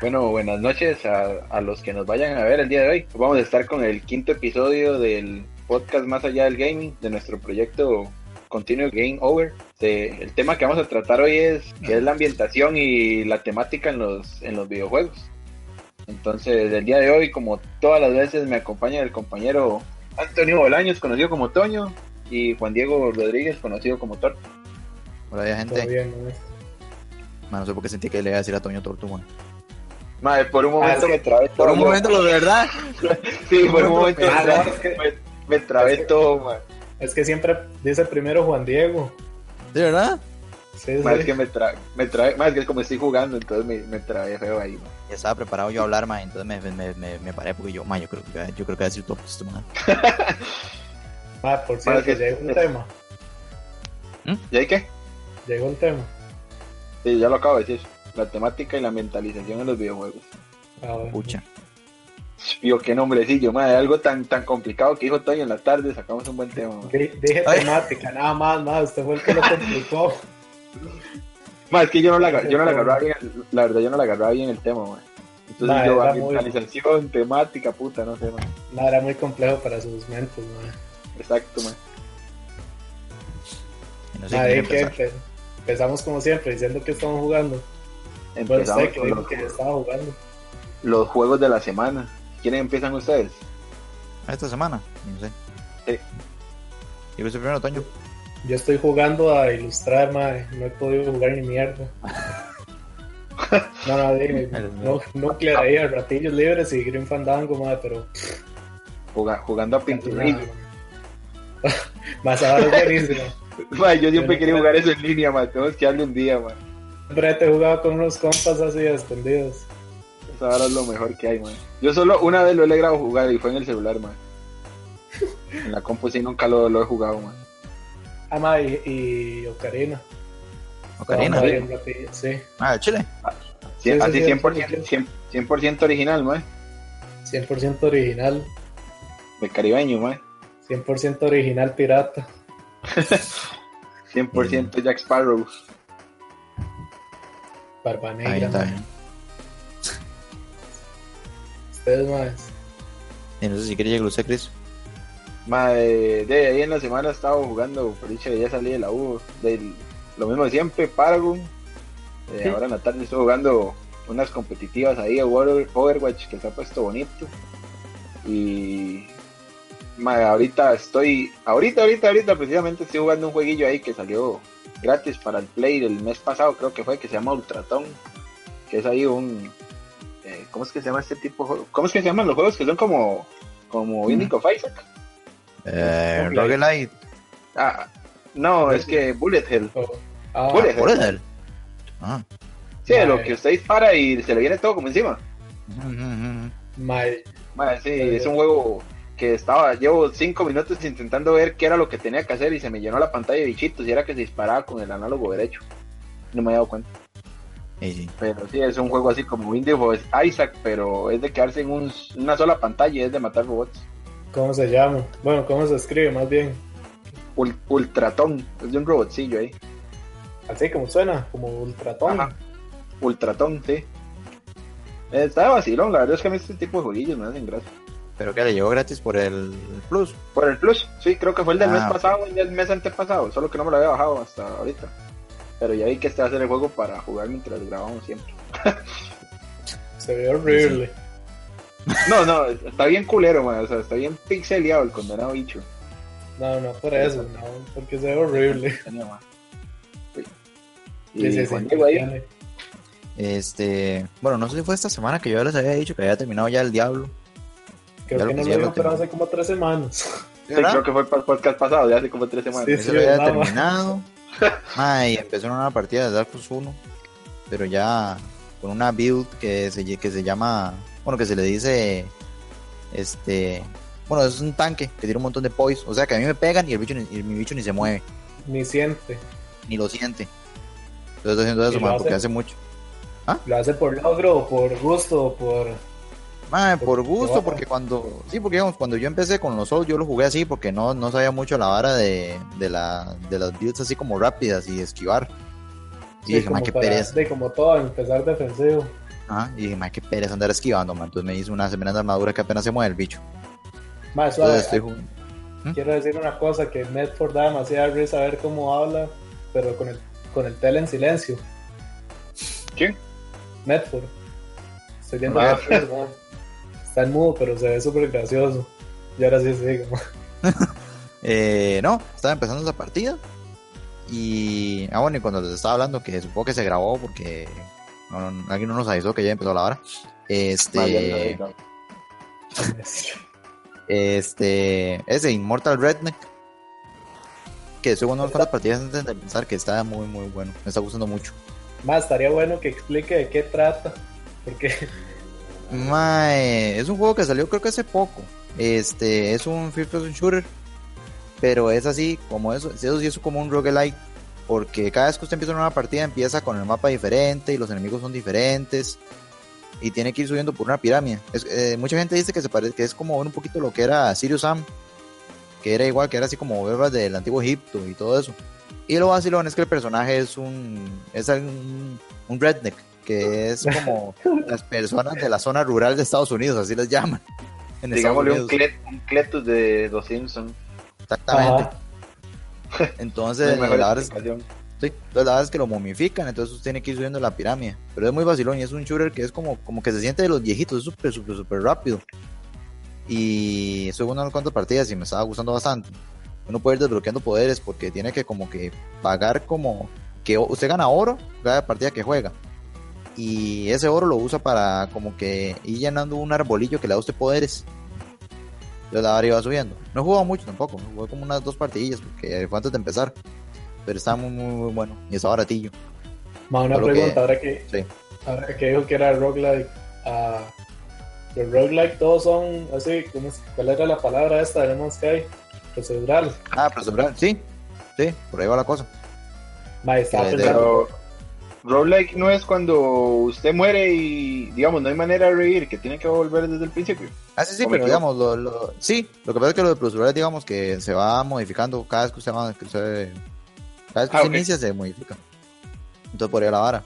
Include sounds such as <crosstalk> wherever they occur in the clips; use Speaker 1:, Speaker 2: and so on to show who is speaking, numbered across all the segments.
Speaker 1: Bueno, buenas noches a, a los que nos vayan a ver el día de hoy. Vamos a estar con el quinto episodio del podcast Más Allá del Gaming, de nuestro proyecto Continuo Game Over. Eh, el tema que vamos a tratar hoy es que es la ambientación y la temática en los, en los videojuegos. Entonces, el día de hoy, como todas las veces, me acompaña el compañero Antonio Bolaños, conocido como Toño, y Juan Diego Rodríguez, conocido como Torto.
Speaker 2: Hola, ya, gente. Bien, ¿no? Man, no sé por qué sentí que le iba a decir a Toño Torto, man.
Speaker 1: Madre, por un momento ah, me trabé
Speaker 2: todo. Por un momento, lo de verdad.
Speaker 1: sí, por un momento me trabé, me, me trabé todo, man.
Speaker 3: Es que siempre dice primero Juan Diego.
Speaker 2: ¿De verdad?
Speaker 1: Sí, más sí. que me trae, me trae, más que como estoy jugando, entonces me, me trae feo ahí. Man.
Speaker 2: Ya estaba preparado yo a hablar, más, entonces me, me, me, me, paré porque yo, man, yo creo que yo creo que va a decir todo pues, esto, man.
Speaker 3: ah, por cierto, que llegó un tema.
Speaker 1: ¿Eh? ¿Y ahí qué?
Speaker 3: Llegó un tema.
Speaker 1: Sí, ya lo acabo de decir. La temática y la mentalización en los videojuegos. <laughs>
Speaker 2: Ah, bueno. Pucha.
Speaker 1: Yo qué nombrecillo, madre, algo tan tan complicado que dijo Toño en la tarde, sacamos un buen tema.
Speaker 3: Dije de, temática, nada más, nada, usted fue
Speaker 1: <laughs>
Speaker 3: el que lo complicó.
Speaker 1: Ma, es que yo no la, yo no la agarraba bien, la verdad yo no la agarraba bien el tema, man. Entonces ma, yo ambientalización, muy... temática, puta, no sé, man.
Speaker 3: No, era muy complejo para sus mentes, man.
Speaker 1: Exacto, man.
Speaker 3: No sé Nadie que empezamos como siempre, diciendo que estamos jugando.
Speaker 1: Empezamos
Speaker 3: bueno, usted, que los... que estaba jugando.
Speaker 1: Los juegos de la semana. ¿Quiénes empiezan ustedes?
Speaker 2: Esta semana, no sé.
Speaker 1: Sí.
Speaker 2: Yo soy primero, Toño.
Speaker 3: Yo estoy jugando a ilustrar, madre. No he podido jugar ni mierda.
Speaker 1: <laughs>
Speaker 3: no, no, dime. No, nuclear ahí a ratillos libres y Green Fandango, madre, pero.
Speaker 1: Juga, jugando a pinturillo.
Speaker 3: <laughs>
Speaker 1: <laughs>
Speaker 3: Más ahora es buenísimo.
Speaker 1: Madre, yo siempre quería jugar eso en línea, madre. Tenemos que darle un día, madre.
Speaker 3: Siempre te he jugado con unos compas así escondidos.
Speaker 1: Esa ahora es lo mejor que hay, madre. Yo solo una vez lo he logrado jugar y fue en el celular, <laughs> madre. En la compu sí nunca lo, lo he jugado, madre.
Speaker 3: Ah, y, y, Ocarina.
Speaker 2: Ocarina,
Speaker 3: no, sí.
Speaker 2: Ah, de Chile.
Speaker 1: Sí, sí, así 100%, 100%, 100 original, mae.
Speaker 3: 100% original.
Speaker 1: De caribeño, mae.
Speaker 3: 100% original pirata.
Speaker 1: 100% Jack Sparrow.
Speaker 3: Barba negra. Ahí está bien. Ustedes, más.
Speaker 2: No sé si quería llegar usted, Chris.
Speaker 1: Madre, de ahí en la semana he estado jugando, por dicho, ya salí de la U, de lo mismo de siempre, Paragon. Eh, ¿Sí? Ahora en la tarde estoy jugando unas competitivas ahí de Overwatch que se ha puesto bonito. Y madre, ahorita estoy, ahorita, ahorita, ahorita precisamente estoy jugando un jueguillo ahí que salió gratis para el play del mes pasado, creo que fue, que se llama Ultratón, que es ahí un... Eh, ¿Cómo es que se llama este tipo de juego? ¿Cómo es que se llaman los juegos que son como, como ¿Sí? Indico Isaac?
Speaker 2: Eh, Roguelite.
Speaker 1: Ah, no, es que Bullet Hell. Oh. Ah, Bullet, Hell.
Speaker 2: Bullet Hell. Ah.
Speaker 1: Sí, May. lo que usted dispara y se le viene todo como encima.
Speaker 3: Mal.
Speaker 1: sí, May. es un juego que estaba, llevo cinco minutos intentando ver qué era lo que tenía que hacer y se me llenó la pantalla de bichitos y era que se disparaba con el análogo derecho. No me había dado cuenta.
Speaker 2: Sí, sí.
Speaker 1: Pero sí, es un juego así como Windows Isaac, pero es de quedarse en un, una sola pantalla y es de matar robots.
Speaker 3: ¿Cómo se llama? Bueno, ¿cómo se escribe más bien?
Speaker 1: Ul Ultratón, es de un robotcillo ahí.
Speaker 3: Así como suena, como Ultratón. Ajá.
Speaker 1: Ultratón, sí. Eh, Está de vacilón, la verdad es que a mí este tipo de jueguillos me hacen gracia.
Speaker 2: ¿Pero que le llegó gratis por el Plus?
Speaker 1: Por el Plus, sí, creo que fue el del ah, mes pasado y el mes antepasado, solo que no me lo había bajado hasta ahorita. Pero ya vi que este va a ser el juego para jugar mientras grabamos siempre.
Speaker 3: se ve horrible. Sí.
Speaker 1: No, no, está bien culero, man. O sea, está bien pixeleado el condenado bicho.
Speaker 3: No, no por eso, no, porque se ve horrible.
Speaker 1: Y, sí, sí, sí,
Speaker 2: este, bueno, no sé si fue esta semana que yo ya les había dicho que había terminado ya el Diablo.
Speaker 3: Creo que, no lo dijo, pero hace como tres semanas.
Speaker 1: creo que fue para el podcast pasado, ya hace como tres semanas.
Speaker 2: Eso lo había nada. terminado. Ay, empezó una partida de Dark Souls 1, pero ya con una build que se, que se llama bueno, que se le dice, este, bueno, es un tanque que tiene un montón de poise, o sea que a mí me pegan y el bicho ni, y mi bicho ni se mueve.
Speaker 3: Ni siente.
Speaker 2: Ni lo siente. Entonces estoy haciendo eso, man, hace, porque hace mucho.
Speaker 3: ¿Ah? ¿Lo hace por logro por gusto por...?
Speaker 2: Man, por, por gusto, por porque cuando, sí, porque digamos, cuando yo empecé con los Souls, yo lo jugué así porque no, no sabía mucho la vara de, de, la, de las builds así como rápidas y esquivar. Y sí, dije, man, qué
Speaker 3: para,
Speaker 2: pereza.
Speaker 3: De como todo, empezar defensivo.
Speaker 2: Ajá, y dije, madre, qué pereza andar esquivando, man. Entonces me hice una semana de armadura que apenas se mueve el bicho.
Speaker 3: Más suave.
Speaker 2: Entonces estoy jugando.
Speaker 3: Quiero decir una cosa, que Medford da demasiada risa ver cómo habla, pero con el, con el tele en silencio.
Speaker 1: ¿Quién?
Speaker 3: Medford. Estoy viendo
Speaker 1: Ah.
Speaker 3: a Medford, ¿no? Está en mudo, pero se ve súper gracioso. Y ahora sí sí, como, <laughs>
Speaker 2: Eh, no, estaba empezando esa partida. Y. Ah, bueno, y cuando les estaba hablando, que supongo que se grabó porque no- no- alguien no nos avisó que ya empezó la hora. Este.
Speaker 1: Vale, no, no,
Speaker 2: Este. Ese Immortal Redneck. Que estoy jugando unas cuantas partidas antes de pensar que está muy, muy bueno. Me está gustando mucho.
Speaker 3: Más, estaría bueno que explique de qué trata. Porque
Speaker 2: Mae, es un juego que salió creo que hace poco. Este, es un first person shooter, pero es así como eso, eso sí es como un roguelike, porque cada vez que usted empieza una nueva partida empieza con el mapa diferente y los enemigos son diferentes y tiene que ir subiendo por una pirámide. Es- eh, mucha gente dice que se parece que es como un poquito lo que era Sirius Sam, que era igual que era así como verbas del antiguo Egipto y todo eso. Y lo vacilón es que el personaje es un es un, un redneck
Speaker 1: <laughs>
Speaker 2: que es como las personas de la zona rural de Estados Unidos, así les llaman. En Estados
Speaker 1: Digámosle un,
Speaker 2: Unidos,
Speaker 1: clet- un Cletus de Los Simpsons.
Speaker 2: Exactamente.
Speaker 3: <laughs> ajá,
Speaker 2: Entonces, la
Speaker 1: mejor
Speaker 2: verdad es,
Speaker 1: explicación.
Speaker 2: sí, la verdad es que lo momifican, entonces usted tiene que ir subiendo la pirámide. Pero es muy vacilón y es un shooter que es como, como que se siente de los viejitos, es súper, súper, súper rápido. Y estoy jugando unas cuantas partidas y me estaba gustando bastante. Uno puede ir desbloqueando poderes porque tiene que como que pagar como que o- usted gana oro cada partida que juega. Y ese oro lo usa para como que ir llenando un arbolillo que le da a usted poderes. Yo la iba subiendo. No he jugado mucho tampoco, jugué como unas dos partidillas porque fue antes de empezar. Pero está muy, muy, muy bueno. Y está baratillo.
Speaker 3: más una
Speaker 2: Creo que-
Speaker 3: pregunta, ahora que,
Speaker 2: Sí.
Speaker 3: ahora que dijo que era roguelike, ah, los roguelike todos son así, ¿cómo es- ¿cuál era la palabra esta de No Man's Sky? Procedural.
Speaker 2: Ah, procedural. Sí, sí, por ahí va la cosa.
Speaker 3: Ma, estaba
Speaker 2: Que de-
Speaker 1: Pero
Speaker 3: pensando-
Speaker 1: roguelike no es cuando usted muere y, digamos, no hay manera de reír, que tiene que volver desde el principio.
Speaker 2: Ah, sí, sí,
Speaker 1: ¿O me
Speaker 2: pero digamos, lo, lo- sí, lo que pasa es que lo de procedural, digamos que se va modificando cada vez que usted, va- que usted- cada vez que
Speaker 1: Ah,
Speaker 2: usted
Speaker 1: ok.
Speaker 2: inicia, se modifica. Entonces por ahí va la vara.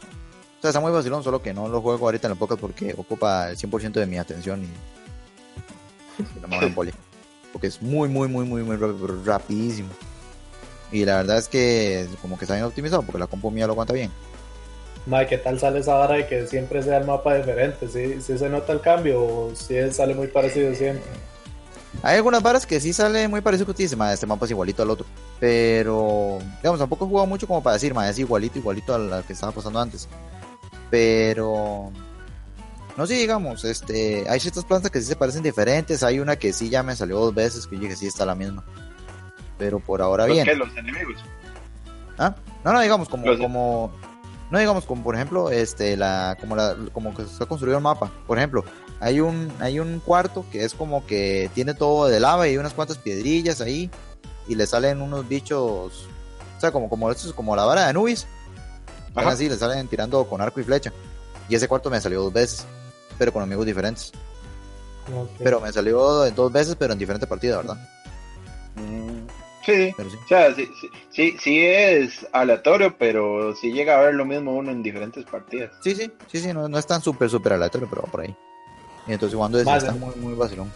Speaker 2: O sea, está muy vacilón, solo que no lo juego ahorita en la poca porque ocupa el 100% de mi atención y, y no me van
Speaker 1: <laughs>
Speaker 2: a poli. Porque es muy, muy, muy, muy, muy rap- rapidísimo. Y la verdad es que como que está bien optimizado porque la compu mía lo aguanta bien.
Speaker 3: Mae, ¿qué tal sale esa vara de que siempre sea el mapa diferente? ¿Sí, sí se nota el cambio o si él sale muy parecido siempre?
Speaker 2: Hay algunas varas que sí sale muy parecido que usted dice, "Ma, este mapa es igualito al otro. Pero, digamos, tampoco he jugado mucho como para decir, "Ma, es igualito, igualito a la que estaba pasando antes. Pero, no sé, digamos, este, hay ciertas plantas que sí se parecen diferentes. Hay una que sí ya me salió dos veces, que yo dije, sí, está la misma. Pero por ahora
Speaker 1: ¿Los
Speaker 2: bien.
Speaker 1: qué? ¿Los enemigos?
Speaker 2: ¿Ah? No, no, digamos como,
Speaker 1: Los-
Speaker 2: como no digamos como por ejemplo, este la como la como que se ha construido el mapa. Por ejemplo, hay un hay un cuarto que es como que tiene todo de lava y hay unas cuantas piedrillas ahí y le salen unos bichos, o sea, como como estos como la vara de Anubis. Van
Speaker 1: Ajá.
Speaker 2: así le salen tirando con arco y flecha. Y ese cuarto me salió dos veces, pero con amigos diferentes.
Speaker 3: Como que-
Speaker 2: Pero me salió dos veces, pero en diferentes partidas, ¿verdad?
Speaker 1: Mm, sí.
Speaker 2: Pero sí.
Speaker 1: O sea, sí, sí, sí, sí es aleatorio, pero sí llega a ver lo mismo uno en diferentes partidas.
Speaker 2: Sí, sí, sí, sí, no, no es tan súper, súper aleatorio, pero va por ahí. Y entonces jugando ese
Speaker 3: Más-
Speaker 2: está muy, muy vacilón.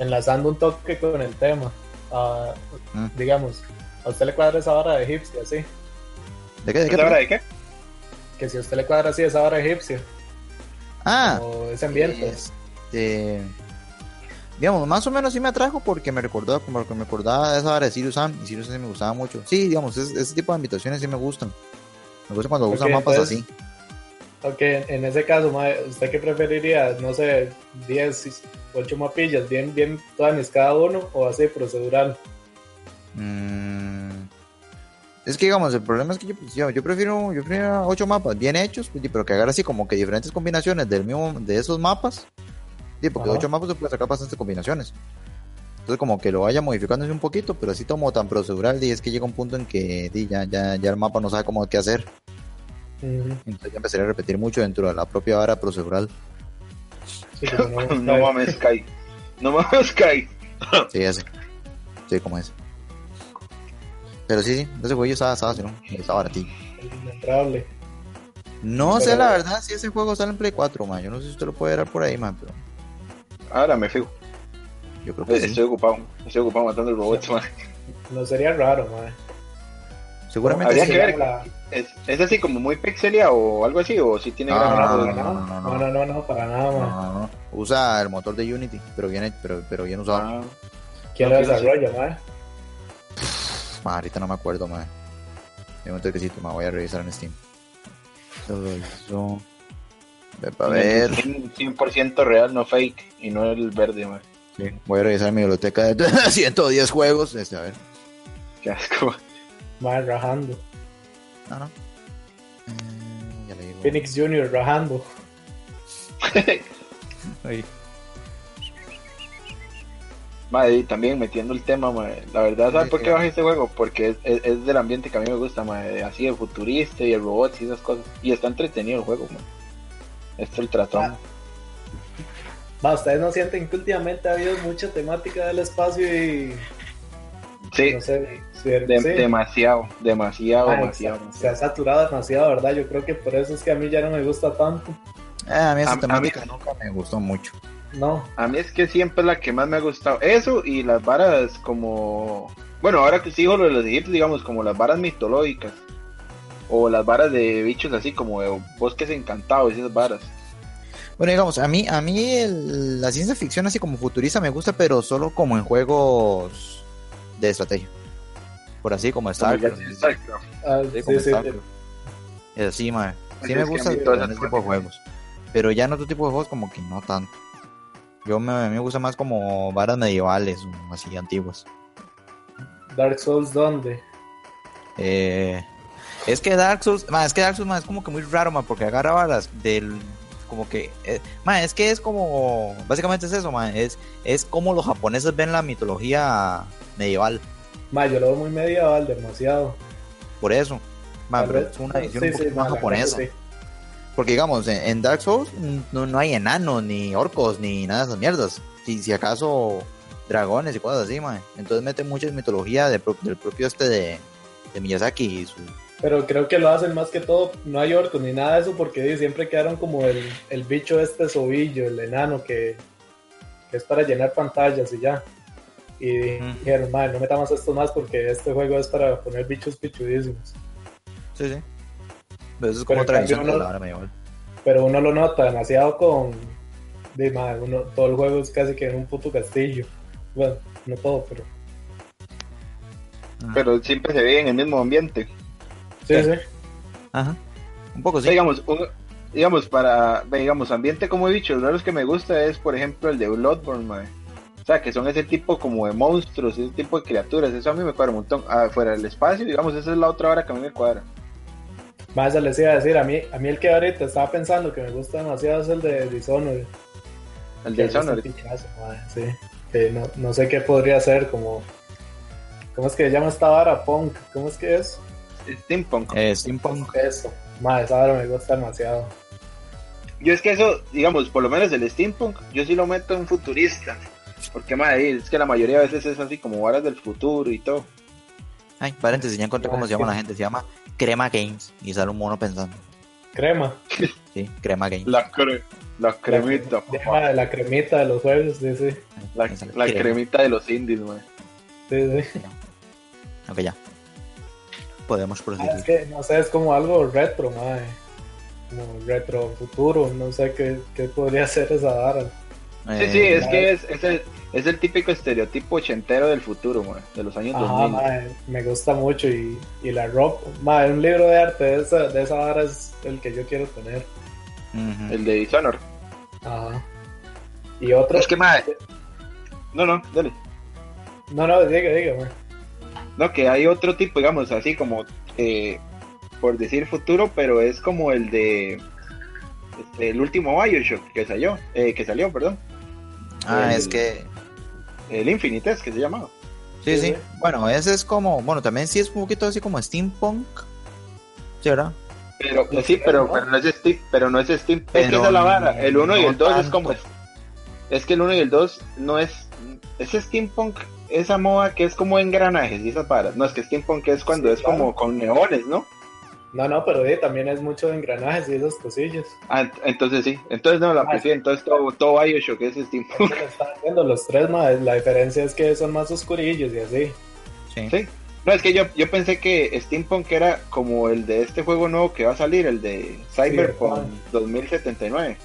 Speaker 3: enlazando un toque con el tema, ah,
Speaker 2: Mm.
Speaker 3: digamos, a usted le cuadra esa vara de egipcia, ¿sí?
Speaker 2: ¿De qué? ¿De
Speaker 3: Pues
Speaker 2: qué?
Speaker 1: ¿Es ahora de qué?
Speaker 3: Que si a usted le cuadra así esa vara egipcia,
Speaker 2: Ah,
Speaker 3: o ese ambiente.
Speaker 2: este, digamos, más o menos sí me atrajo porque me recordaba, como que me acordaba de esa hora de Sirius Sam y Sirius Sam me gustaba mucho. Sí, digamos, es- ese tipo de invitaciones sí me gustan. Me gusta cuando usan
Speaker 3: Ok,
Speaker 2: mapas
Speaker 3: entonces-
Speaker 2: así.
Speaker 3: Ok, en ese caso, mae, ¿usted qué preferiría? No sé, 10, 8 mapillas, bien, bien planes cada uno, o así procedural.
Speaker 2: Mm, es que digamos, el problema es que yo, pues, yo, yo prefiero, yo prefiero ocho mapas bien hechos, pues, pero que hagan así como que diferentes combinaciones del mismo, de esos mapas. Sí, porque de
Speaker 3: Ajá.
Speaker 2: ocho mapas se puede sacar bastantes combinaciones. Entonces como que lo vaya modificándose un poquito, pero así como tan procedural, y es que llega un punto en que di, ya, ya, ya el mapa no sabe cómo qué hacer.
Speaker 3: Ujú.
Speaker 2: Entonces ya empezaría a repetir mucho dentro de la propia vara procedural.
Speaker 3: Sí,
Speaker 2: <laughs>
Speaker 1: <laughs>
Speaker 3: como no,
Speaker 1: No mames, Kai. No mames, Kai.
Speaker 2: Sí, ese. Sí, como ese. Pero sí, sí, ese juego estaba, estaba, estaba baratillo.
Speaker 3: inentrable.
Speaker 2: No sé la verdad si ese juego sale en Play 4, man. Yo no sé si usted lo puede ver por ahí, man, pero
Speaker 1: Ahora me fijo.
Speaker 2: yo creo que
Speaker 1: Estoy
Speaker 2: sí.
Speaker 1: ocupado. Estoy ocupado matando el <laughs> robot, man.
Speaker 3: No sería raro, madre.
Speaker 2: Seguramente
Speaker 1: Habría
Speaker 2: sí.
Speaker 1: que ver. ¿Es, es así como muy pixelia o algo así? ¿O si tiene
Speaker 2: No,
Speaker 1: gran
Speaker 2: no,
Speaker 1: gráfico?
Speaker 2: Ah, no, no, no, no.
Speaker 3: no, no, no, no, para nada,
Speaker 2: No,
Speaker 3: madre.
Speaker 2: no, no. Usa el motor de Unity, pero bien, hecho- pero, pero bien usado.
Speaker 1: Ah,
Speaker 3: ¿Quién
Speaker 1: no,
Speaker 3: lo
Speaker 1: sí, no sé.
Speaker 3: desarrolla, madre?
Speaker 2: Ma, ahorita no me acuerdo, madre. Dame un toquecito, ma, voy a revisar en Steam. Todo eso. Ve pa' ver.
Speaker 1: Ah, 100% real, no fake. Y no el verde, man.
Speaker 2: Voy a revisar mi biblioteca de <laughs> 110 juegos. Este, a ver.
Speaker 1: Qué asco.
Speaker 3: Madre, rajando.
Speaker 2: No, no. Eh, ya le digo.
Speaker 3: Phoenix Junior, rajando.
Speaker 2: Ahí.
Speaker 1: Madre, y también metiendo el tema, madre. La verdad, ¿sabes
Speaker 2: Sí,
Speaker 1: por qué
Speaker 2: sí.
Speaker 1: bajé este juego? Porque es, es- es del ambiente que a mí me gusta, madre. Así de futurista y el robot y esas cosas. Y está entretenido el juego, madre. Este el tratón.
Speaker 3: Va, ustedes no sienten que últimamente ha habido mucha temática del espacio y.
Speaker 1: sí,
Speaker 3: No sé, si-
Speaker 1: de-
Speaker 3: sí. Ah,
Speaker 1: demasiado, demasiado,
Speaker 3: Madre,
Speaker 1: demasiado.
Speaker 3: se, se ha saturado demasiado, ¿verdad? Yo creo que por eso es que a mí ya no me gusta tanto.
Speaker 2: Eh, a mí
Speaker 1: A-
Speaker 2: esa
Speaker 1: a mí-
Speaker 2: temática nunca me gustó mucho.
Speaker 3: No,
Speaker 1: A mí es que siempre es la que más me ha gustado. Eso y las varas como... Bueno, ahora que sigo lo de los egipcios, digamos, como las varas mitológicas. O las varas de bichos así como de bosques encantados y esas varas.
Speaker 2: Bueno, digamos, a mí, a mí el- la ciencia ficción así como futurista me gusta, pero solo como en juegos de estrategia. Por así como StarCraft.
Speaker 1: Como ya-
Speaker 2: Sí,
Speaker 3: ah,
Speaker 2: como
Speaker 3: sí, sí,
Speaker 2: StarCraft. Es así, madre. Sí
Speaker 1: Pues Es
Speaker 2: me
Speaker 1: que
Speaker 2: gusta
Speaker 1: a mí
Speaker 2: en
Speaker 1: todas esas
Speaker 2: ese tipo de juegos. Pero ya en otro tipo de juegos como que no tanto. Yo me, a mí me gusta más como varas medievales o así antiguas.
Speaker 3: Dark Souls, ¿dónde?
Speaker 2: Eh, es que Dark Souls, ma, es que Dark Souls ma, es como que muy raro, ma, porque agarra varas del como que eh, ma, es que es como básicamente es eso, ma, es es como los japoneses ven la mitología medieval,
Speaker 3: Ma, yo lo veo muy medieval, demasiado.
Speaker 2: por eso. Ma,
Speaker 3: Tal
Speaker 2: pero
Speaker 3: vez-
Speaker 2: es una visión
Speaker 3: sí,
Speaker 2: un
Speaker 3: sí,
Speaker 2: poquito
Speaker 3: ma,
Speaker 2: más
Speaker 3: la
Speaker 2: japonesa.
Speaker 3: verdad que sí.
Speaker 2: Porque digamos, en, en Dark Souls mm, no, no hay enanos, ni orcos, ni nada de esas mierdas. Si, si acaso dragones y cosas así, ma. Entonces mete mucha mitología de pro- del propio este de, de Miyazaki y su
Speaker 3: Pero creo que lo hacen más que todo, no hay orcos ni nada de eso, porque di, siempre quedaron como el, el bicho este sobillo, el enano, que, que es para llenar pantallas y ya. Y
Speaker 2: Ujú.
Speaker 3: dijeron, madre, no metamos esto más porque este juego es para poner bichos pichudísimos.
Speaker 2: Sí, sí. Pero eso es como
Speaker 3: Pero en
Speaker 2: tradición
Speaker 3: cambio
Speaker 2: de
Speaker 3: no-
Speaker 2: la hora medieval.
Speaker 3: Pero uno lo nota demasiado con... De, madre, uno, todo el juego es casi que en un puto castillo. Bueno, no todo, pero...
Speaker 1: Pero siempre se ve en el mismo ambiente.
Speaker 3: Sí, sí.
Speaker 2: Ajá. Un poco
Speaker 1: O sea,
Speaker 2: sí.
Speaker 1: digamos, un- digamos, para, ve, digamos, ambiente como he dicho, uno de los que me gusta es, por ejemplo, el de Bloodborne, mae. O sea, que son ese tipo como de monstruos, ese tipo de criaturas, eso a mí me cuadra un montón. Ah, fuera del espacio, digamos, esa es la otra hora que a mí me cuadra.
Speaker 3: Más se les iba a decir, a mí, a mí el que ahorita estaba pensando que me gusta demasiado es el de Dishonored.
Speaker 1: El
Speaker 3: Que
Speaker 1: de
Speaker 3: es un
Speaker 1: Dishonored.
Speaker 3: pinchazo, madre, sí. Que no, no sé qué podría ser, como. ¿Cómo es que se llama esta vara? Punk. ¿Cómo es que es?
Speaker 1: Steampunk.
Speaker 2: Eh, Steampunk.
Speaker 3: Eso. Madre, esa vara me gusta demasiado.
Speaker 1: Yo es que eso, digamos, por lo menos el steampunk, yo sí lo meto en futurista. Porque, madre, es que la mayoría de veces es así como varas del futuro y todo.
Speaker 2: Ay, paréntesis, ya encontré
Speaker 1: Ah,
Speaker 2: cómo se llama la gente. Se llama Crema Games. Y sale un mono pensando.
Speaker 3: Crema.
Speaker 2: Sí, Crema Games.
Speaker 1: La, cre- la cremita,
Speaker 3: La,
Speaker 1: papá.
Speaker 3: de la cremita de los juegos, sí, sí.
Speaker 1: La,
Speaker 2: Ahí sale
Speaker 1: la
Speaker 2: crema.
Speaker 1: cremita de los indies, madre.
Speaker 3: sí, sí.
Speaker 2: Ok, ya. Podemos
Speaker 3: Ah, es
Speaker 2: proseguir.
Speaker 3: que, no sé, es como algo retro, madre. Como retro futuro, no sé qué, qué podría <laughs> ser esa vara.
Speaker 1: Sí,
Speaker 2: Eh,
Speaker 1: sí, es
Speaker 3: la-
Speaker 1: que es, es, el, es el típico estereotipo ochentero del futuro, man, de los años
Speaker 3: Ajá,
Speaker 1: 2000.
Speaker 3: mae, me gusta mucho y, y la ropa. Mae, un libro de arte de esa, de esa vara es el que yo quiero tener.
Speaker 2: ujú.
Speaker 1: El de Dishonored.
Speaker 3: Ajá. Y otro.
Speaker 1: Es que, madre.
Speaker 3: eh,
Speaker 1: No, no, dale.
Speaker 3: No, no, diga, diga, mae.
Speaker 1: No, que hay otro tipo, digamos, así como, eh, por decir futuro, pero es como el de. este, el último Bioshock que salió, eh, que salió, perdón.
Speaker 2: Ah,
Speaker 1: el-
Speaker 2: es que.
Speaker 1: El Infinite es que se llamaba.
Speaker 2: Sí, sí.
Speaker 3: sí.
Speaker 2: Bueno, ese es como. Bueno, también sí es un poquito así como Steampunk. Sí, ¿verdad?
Speaker 1: Pero, eh, sí, pero, pero no es Steam, pero no es Steam. es que
Speaker 2: Pero
Speaker 1: esa es la vara. El 1 y
Speaker 2: no
Speaker 1: el 2 es
Speaker 2: tanto.
Speaker 1: como. Es que el 1 y el 2 no es. Es steampunk, esa moda que es como engranajes y esas varas. No, es que steampunk es cuando
Speaker 3: Sí,
Speaker 1: es
Speaker 3: claro.
Speaker 1: como con neones, ¿no?
Speaker 3: No, no, pero eh, también es mucho de engranajes y esas cosillas.
Speaker 1: Ah, ent- entonces sí, entonces no la
Speaker 3: Ah,
Speaker 1: aprecié, entonces todo, todo Bioshock es Steam.
Speaker 3: Es que lo están haciendo los tres más. La diferencia es que son más oscurillos y así.
Speaker 2: Sí.
Speaker 1: Sí. No, es que yo, yo pensé que Steampunk era como el de este juego nuevo que va a salir, el de Cyberpunk 2079.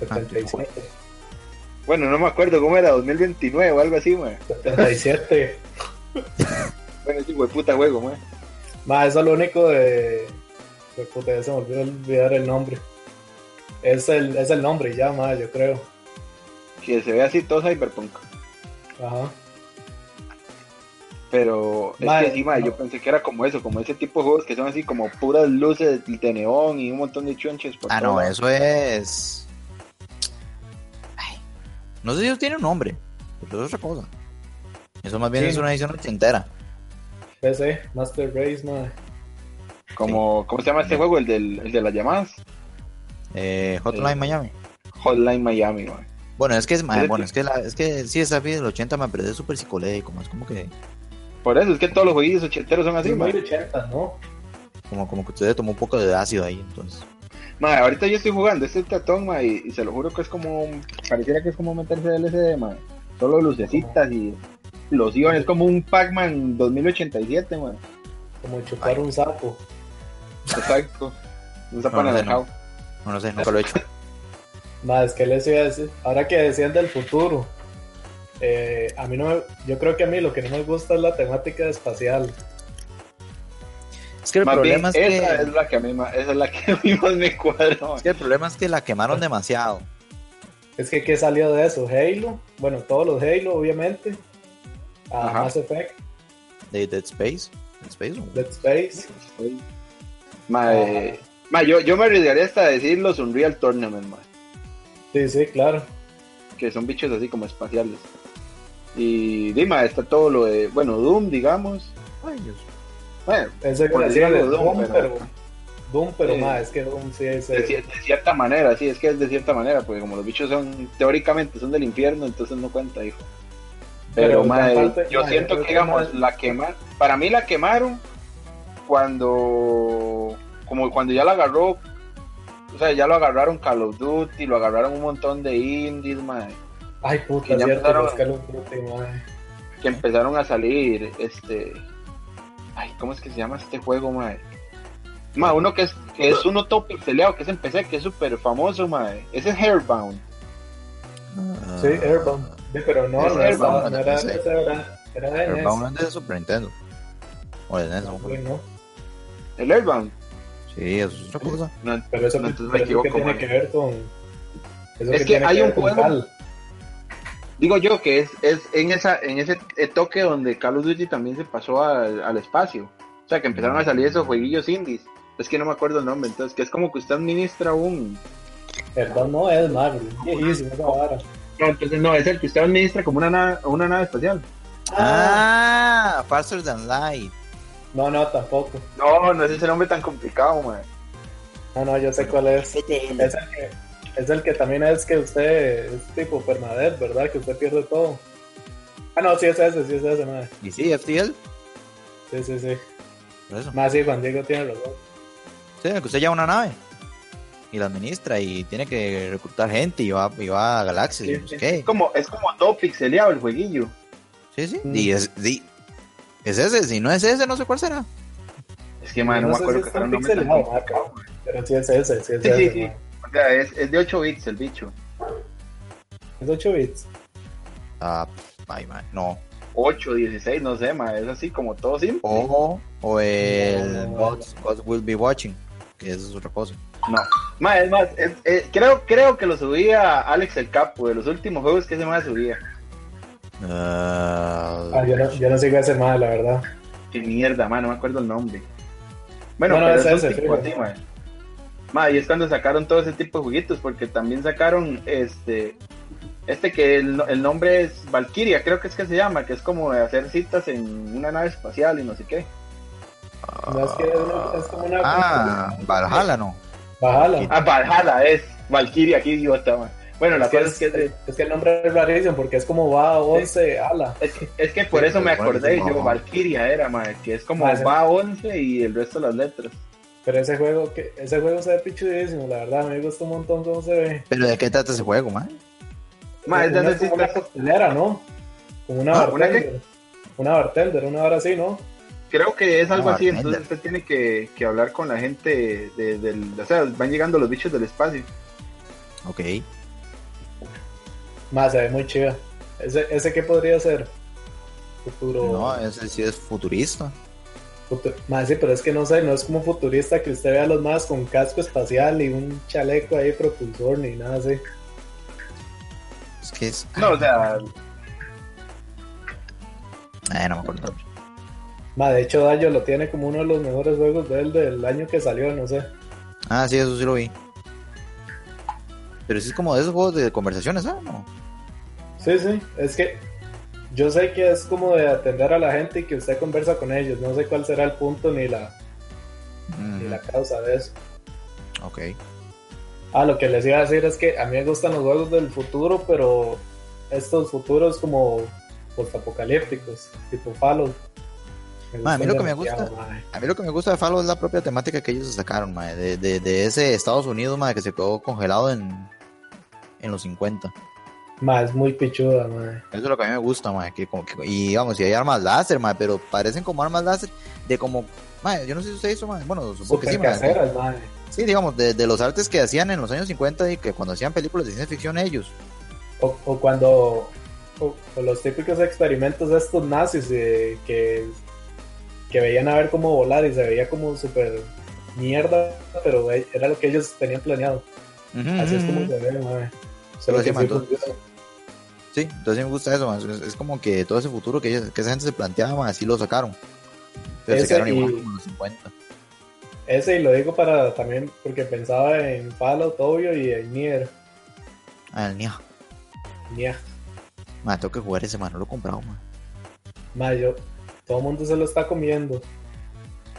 Speaker 3: 77,
Speaker 1: Bueno, no me acuerdo cómo era, 2029 o algo así, man.
Speaker 3: 77.
Speaker 1: Bueno, ese puta juego, man.
Speaker 3: Más, eso es lo único de. de puta, ya se me olvidó olvidar el nombre. Es el, es el nombre ya, más, yo creo.
Speaker 1: Que se ve así todo Cyberpunk.
Speaker 3: Ajá.
Speaker 1: Pero es
Speaker 3: Mae,
Speaker 1: que sí, mae,
Speaker 3: no.
Speaker 1: yo pensé que era como eso, como ese tipo de juegos que son así como puras luces de neón y un montón de chunches. pues. Por
Speaker 2: Ah,
Speaker 1: todo
Speaker 2: no,
Speaker 1: lado.
Speaker 2: eso es. Ay, no sé si eso tiene un nombre, pero eso es otra cosa. Eso más bien
Speaker 3: Sí.
Speaker 2: es una edición ochentera.
Speaker 3: PC, Master Race, madre.
Speaker 1: Como, ¿Cómo se llama este juego? El, del, el de las llamadas.
Speaker 2: Eh, Hotline
Speaker 1: Sí.
Speaker 2: Miami.
Speaker 1: Hotline Miami, mae.
Speaker 2: Bueno, es que es,
Speaker 1: Pero-
Speaker 2: bueno, es que la- es que sí, esa vida del 80 me parece súper psicolédico, más como que
Speaker 1: Por eso es que todos los jueguitos ochenteros son así,
Speaker 3: Sí,
Speaker 1: mae.
Speaker 3: 1080, ¿no?
Speaker 2: como, como que usted se tomó un poco de ácido ahí, entonces.
Speaker 1: Mae, ahorita yo estoy jugando este tatón, mae, y, y se lo juro que es como. un- Pareciera que es como meterse LCD, mae. Solo lucecitas y los iban. Es como un Pac-Man 2087, mae.
Speaker 3: Como chupar un sapo.
Speaker 1: Exacto. Un
Speaker 2: No,
Speaker 1: zapano
Speaker 2: no, no.
Speaker 1: dejado.
Speaker 2: No, no sé, nunca lo he hecho.
Speaker 3: Más, es que les iba a decir. Ahora que decían del futuro. eh, a mí no me- Yo creo que a mí lo que no me gusta es la temática espacial.
Speaker 2: Es que el
Speaker 1: Más bien,
Speaker 2: problema es que,
Speaker 1: esa es la que a mí más, esa es la que <laughs> a mí más me cuadra, mae.
Speaker 2: es que el problema es que la quemaron demasiado.
Speaker 3: Es que, ¿qué salió de eso? Halo. Bueno, todos los Halo, obviamente. Ah,
Speaker 1: Ajá.
Speaker 3: Mass Effect,
Speaker 2: De Dead Space. Dead Space. ¿no?
Speaker 3: Dead Space.
Speaker 2: Ah.
Speaker 1: Mae, mae, eh, yo, yo me arriesgaría hasta a decir los Unreal Tournament, mae,
Speaker 3: Sí, sí, claro.
Speaker 1: que son bichos así como espaciales. Y Dima, está todo lo de, bueno, Doom, digamos.
Speaker 2: Ay, Dios.
Speaker 1: Bueno,
Speaker 3: Eso que
Speaker 1: Por
Speaker 3: decía
Speaker 1: decirlo,
Speaker 3: de
Speaker 1: Doom,
Speaker 3: Doom,
Speaker 1: pero-
Speaker 3: pero. Doom, pero
Speaker 1: Sí.
Speaker 3: más, es que Doom sí es.
Speaker 1: de,
Speaker 3: eh,
Speaker 1: cier- de cierta manera, sí, es que es de cierta manera, porque como los bichos son, teóricamente son del infierno, entonces no cuenta, hijo. Pero,
Speaker 3: Pero,
Speaker 1: mae,
Speaker 3: gran parte-
Speaker 1: yo
Speaker 3: mae,
Speaker 1: siento
Speaker 3: yo creo
Speaker 1: que,
Speaker 3: que
Speaker 1: digamos,
Speaker 3: mae-
Speaker 1: la quemar, para mí la quemaron cuando, como cuando ya la agarró, o sea, ya lo agarraron Call of Duty, lo agarraron un montón de indies, mae,
Speaker 3: Ay,
Speaker 1: que
Speaker 3: puta,
Speaker 1: ya
Speaker 3: cierto,
Speaker 1: empezaron-
Speaker 3: los Call of Duty, mae.
Speaker 1: que empezaron a salir, este, ay, ¿cómo es que se llama este juego, mae? Mae, uno que es, que es uno todo pixeleado, que es en PC, que es súper famoso, mae, ese es Hairbound.
Speaker 2: Ah,
Speaker 3: Sí, Airbound. Sí, pero no,
Speaker 1: Es
Speaker 3: no, era-
Speaker 1: Airbound,
Speaker 3: no era
Speaker 2: sí.
Speaker 3: ese, era, era de NES.
Speaker 2: Airbound es de Super Nintendo. O de NES, no me acuerdo.
Speaker 3: Sí, ¿no?
Speaker 1: El Airbound.
Speaker 2: Sí, eso es otra cosa.
Speaker 1: No, ent-
Speaker 3: Pero eso,
Speaker 1: no, entonces
Speaker 3: pero
Speaker 1: me
Speaker 3: eso
Speaker 1: equivoco.
Speaker 3: que tiene
Speaker 1: mae.
Speaker 3: que ver con. eso
Speaker 1: Es que
Speaker 3: tiene
Speaker 1: hay un
Speaker 3: ver con
Speaker 1: juego-
Speaker 3: Cal.
Speaker 1: Digo yo que es, es en esa en ese eh, toque donde Call of Duty también se pasó al, al espacio. O sea, que empezaron a salir esos jueguillos indies. Es que no me acuerdo el nombre, entonces, que es como que usted administra un...
Speaker 3: Perdón, no es Mario. Viejísimo esa vara.
Speaker 1: pues, No, entonces no, es el que usted administra como una nave, una nave espacial.
Speaker 2: Ah, Faster Than Light.
Speaker 3: No, no, tampoco.
Speaker 1: No, no es ese nombre tan complicado, man.
Speaker 3: No, no, yo sé cuál es. Es el que, es el que también es que usted es tipo Permadeath, ¿verdad? Que usted pierde todo. Ah, no, sí es ese, sí es ese, madre.
Speaker 2: ¿Y sí, FTL?
Speaker 3: Sí, sí, sí.
Speaker 2: Por eso.
Speaker 3: Más sí, Juan Diego tiene razón.
Speaker 2: Sí, que usted lleva una nave y la administra y tiene que reclutar gente y va, y va a galaxias y
Speaker 3: Sí,
Speaker 2: no sé
Speaker 3: sí,
Speaker 2: qué.
Speaker 1: Es como, es como todo pixeleado el jueguillo.
Speaker 2: Sí, sí.
Speaker 3: Mm.
Speaker 2: Y es, di- es ese, si no es ese, no sé cuál será.
Speaker 1: Es que, man, no,
Speaker 3: No
Speaker 1: me
Speaker 3: sé
Speaker 1: acuerdo
Speaker 3: si
Speaker 1: que
Speaker 3: es
Speaker 1: fuera un
Speaker 3: tan
Speaker 1: nombre tan
Speaker 3: pixelado, ah,
Speaker 1: complicado, mae.
Speaker 3: Pero sí es ese, sí es
Speaker 1: Sí,
Speaker 3: ese.
Speaker 1: sí, sí.
Speaker 3: mae.
Speaker 1: O sea, es, es de 8 bits el bicho.
Speaker 3: Es 8 bits.
Speaker 2: Ah, ay, man, no.
Speaker 1: 8, 16, no sé, man. Es así como todo simple.
Speaker 2: O, o el
Speaker 3: No.
Speaker 2: Gods, Gods Will Be Watching, que eso es otra cosa.
Speaker 1: No. Ma, es más, es- eh, creo, creo que lo subía Alex el Capo, de los últimos juegos que ese más subía.
Speaker 2: Ah,
Speaker 3: Ah, yo, no, yo no sigo ese mal, la verdad.
Speaker 1: Qué mierda, ma, no me acuerdo el nombre. Bueno,
Speaker 3: No, no,
Speaker 1: pero
Speaker 3: es
Speaker 1: es un
Speaker 3: ese,
Speaker 1: tipo
Speaker 3: sí,
Speaker 1: así, ma. Ma, y es cuando sacaron todo ese tipo de juguitos, porque también sacaron este. Este que el, no- el nombre es Valkyria, creo que es que se llama, que es como de hacer citas en una nave espacial y no sé qué.
Speaker 3: No es que es, una- es como una.
Speaker 2: Ah, Valhalla no.
Speaker 3: Bajala.
Speaker 1: Ah, Valhalla es Valkyria, aquí idiota, ma. Bueno, la
Speaker 3: Es que,
Speaker 1: cosa es
Speaker 3: es,
Speaker 1: que es de-
Speaker 3: es que el nombre es rarísimo porque es como va 11, ala.
Speaker 1: Es que, es que por
Speaker 2: Sí,
Speaker 1: eso me
Speaker 2: pero bueno,
Speaker 1: acordé,
Speaker 2: sí,
Speaker 1: yo,
Speaker 2: no.
Speaker 1: Valkyria era, madre, que es como
Speaker 3: Ah, sí.
Speaker 1: va 11 y el resto de las letras.
Speaker 3: Pero ese juego, que, ese juego se ve pichudísimo, la verdad, me gusta un montón cómo se ve.
Speaker 2: Pero ¿de qué trata ese juego, man?
Speaker 1: Ma, es
Speaker 3: Una-
Speaker 1: donde
Speaker 3: como una
Speaker 1: existe-
Speaker 3: costelera, ¿no? Como una
Speaker 1: Ah, ¿una
Speaker 3: bartender. Una bartender, una hora así, ¿no?
Speaker 1: Creo que es algo
Speaker 2: Ah,
Speaker 1: así,
Speaker 2: Bartender.
Speaker 1: entonces usted tiene que, que hablar con la gente de- del... O sea, van llegando los bichos del espacio.
Speaker 2: Ok.
Speaker 3: Más, se ve muy chiva. ¿Ese, ese qué podría ser? Futuro.
Speaker 2: No, ese sí es futurista.
Speaker 3: futu- Más, sí, pero es que no sé, no es como futurista que usted vea a los más con casco espacial y un chaleco ahí propulsor ni nada así.
Speaker 2: Es que es.
Speaker 1: No, o sea,
Speaker 2: Ay, no me acuerdo el nombre.
Speaker 3: Ma, de hecho, Dayo lo tiene como uno de los mejores juegos de él del año que salió, no sé.
Speaker 2: Ah, sí, eso sí lo vi. Pero sí es como de esos juegos de conversaciones, ¿ah? No.
Speaker 3: Sí, sí, es que yo sé que es como de atender a la gente y que usted conversa con ellos. No sé cuál será el punto ni la, ni la
Speaker 2: Mm,
Speaker 3: causa de eso.
Speaker 2: ok.
Speaker 3: Ah, lo que les iba a decir es que a mí me gustan los juegos del futuro, pero estos futuros como postapocalípticos, tipo Fallout.
Speaker 2: Ma, a mí
Speaker 3: gustan
Speaker 2: lo que me
Speaker 3: demasiado,
Speaker 2: gusta-
Speaker 3: ma.
Speaker 2: A mí lo que me gusta de Fallout es la propia temática que ellos sacaron, mae, de, de- de ese Estados Unidos, mae, que se quedó congelado en, en los 50.
Speaker 3: Ma, es muy pichuda, ma.
Speaker 2: Eso es lo que a mí me gusta, mae, que como que- y digamos, si hay armas láser, mae, pero parecen como armas láser de como, mae, yo no sé si usted hizo, mae, bueno, supongo que
Speaker 3: Súper
Speaker 2: sí, mae.
Speaker 3: caseras, ma.
Speaker 2: Sí, digamos, de, de los artes que hacían en los años 50 y que cuando hacían películas de ciencia ficción ellos.
Speaker 3: O, o cuando o- o los típicos experimentos de estos nazis eh, que, que veían a ver cómo volar y se veía como súper mierda, pero eh, era lo que ellos tenían planeado. Así es como se ve, madre.
Speaker 2: Pero
Speaker 3: Solo que
Speaker 2: sí,
Speaker 3: sí pues,
Speaker 2: man, entonces-
Speaker 3: funciona.
Speaker 2: Sí, entonces sí me gusta eso, mae, es, es como que todo ese futuro que, ellos- que esa gente se planteaba, mae, así lo sacaron. Pero se
Speaker 3: Ese
Speaker 2: quedaron
Speaker 3: y-
Speaker 2: igual como en los 50.
Speaker 3: Ese y lo digo para también porque pensaba en Fallout, obvio, y en Nier.
Speaker 2: Ah, el niño.
Speaker 3: Nier.
Speaker 2: Mae, tengo que jugar ese, mae, no lo he comprado, mae.
Speaker 3: Madre, yo- todo el mundo se lo está comiendo.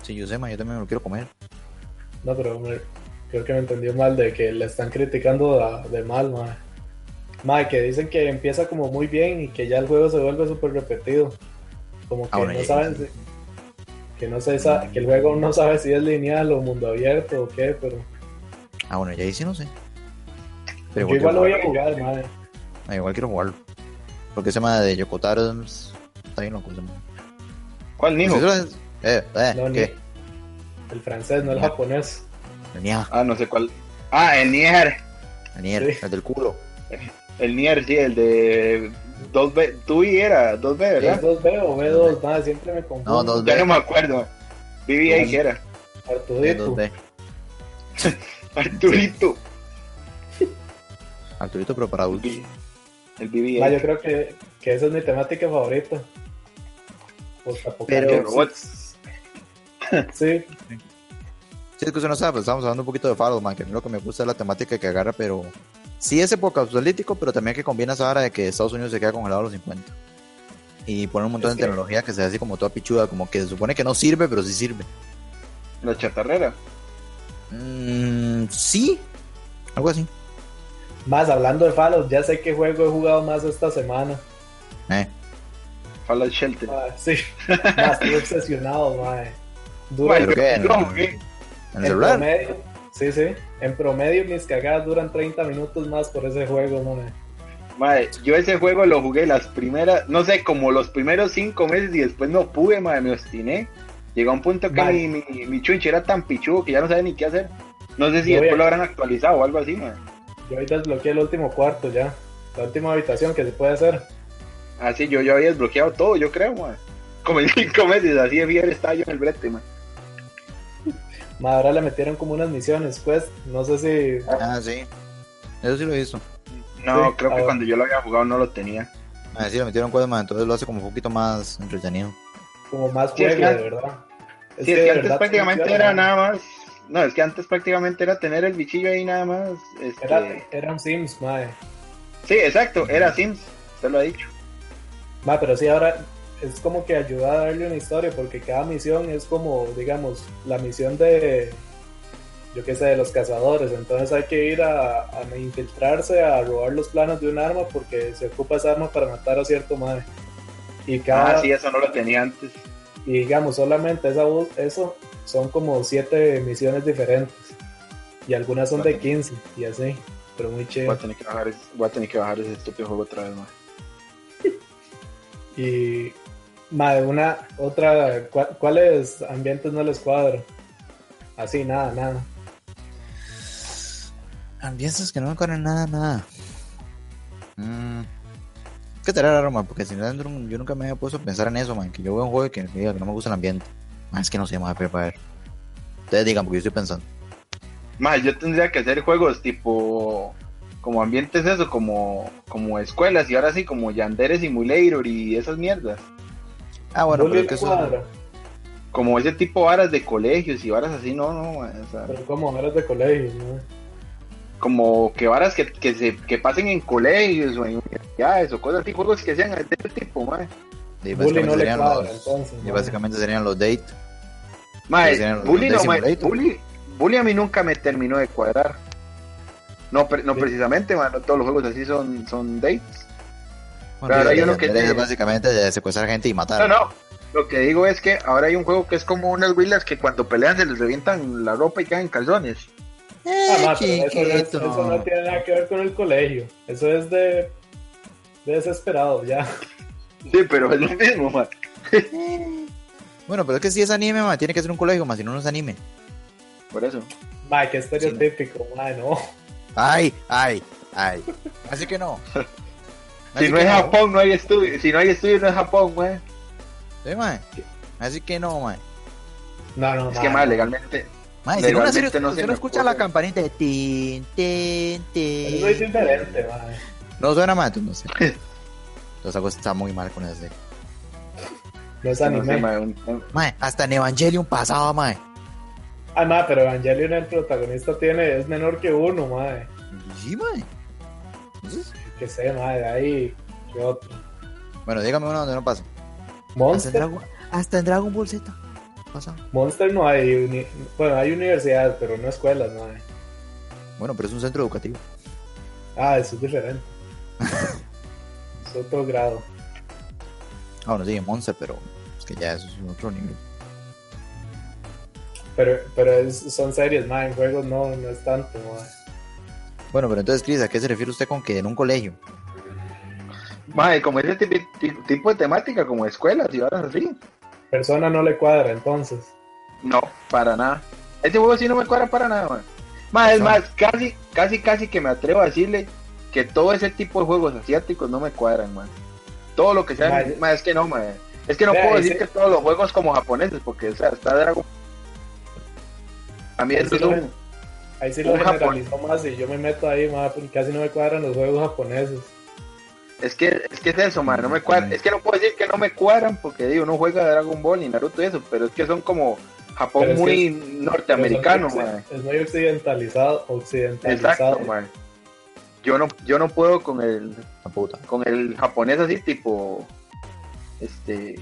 Speaker 2: Sí, yo sé, mae, yo también me lo quiero comer.
Speaker 3: No, pero me- creo que me entendió mal de que le están criticando a- de mal, madre. Madre, que dicen que empieza como muy bien y que ya el juego se vuelve súper repetido. Como que
Speaker 2: Ah, bueno,
Speaker 3: no
Speaker 2: ya-
Speaker 3: saben si- que no se sa- que el juego aún no sabe si es lineal o mundo abierto o qué, pero,
Speaker 2: Ah, bueno, ya ahí sí no sé.
Speaker 3: yo igual
Speaker 2: quiero-
Speaker 3: lo voy a jugar, madre.
Speaker 2: Ah, igual quiero jugarlo. Porque ese mae de Yokotaro es- está bien loco ese mae.
Speaker 1: ¿cuál Nijo?
Speaker 2: Pues eso es- eh, eh,
Speaker 3: No, ni-
Speaker 2: ¿qué?
Speaker 3: El francés, no el
Speaker 2: No.
Speaker 3: japonés.
Speaker 2: El Nier,
Speaker 1: Ah, no sé cuál. Ah, el Nier.
Speaker 2: el Nier,
Speaker 3: Sí.
Speaker 2: el del culo.
Speaker 1: El Nier, sí, el de 2B. Tú y era 2B,
Speaker 3: ¿Es
Speaker 1: ¿verdad?
Speaker 3: 2B o B2? Madre, siempre me confundo.
Speaker 2: No, 2B.
Speaker 1: ya no me acuerdo. BB-8
Speaker 2: No.
Speaker 1: que era. <laughs>
Speaker 3: Artudito.
Speaker 2: 2D.
Speaker 1: Arturito.
Speaker 2: Arturito, pero para adultos.
Speaker 1: El
Speaker 3: Ma, yo
Speaker 1: BB-8.
Speaker 3: creo que, que esa es mi temática favorita.
Speaker 2: Pero-
Speaker 1: Que
Speaker 3: Postapocalipsis.
Speaker 1: robots.
Speaker 3: Sí,
Speaker 2: Sí, es que usted no sabe, pues estamos hablando un poquito de Fallout, man, que a mí lo que me gusta es la temática que agarra, pero sí es apocalíptico, pero también que combina esa vara de que Estados Unidos se queda congelado a los 50. Y pone un montón
Speaker 3: Es
Speaker 2: de
Speaker 3: que-
Speaker 2: tecnología que se hace así como toda pichuda, como que se supone que no sirve, pero sí sirve.
Speaker 1: La chatarrera.
Speaker 2: Mm, sí, algo así.
Speaker 3: más hablando de Fallout, ya sé qué juego he jugado más esta semana.
Speaker 2: Eh,
Speaker 1: Fallout Shelter.
Speaker 3: Ma,
Speaker 1: <laughs>
Speaker 3: sí, Ma, estoy obsesionado, mae. Dura
Speaker 1: Ay,
Speaker 2: ¿Pero qué? ¿En,
Speaker 1: ¿cómo
Speaker 2: en
Speaker 1: qué?
Speaker 2: el celular?
Speaker 3: promedio, sí, sí, en promedio mis cagadas duran 30 minutos más por ese juego, mae.
Speaker 1: Madre, yo ese juego lo jugué las primeras, no sé, como los primeros cinco meses y después no pude, madre, me obstiné. Llegó un punto que
Speaker 3: Vale.
Speaker 1: mi, mi, mi chunche era tan pichudo que ya no sabía ni qué hacer. No sé si
Speaker 3: Yo voy
Speaker 1: después
Speaker 3: a-
Speaker 1: lo habrán actualizado o algo así, madre.
Speaker 3: Yo ahorita desbloqueé el último cuarto ya, la última habitación que se puede hacer.
Speaker 1: Así yo, yo había desbloqueado todo, yo creo, madre. Como en <laughs> cinco meses, así de fiebre estaba yo en el brete, madre.
Speaker 3: Ma, ahora le metieron como unas misiones, pues, no sé si...
Speaker 2: Ah, sí. Eso sí lo hizo.
Speaker 1: No,
Speaker 3: Sí,
Speaker 1: creo que
Speaker 3: ahora.
Speaker 1: cuando yo lo había jugado no lo tenía.
Speaker 2: Ah, sí, lo metieron cuadros, man, entonces lo hace como un poquito más entretenido.
Speaker 3: como más
Speaker 1: Sí, es que
Speaker 3: juego, de
Speaker 1: antes-
Speaker 3: verdad.
Speaker 1: Sí, es
Speaker 3: de
Speaker 1: que antes
Speaker 3: verdad
Speaker 1: prácticamente
Speaker 3: funciona,
Speaker 1: era
Speaker 3: ma.
Speaker 1: nada más. No, es que antes prácticamente era tener el bichillo ahí nada más. este,
Speaker 3: Era, era un Sims, mae.
Speaker 1: Sí, exacto, era Sims, usted lo ha dicho.
Speaker 3: Ma, pero sí, ahora es como que ayuda a darle una historia, porque cada misión es como, digamos, la misión de, yo qué sé, de los cazadores. Entonces hay que ir a, a infiltrarse, a robar los planos de un arma, porque se ocupa esa arma para matar a cierto madre. Y cada,
Speaker 1: Ah, sí, eso no lo tenía antes.
Speaker 3: y digamos, solamente esa, bu- eso son como siete misiones diferentes. Y algunas son de 15 y así. Pero muy
Speaker 1: Voy a
Speaker 3: chévere.
Speaker 1: tener que bajar, es- voy a tener que bajar ese estúpido juego otra vez, más.
Speaker 3: Y madre, una, otra, ¿cuá- ¿cuáles ambientes no les cuadro? Así, nada, nada.
Speaker 2: Ambientes que no me corren nada, nada. Mm. ¿Qué te raro, man? Porque si no, yo nunca me había puesto a pensar en eso, man. Que yo veo un juego y que, que diga que no me gusta el ambiente. Man, es que no sé, más pero para ver. Ustedes digan, porque yo estoy pensando.
Speaker 1: Más, yo tendría que hacer juegos tipo. Como ambientes, eso, como, como escuelas, y ahora sí, como Yandere Simulator y esas mierdas.
Speaker 2: Ah, bueno,
Speaker 3: Bully
Speaker 2: pero que eso.
Speaker 3: cuadra,
Speaker 1: Como ese tipo de varas de colegios y varas así, no, no, ma, o sea,
Speaker 3: pero como eras de colegio, ¿no?
Speaker 1: como que varas que, que se que pasen en colegios o en universidades o cosas así, juegos que sean de ese tipo, más.
Speaker 2: Y
Speaker 3: Bully
Speaker 2: básicamente,
Speaker 3: no le
Speaker 2: serían,
Speaker 3: cuadra,
Speaker 2: los,
Speaker 3: entonces.
Speaker 2: y
Speaker 3: ¿no?
Speaker 2: básicamente serían los date.
Speaker 1: Mae,
Speaker 2: Pues eran los
Speaker 1: bully,
Speaker 2: de
Speaker 1: eh, no, mae,
Speaker 2: Simulator.
Speaker 1: bully, bully a mí nunca me terminó de cuadrar. No, pre- no
Speaker 3: Sí.
Speaker 1: precisamente, mae, no todos los juegos así son, son dates.
Speaker 2: Bueno,
Speaker 1: ahora
Speaker 2: el
Speaker 1: hay uno que
Speaker 2: Yandere
Speaker 1: te-
Speaker 2: es básicamente de secuestrar gente y matar.
Speaker 1: No, no. Lo que digo es que ahora hay un juego que es como unas huilas que cuando pelean se les revientan la ropa y caen en calzones.
Speaker 2: Eh,
Speaker 3: Ah, ma, pero eso, no es-
Speaker 2: chiquito.
Speaker 3: eso no tiene nada que ver con el colegio. Eso es de, de desesperado, ya. <laughs>
Speaker 1: Sí, pero es lo mismo, mae.
Speaker 2: Eh. Bueno, pero es que si es anime, man, tiene que ser un colegio, más si no, no es anime.
Speaker 1: Por eso.
Speaker 3: Ma, qué estereotípico, ma, no.
Speaker 2: Ay, ay, ay. Así
Speaker 1: <laughs>
Speaker 2: que no. Así
Speaker 1: Si no
Speaker 2: que
Speaker 1: es Japón, no hay estudio. Si no hay estudio, no es Japón, mae.
Speaker 2: Sí, mae. Así que no, mae.
Speaker 3: No, no,
Speaker 1: Es
Speaker 3: ma,
Speaker 1: que,
Speaker 3: no.
Speaker 1: mae, legalmente.
Speaker 2: Mae, si uno,
Speaker 1: Legalmente
Speaker 2: serio,
Speaker 1: no
Speaker 2: si
Speaker 1: se
Speaker 2: uno
Speaker 1: me
Speaker 2: escucha
Speaker 1: ocurre.
Speaker 2: la campanita de tin, tin, tin.
Speaker 3: Eso es diferente, ma.
Speaker 2: No suena mal, entonces no
Speaker 1: <laughs>
Speaker 2: sé. Los algo está muy mal con ese.
Speaker 3: No es
Speaker 1: no sé,
Speaker 3: anime.
Speaker 1: mae, un- un-
Speaker 2: Mae, hasta en Evangelion pasaba, mae.
Speaker 3: Ah, ma, pero Evangelion, el protagonista, tiene, es menor que uno, ma.
Speaker 2: Sí, mae. Entonces,
Speaker 3: Que sé, ma, de ahí. ¿Qué otro?
Speaker 2: Bueno, dígame uno donde no pasa. Hasta en
Speaker 3: Monster.
Speaker 2: Dragon, hasta en Dragon Ball Z. Pasa.
Speaker 3: Monster no hay. uni- Bueno, hay universidades, pero no escuelas, ma.
Speaker 2: Bueno, pero es un centro educativo.
Speaker 3: Ah, eso
Speaker 1: <laughs>
Speaker 3: es diferente. es otro grado.
Speaker 2: Ah, bueno, sí, en Monster, pero es que ya eso es otro nivel.
Speaker 3: Pero, pero es- son series, ma. En juegos no, no es tanto, ma.
Speaker 2: Bueno, pero entonces, Cris, ¿a qué se refiere usted con que en un colegio?
Speaker 1: mae, como ese tipi- ti- tipo de temática, como escuelas y varas así.
Speaker 3: Persona no le cuadra, entonces.
Speaker 1: No, para nada. Este juego sí no me cuadra para nada, man. Más, es
Speaker 2: No.
Speaker 1: más, casi, casi, casi que me atrevo a decirle que todo ese tipo de juegos asiáticos no me cuadran, man. Todo lo que sea,
Speaker 3: Mae.
Speaker 1: mae, es que no, man. Es que no
Speaker 3: Vea,
Speaker 1: puedo
Speaker 3: ese-
Speaker 1: decir que todos los juegos como japoneses, porque, o sea, está Dragon. A mí
Speaker 3: Ese
Speaker 1: eso es
Speaker 3: no
Speaker 1: un-
Speaker 3: es- Ahí sí lo
Speaker 1: Un Japón.
Speaker 3: generalizó más y yo me meto ahí, ma, porque casi no me cuadran los juegos japoneses.
Speaker 1: Es que, es que es eso, man, no me cuadra. Es que no puedo decir que no me cuadran, porque digo, no juega Dragon Ball ni Naruto y eso, pero es que son como Japón
Speaker 3: Pero es que-
Speaker 1: muy norteamericano,
Speaker 3: Pero son-
Speaker 1: man.
Speaker 3: Es muy occidentalizado, occidentalizado.
Speaker 1: Exacto, man. Yo no, yo no puedo con el
Speaker 2: La puta.
Speaker 1: con el japonés así tipo este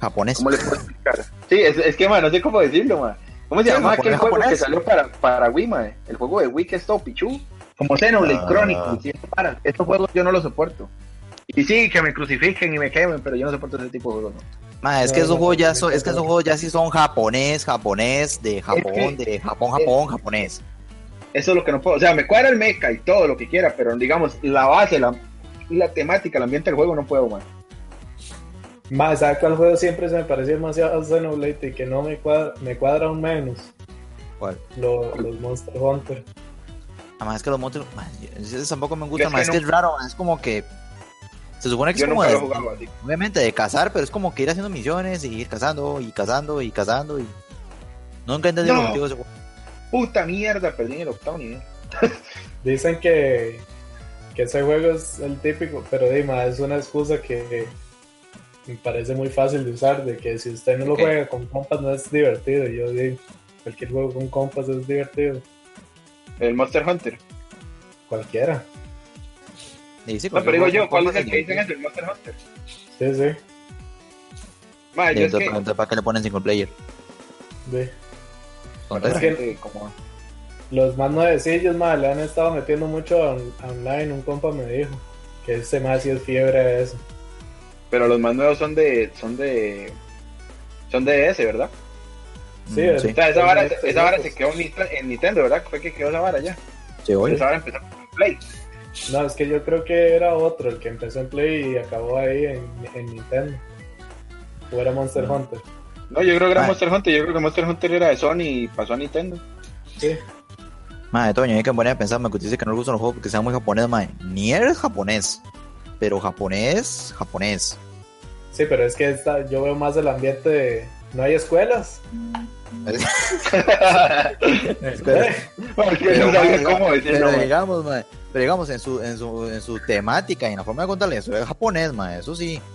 Speaker 2: Japonés.
Speaker 1: cómo le puedo explicar sí es, es que man no sé cómo decirlo man cómo se
Speaker 2: Sí,
Speaker 1: llama
Speaker 2: japonés,
Speaker 1: aquel juego que
Speaker 2: japonés.
Speaker 1: salió para para Wii man el juego de Wii que es todo pichu como Xenoblade
Speaker 2: Ah.
Speaker 1: Chronicles y esas varas. estos juegos yo no los soporto y sí que me crucifiquen y me quemen pero yo no soporto ese tipo de juegos ¿no?
Speaker 2: Ma, es
Speaker 3: No,
Speaker 2: que esos
Speaker 3: no,
Speaker 2: juegos ya
Speaker 3: no,
Speaker 2: son,
Speaker 3: no,
Speaker 2: es que
Speaker 3: no.
Speaker 2: esos juegos ya sí son japonés, japonés, de Japón,
Speaker 1: que-
Speaker 2: de Japón, Japón, japonés.
Speaker 1: eso es lo que no puedo o sea me cuadra el mecha y todo lo que quiera pero digamos la base la la temática el ambiente del juego no puedo man
Speaker 3: Más, ¿sabes cuál juego siempre se me pareció demasiado Xenoblade y que no me cuadra, me cuadra aún menos?
Speaker 2: ¿Cuál?
Speaker 3: Lo- los Monster Hunter.
Speaker 2: Además es que los monstruos, ma, yo- esos tampoco me gustan,
Speaker 1: Es
Speaker 2: ma,
Speaker 1: que
Speaker 2: es
Speaker 1: no-
Speaker 2: que es raro, ma, es como que se supone que
Speaker 1: yo
Speaker 2: es como
Speaker 1: nunca
Speaker 2: de-
Speaker 1: lo he jugado así
Speaker 2: obviamente de cazar, pero es como que ir haciendo misiones y ir cazando y cazando y cazando y nunca entendí
Speaker 1: No.
Speaker 2: el motivo de ese juego.
Speaker 1: puta mierda perdí en el octavo nivel
Speaker 3: Dicen que, que ese juego es el típico, pero Dima, es una excusa que me parece muy fácil de usar, de que si usted no lo
Speaker 2: Ok.
Speaker 3: juega con compas no es divertido. Y Yo digo, cualquier juego con compas es divertido,
Speaker 1: el Monster Hunter
Speaker 3: cualquiera.
Speaker 2: Y sí,
Speaker 1: No,
Speaker 2: porque
Speaker 1: pero digo
Speaker 2: son
Speaker 1: Pues yo, ¿cuál es
Speaker 2: cosas
Speaker 1: el que dicen
Speaker 2: de-
Speaker 1: entre el Monster Hunter?
Speaker 3: Sí, sí.
Speaker 1: Ma, yo es
Speaker 2: entonces,
Speaker 1: que-
Speaker 2: entonces, ¿para qué le ponen single player?
Speaker 3: sí.
Speaker 2: Tonteras.
Speaker 1: la gente como-
Speaker 3: Los más nuevecillos, ma, le han estado metiendo mucho on- online, un compa me dijo. Que ese más sí es fiebre a eso.
Speaker 1: Pero los más nuevos son de. son de. son de ese, ¿verdad?
Speaker 3: Sí,
Speaker 2: Mm,
Speaker 3: es-
Speaker 1: O sea, esa vara,
Speaker 3: Xbox.
Speaker 1: esa vara se quedó en Nita- en Nintendo, ¿verdad? Fue que quedó esa vara ya.
Speaker 2: Sí, oye.
Speaker 1: Esa vara empezó con Play.
Speaker 3: No, es que yo creo que era otro, el que empezó en Play y acabó ahí en, en Nintendo. O era Monster
Speaker 2: No.
Speaker 3: Hunter.
Speaker 1: No, yo creo que era
Speaker 2: Mae.
Speaker 1: Monster Hunter, yo creo que Monster Hunter era de Sony y pasó a <laughs> Nintendo.
Speaker 3: Sí.
Speaker 2: Madre, Toño, hay que poner a pensar, me dice que no le gustan los juegos porque sean muy japonés, madre. Ni eres japonés, pero japonés, japonés.
Speaker 3: Sí, pero es que esta- yo veo más el ambiente de... No
Speaker 2: <laughs>
Speaker 3: hay escuelas.
Speaker 2: Pero,
Speaker 1: Porque no sabía cómo decirlo.
Speaker 2: pero
Speaker 1: mae.
Speaker 2: digamos, madre, pero digamos, en su, en su, en su temática y en la forma de contarle eso, es japonés, madre, eso sí.
Speaker 3: <laughs>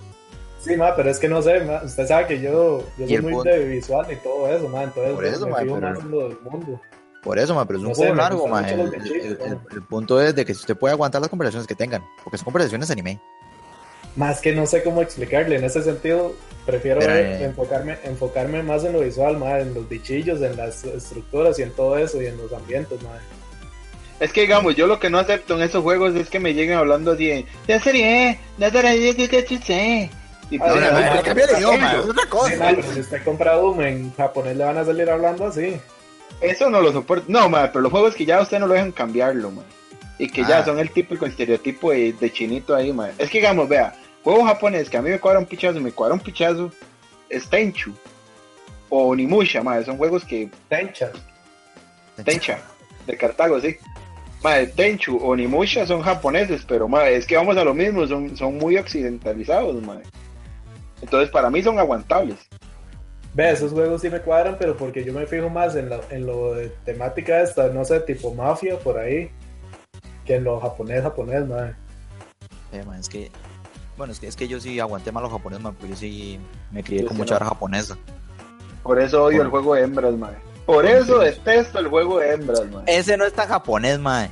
Speaker 3: Sí, ma, pero es que no sé, ma, usted sabe que yo, yo
Speaker 2: Y
Speaker 3: soy
Speaker 2: el
Speaker 3: muy
Speaker 2: punto.
Speaker 3: de visual y todo eso, ma, entonces
Speaker 2: Por eso,
Speaker 3: me
Speaker 2: ma,
Speaker 3: fijo
Speaker 2: pero-
Speaker 3: más en lo del mundo.
Speaker 2: Por eso, madre, pero es un
Speaker 3: No sé,
Speaker 2: juego
Speaker 3: me
Speaker 2: largo,
Speaker 3: gustan
Speaker 2: madre.
Speaker 3: mucho los
Speaker 2: El, el-
Speaker 3: bichitos,
Speaker 2: el-
Speaker 3: mae.
Speaker 2: el punto es de que si usted puede aguantar las conversaciones que tengan, porque son conversaciones anime.
Speaker 3: Más que no sé cómo explicarle, en ese sentido prefiero
Speaker 2: Pero,
Speaker 3: ver-
Speaker 2: eh,
Speaker 3: enfocarme, enfocarme más en lo visual, ma, en los bichillos, en las estructuras y en todo eso y en los ambientes, ma.
Speaker 1: Es que digamos, yo lo que no acepto en esos juegos es que me lleguen hablando así de ya sería, ya sería, ya sería, ya sería". Y
Speaker 3: Ah,
Speaker 1: pues,
Speaker 3: no,
Speaker 1: a
Speaker 3: no,
Speaker 1: ver,
Speaker 3: no,
Speaker 1: ¿por qué
Speaker 2: cambia de
Speaker 1: pasa
Speaker 2: idioma,
Speaker 1: eso?
Speaker 2: es otra
Speaker 3: Sí,
Speaker 2: cosa.
Speaker 3: ma, pero si usted compra Doom en japonés le van a salir hablando así.
Speaker 1: Eso no lo soporto. No, ma, pero los juegos que ya a usted no lo dejan cambiarlo, ma. Y que
Speaker 2: Ah.
Speaker 1: ya son el típico estereotipo de, de chinito ahí, ma. Es que digamos, vea, juego japonés que a mí me cuadra un pichazo, me cuadra un pichazo, es Tenchu. O Nimusha, ma. Son juegos que.
Speaker 3: Tencha.
Speaker 1: Tencha, de Cartago, sí. Ma, Tenchu o Nimusha son japoneses, pero ma, es que vamos a lo mismo, son, son muy occidentalizados, ma. Entonces para mí son aguantables.
Speaker 3: Ve, esos juegos sí me cuadran, pero porque yo me fijo más en, la- en lo de temática esta, no sé, tipo mafia por ahí, que en lo japonés, japonés, madre.
Speaker 2: Eh, man, es que, bueno, es que, es que yo sí aguanté más los japoneses, man, porque yo sí me crié
Speaker 1: Yo
Speaker 2: con
Speaker 1: sí
Speaker 2: mucha
Speaker 1: no.
Speaker 2: vara japonesa.
Speaker 1: Por eso odio
Speaker 2: Por-
Speaker 1: el juego de hembras, ma. Por eso detesto el juego de hembras, ma.
Speaker 2: Ese no es tan japonés, man.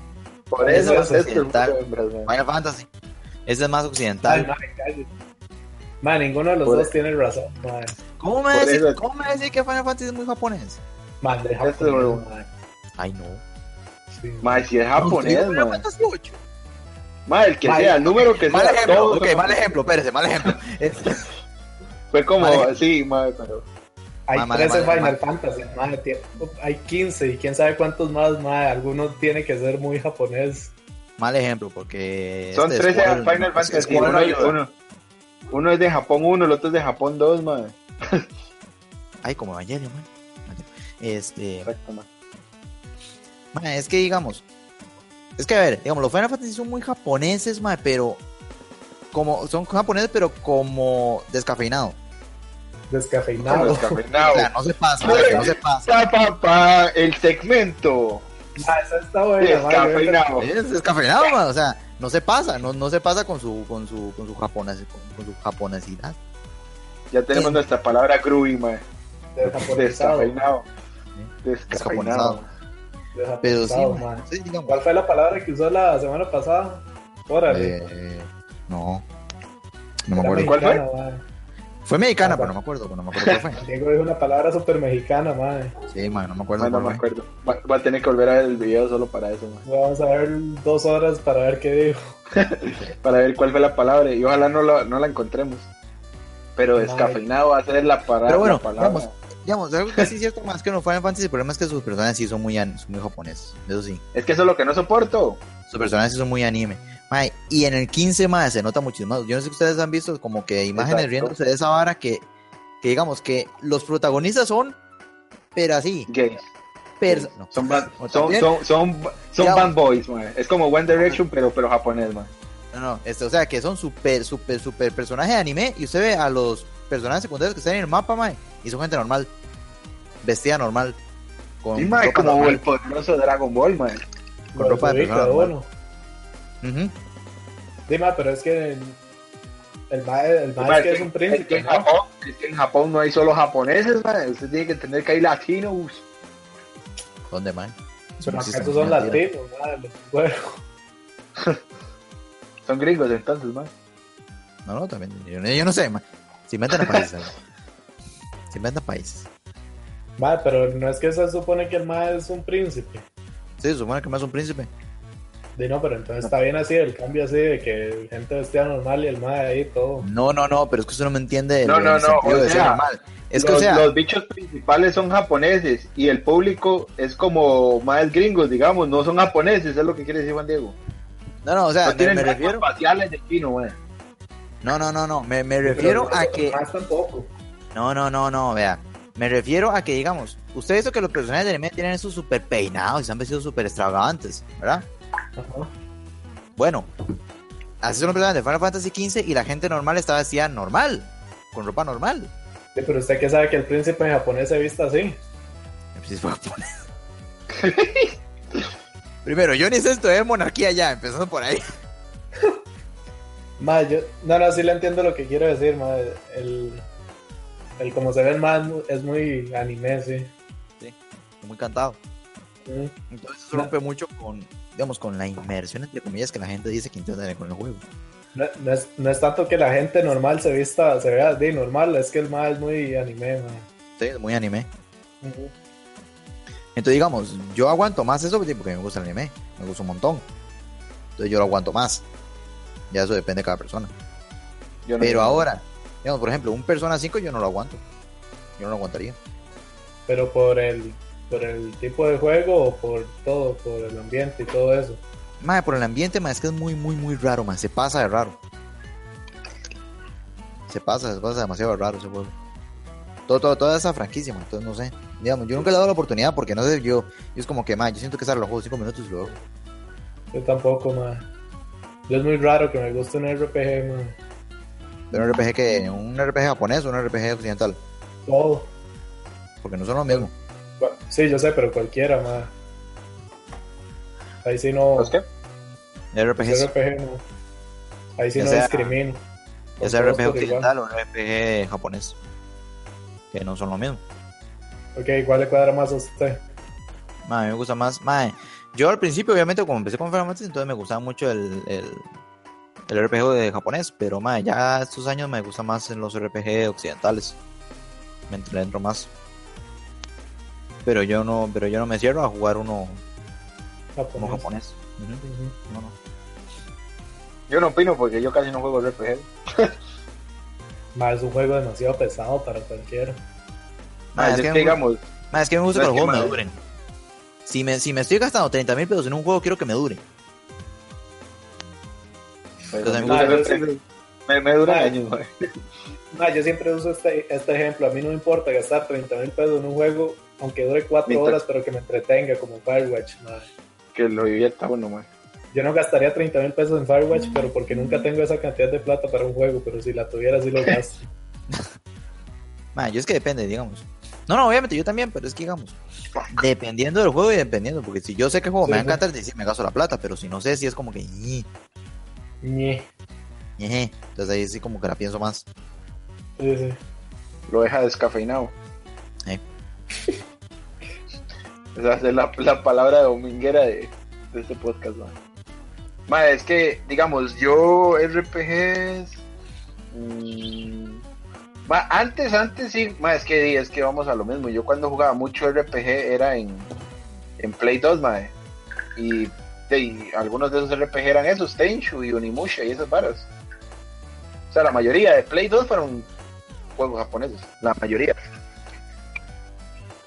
Speaker 1: Por
Speaker 2: Eh, eso
Speaker 1: eso
Speaker 2: es
Speaker 1: detesto el
Speaker 2: occidental.
Speaker 1: juego de hembras, ma.
Speaker 2: Final Fantasy. Ese es más occidental.
Speaker 3: Ay, madre, calle. Madre, ninguno de los
Speaker 1: Por- e-
Speaker 3: dos tiene razón, madre.
Speaker 2: ¿Cómo me
Speaker 1: Por
Speaker 2: decís
Speaker 1: eso-
Speaker 2: cómo me decís que Final Fantasy es muy japonés?
Speaker 3: Madre,
Speaker 1: Este
Speaker 3: japonés,
Speaker 1: juego.
Speaker 3: madre.
Speaker 2: Ay, no.
Speaker 3: Sí.
Speaker 1: Ma, si es japonés,
Speaker 2: No, Final
Speaker 1: ma.
Speaker 2: Fantasy 8.
Speaker 1: Ma, el que
Speaker 2: Ma,
Speaker 1: sea, el número que
Speaker 2: Mal
Speaker 1: sea,
Speaker 2: ejemplo,
Speaker 1: todos
Speaker 2: ok,
Speaker 1: son-
Speaker 2: mal ejemplo, espérese, mal ejemplo. Este,
Speaker 1: Fue como,
Speaker 2: mal ejemplo.
Speaker 1: sí, ma, pero.
Speaker 3: Hay
Speaker 2: madre,
Speaker 3: 13
Speaker 2: madre,
Speaker 3: Final
Speaker 2: madre.
Speaker 3: Fantasy, madre, tie- hay 15 y quién sabe cuántos más, madre. Alguno tiene que ser muy japonés.
Speaker 2: mal ejemplo, porque.
Speaker 1: Son
Speaker 2: este
Speaker 1: 13
Speaker 2: Squadron-
Speaker 1: Final Fantasy.
Speaker 2: Squadron
Speaker 1: Uno,
Speaker 2: ayuda.
Speaker 1: uno- uno es de Japón 1, el otro es de Japón 2, ma.
Speaker 2: Ay, como Evangelio, man. Este.
Speaker 1: Exacto, ma.
Speaker 2: Mae, es que digamos, es que a ver, digamos, los Final Fantasy son muy japoneses, mae, pero como son japoneses, pero como descafeinado.
Speaker 1: Como
Speaker 3: Descafeinado.
Speaker 1: descafeinado.
Speaker 2: O sea, no se pasa, mae, que no se pasa.
Speaker 1: Pa, pa, pa, el segmento
Speaker 3: Ah, esa está buena, madre.
Speaker 1: descafeinado.
Speaker 2: Es descafeinado, mae, o sea, no se pasa, no, no se pasa con su con su con su japonés, con, con su japonesidad.
Speaker 1: Ya tenemos
Speaker 2: Sí.
Speaker 1: nuestra palabra groovy, ma.
Speaker 3: Desjaponizado,
Speaker 1: Descafeinado.
Speaker 2: Descafeinado.
Speaker 1: Descafeinado.
Speaker 2: Pero sí,
Speaker 3: desjaponizado,
Speaker 2: mae,
Speaker 3: madre.
Speaker 2: sí, digamos.
Speaker 3: ¿Cuál fue la palabra que usó la semana pasada? Órale.
Speaker 2: Eh, no. No me
Speaker 3: Era
Speaker 2: acuerdo.
Speaker 1: ¿Cuál fue?
Speaker 3: mexicana, madre.
Speaker 2: Fue mexicana, pero no me acuerdo, pero no me acuerdo cuál
Speaker 3: Diego dijo una palabra súper mexicana, madre.
Speaker 2: fue. Sí, mae, no me acuerdo
Speaker 1: Ma, no
Speaker 2: cuál
Speaker 1: me
Speaker 2: fue.
Speaker 1: acuerdo. Va, va a tener que volver a ver el video solo para eso, ma.
Speaker 3: Vamos a ver dos horas para ver qué dijo.
Speaker 1: para ver cuál fue la palabra y ojalá no la, no la encontremos. Pero
Speaker 3: Madre.
Speaker 1: descafeinado va a ser la, para-
Speaker 2: Pero bueno,
Speaker 1: la palabra.
Speaker 2: vamos. Digamos, algo que sí es cierto más que los Final Fantasy, el problema es que sus personajes sí son muy, an- son muy japoneses, eso sí.
Speaker 1: Es que eso es lo que no soporto.
Speaker 2: Sus personajes sí son muy anime. Mae, y en el 15 mae, se nota muchísimo. Yo no sé si ustedes han visto como que imágenes
Speaker 1: Exacto.
Speaker 2: riéndose de esa vara que, que digamos que los protagonistas son, pero así,
Speaker 1: Gays.
Speaker 2: perso- no.
Speaker 1: Son, ban-
Speaker 2: O
Speaker 1: son,
Speaker 2: también-
Speaker 1: son, son, son
Speaker 2: Ya.
Speaker 1: band boys, man. Es como One Direction, pero, pero japonés, man.
Speaker 2: No, no, este, o sea que son super, super, super personajes de anime y usted ve a los personajes secundarios que están en el mapa, mae, y son gente normal, vestida normal. Con
Speaker 1: Sí, man, es
Speaker 2: ropa
Speaker 1: como
Speaker 2: normal.
Speaker 1: el poderoso Dragon Ball, man.
Speaker 2: Con ropa de
Speaker 3: Ubica,
Speaker 2: persona,
Speaker 3: bueno.
Speaker 2: Ujú.
Speaker 3: Sí, ma, pero es que el, el mae, el mae
Speaker 1: Man,
Speaker 3: es que es un príncipe,
Speaker 1: en,
Speaker 3: ¿no?
Speaker 1: Japón, es que en Japón no hay solo japoneses, man. Usted tiene que entender que hay latinos.
Speaker 2: ¿Dónde, mae? Eso
Speaker 3: Pero
Speaker 2: no
Speaker 3: acá
Speaker 2: existe,
Speaker 3: esos son
Speaker 2: mentira.
Speaker 3: latinos, madre. los juegos.
Speaker 1: Son gringos entonces, man.
Speaker 2: No, no, también. Yo, no- yo no sé, ma. Se inventan a países. ¿no? Se inventan países.
Speaker 3: Madre, pero no es que se supone que el mae es un príncipe.
Speaker 2: Sí, se supone que más un príncipe.
Speaker 3: De no, pero entonces está bien así, el cambio así de que gente vestida normal y el mae ahí todo.
Speaker 2: No, no, no, pero es que usted no me entiende. el-
Speaker 1: No, no,
Speaker 2: el
Speaker 1: no,
Speaker 2: sentido
Speaker 1: o
Speaker 2: de ser
Speaker 1: sea,
Speaker 2: normal. Es que,
Speaker 1: los,
Speaker 2: o sea,
Speaker 1: los bichos principales son japoneses y el público es como más gringos, digamos, no son japoneses, es lo que quiere decir Juan Diego.
Speaker 2: no, no, o sea,
Speaker 1: No
Speaker 2: me- me,
Speaker 1: tienen rasgos
Speaker 2: refiero.
Speaker 1: faciales de chino, güey.
Speaker 2: No, no, no, no, me, me refiero
Speaker 3: Pero
Speaker 2: a
Speaker 3: los
Speaker 2: que.
Speaker 3: demás tampoco.
Speaker 2: No, no, no, no, vea. Me refiero a que, digamos, usted visto que los personajes de anime tienen esos super peinados y se han vestido super extravagantes, ¿verdad?
Speaker 3: Ajá.
Speaker 2: Bueno, así son los personajes de Final Fantasy XV y la gente normal está vestida normal, con ropa normal.
Speaker 3: Sí, pero usted que sabe que el príncipe japonés se vista así.
Speaker 2: Pues, fue japonés. Primero, yo ni sé esto de monarquía ya, empezando por ahí.
Speaker 3: Mae, yo, no, no, sí le entiendo lo que quiero decir, mae. El, el como se ve el mae es mu- es muy anime, sí.
Speaker 2: Muy cantado.
Speaker 3: Mm.
Speaker 2: Entonces eso rompe mucho con, digamos, con la inmersión, entre comillas, que la gente dice que intenta tener con el juego.
Speaker 3: No, no es, no es tanto que la gente normal se vista, se vea de normal, es que el mae es muy anime, mae.
Speaker 2: Sí, es muy anime. Entonces, digamos, yo aguanto más eso porque porque me gusta el anime, me gusta un montón. Entonces, yo lo aguanto más. Ya eso depende de cada persona.
Speaker 1: Yo no
Speaker 2: Pero
Speaker 1: sé.
Speaker 2: ahora, digamos, por ejemplo, un Persona 5 yo no lo aguanto. Yo no lo aguantaría.
Speaker 3: Pero por el, por el tipo de juego o por todo, por el ambiente y todo eso.
Speaker 2: Más por el ambiente, más es que es muy, muy, muy raro, más se pasa de raro. Se pasa, se pasa demasiado de raro ese juego. Todo, todo, toda esa franquicia, ma, entonces no sé. Digamos, yo nunca le he dado la oportunidad porque no sé, yo, yo es como que, más yo siento que sale los juegos 5 minutos y luego.
Speaker 3: Yo tampoco, mae. Yo es muy raro que me guste un RPG, mae.
Speaker 2: Pero un RPG que, un RPG japonés o un RPG occidental,
Speaker 3: Todo.
Speaker 2: porque no son lo mismo.
Speaker 3: Bu- Sí, yo sé, pero cualquiera, mae. Ahí sí no.
Speaker 1: ¿Los qué?
Speaker 2: RPGs,
Speaker 3: RPG no. Ahí sí
Speaker 2: Ya pues
Speaker 3: no
Speaker 2: sea-
Speaker 3: discrimino.
Speaker 2: ya
Speaker 3: Con
Speaker 2: sea
Speaker 3: todos
Speaker 2: RPG
Speaker 3: por igual.
Speaker 2: occidental o un RPG japonés, que no son lo mismo.
Speaker 3: Ok, ¿cuál le cuadra más a usted?
Speaker 2: Ma, a mí me gusta más. ma, yo al principio, obviamente, como empecé con Final Fantasy, entonces me gustaba mucho el, el, el RPG de japonés, pero ma, ya estos años me gusta más en los RPG occidentales. Me entro, le entro más. Pero yo no, pero yo no me cierro a jugar uno como
Speaker 3: Japonés.
Speaker 2: japonés. Ujú,
Speaker 3: Ujú.
Speaker 2: no, no.
Speaker 1: Yo no opino porque yo casi no juego RPG.
Speaker 2: Ah,
Speaker 3: Mae, es un juego demasiado pesado para cualquiera.
Speaker 2: Ma,
Speaker 1: Ah,
Speaker 2: es,
Speaker 1: es
Speaker 2: que,
Speaker 1: que, digamos,
Speaker 2: ma, es que me gusta
Speaker 1: no
Speaker 2: que
Speaker 1: es
Speaker 2: los
Speaker 1: que
Speaker 2: juegos me
Speaker 1: madure.
Speaker 2: duren. Si me, si me estoy gastando 30 mil pesos en un juego, quiero que me dure.
Speaker 1: pues,
Speaker 2: Entonces,
Speaker 1: me,
Speaker 3: ma,
Speaker 1: gusta
Speaker 3: yo
Speaker 1: el
Speaker 3: sí-
Speaker 1: RPG. me, me duran
Speaker 3: Ma.
Speaker 1: años, güey.
Speaker 3: Ma, yo siempre uso este, este ejemplo. A mí no me importa gastar 30 mil pesos en un juego, aunque dure 4
Speaker 1: Mientras-
Speaker 3: horas, pero que me entretenga, como Firewatch. ma.
Speaker 1: que lo divierta uno, güey.
Speaker 3: Yo no gastaría 30 mil pesos en Firewatch, pero porque nunca tengo esa cantidad de plata para un juego. Pero si la tuviera, sí lo
Speaker 2: <laughs>
Speaker 3: gasto.
Speaker 2: Ma, yo es que depende, digamos. No, no, obviamente yo también, pero es que digamos, dependiendo del juego y dependiendo, porque si yo sé que juego
Speaker 3: Sí,
Speaker 2: me va a
Speaker 3: sí.
Speaker 2: encantar, decir, me gasto la plata, pero si no sé, si es como que, ñe,
Speaker 3: Ñe.
Speaker 2: ñe. entonces ahí sí como que la pienso más.
Speaker 3: Sí, sí.
Speaker 1: Lo deja descafeinado.
Speaker 2: Eh.
Speaker 1: <laughs> Esa es la, la palabra dominguera de, de este podcast, ma. Ma, es que, digamos, yo RPGs... mm, ma, antes, antes sí, ma, es que di, es que vamos a lo mismo. Yo cuando jugaba mucho RPG era en, en Play 2, ma. Y, y algunos de esos RPG eran esos, Tenchu y Unimusha y esas varas. O sea, la mayoría de Play 2 fueron juegos japoneses, la mayoría.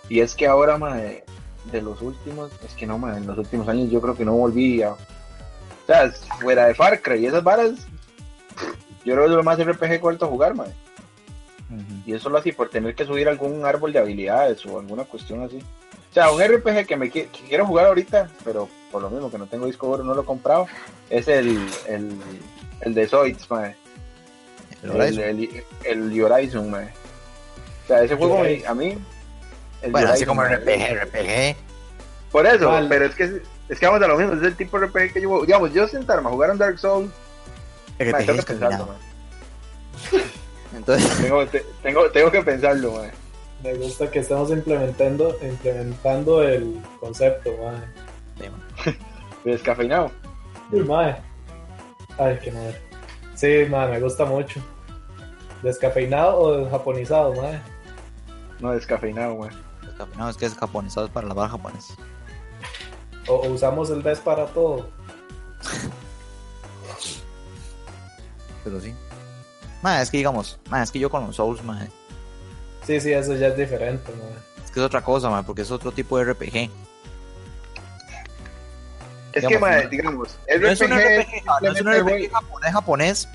Speaker 1: Y es que ahora, mae, de los últimos, es que no, mae, en los últimos años yo creo que no volví a. O sea, es- fuera de Far Cry y esas varas, yo creo que es lo más RPG que he vuelto a jugar, mae. Y eso lo así por tener que subir algún árbol de habilidades o alguna cuestión así. O sea, un RPG que me qui- que quiero jugar ahorita, pero por lo mismo que no tengo disco de oro, no lo he comprado, es el, el, el de Zoids, mae.
Speaker 2: El
Speaker 1: El,
Speaker 2: Horizon.
Speaker 1: el, el Horizon, mae. O sea, ese juego
Speaker 3: Horizon.
Speaker 1: a mí. el
Speaker 2: bueno, así
Speaker 1: Horizon,
Speaker 2: como
Speaker 1: mae.
Speaker 2: RPG, RPG.
Speaker 1: Por eso,
Speaker 3: Vale.
Speaker 1: pero es que, es que vamos a lo mismo. Es el tipo de RPG que yo. juego. Digamos, yo sentarme a jugar un Dark Souls. mae,
Speaker 2: RPG
Speaker 1: tengo
Speaker 2: es
Speaker 1: que pensarlo,
Speaker 2: caminado.
Speaker 1: mae.
Speaker 2: Entonces,
Speaker 1: Tengo, te- tengo, tengo que pensarlo, mae.
Speaker 3: Me gusta que estamos implementando, implementando el concepto, madre.
Speaker 1: Descafeinado.
Speaker 3: Uy, madre. Ay, qué madre. Sí, madre, me gusta mucho. ¿Descafeinado o desjaponizado, madre?
Speaker 1: No, descafeinado, mae.
Speaker 2: no, es que es japonés, ¿sabes? Para la barra japonés.
Speaker 3: ¿O, o usamos el des para todo?
Speaker 2: pero sí. Mae, es que digamos, mae, es que yo con los Souls, mae,
Speaker 3: Sí, sí, eso ya es diferente, mae.
Speaker 2: es que es otra cosa, mae, porque es otro tipo de RPG.
Speaker 1: Es
Speaker 2: Digamos,
Speaker 1: que, mae,
Speaker 2: no-
Speaker 1: digamos,
Speaker 2: No es un
Speaker 1: RPG,
Speaker 2: RPG, no es un
Speaker 1: simplemente
Speaker 2: RPG japonés, japonés,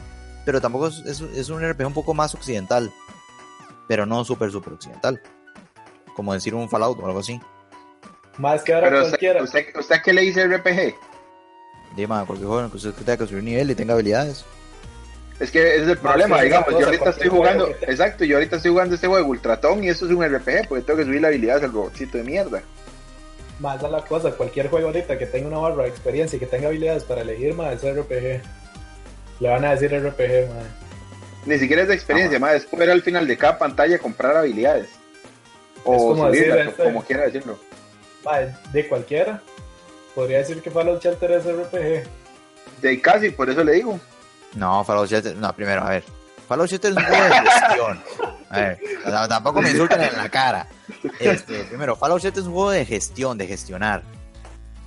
Speaker 2: pero tampoco es, es, es un RPG un poco más occidental, pero no súper, súper occidental. Como decir un Fallout o algo así.
Speaker 3: Más que ahora
Speaker 1: pero usted,
Speaker 3: cualquiera.
Speaker 1: usted, usted qué le dice RPG?
Speaker 2: Dime a cualquier joven que usted tenga que subir nivel y tenga habilidades.
Speaker 1: Es que ese es el problema,
Speaker 3: es que
Speaker 1: digamos,
Speaker 3: esa
Speaker 1: yo
Speaker 3: cosa,
Speaker 1: ahorita estoy
Speaker 3: cualquier
Speaker 1: jugando,
Speaker 3: juego que te-
Speaker 1: exacto, yo ahorita estoy jugando este juego de Ultratón y eso es un RPG, porque tengo que subir la habilidad al robotcito de mierda.
Speaker 3: Más da la cosa, cualquier juego ahorita que tenga una barra de experiencia y que tenga habilidades para elegir, mae, es RPG. Le van a decir RPG, mae.
Speaker 1: Ni siquiera es de experiencia, mae, es poder al final de cada pantalla comprar habilidades. O
Speaker 3: Es como decir,
Speaker 1: subirlas,
Speaker 3: este-
Speaker 1: como quiera decirlo.
Speaker 3: Mae, de cualquiera. Podría decir que Fallout Shelter es RPG.
Speaker 1: De casi, por eso le digo.
Speaker 2: No, Fallout 7, no, primero, a ver. Fallout 7 es un juego de gestión. A ver, t- tampoco me insulten en la cara. Este, primero, Fallout 7 es un juego de gestión, de gestionar.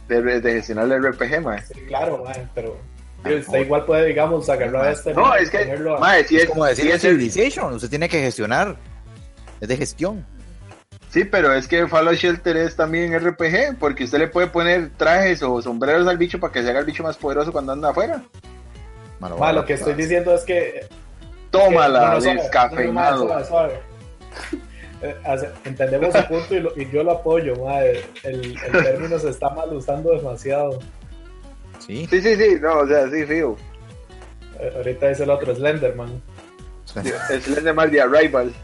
Speaker 1: De, de gestionar el RPG, mae.
Speaker 3: Sí, claro, mae, pero
Speaker 2: Ah,
Speaker 3: usted
Speaker 2: no.
Speaker 3: igual puede, digamos, agarrar a este
Speaker 1: No,
Speaker 3: mae,
Speaker 1: es que,
Speaker 3: ponerlo a-
Speaker 1: mae, si
Speaker 2: Es
Speaker 1: es,
Speaker 2: como decir
Speaker 1: si
Speaker 2: en
Speaker 1: es el-
Speaker 2: Civilization, usted tiene que gestionar. Es de gestión.
Speaker 1: Sí, pero es que Fallout Shelter es también RPG, porque usted le puede poner trajes o sombreros al bicho para que se haga el bicho más poderoso cuando anda afuera.
Speaker 2: Malo,
Speaker 3: Mae,
Speaker 2: malo,
Speaker 3: lo que estoy
Speaker 2: malo.
Speaker 3: diciendo es que
Speaker 1: Tómala,
Speaker 3: No, no, suave,
Speaker 1: descafeinado.
Speaker 3: no, no, suave, suave. <laughs> Eh, hace- Entendemos su punto y, lo- y yo lo apoyo, madre. El, el término se está mal usando demasiado.
Speaker 2: Sí.
Speaker 1: sí, sí, sí, no, o sea, sí, fijo.
Speaker 3: Eh, Ahorita dice el otro Slenderman.
Speaker 1: El Slender mal de Arrival.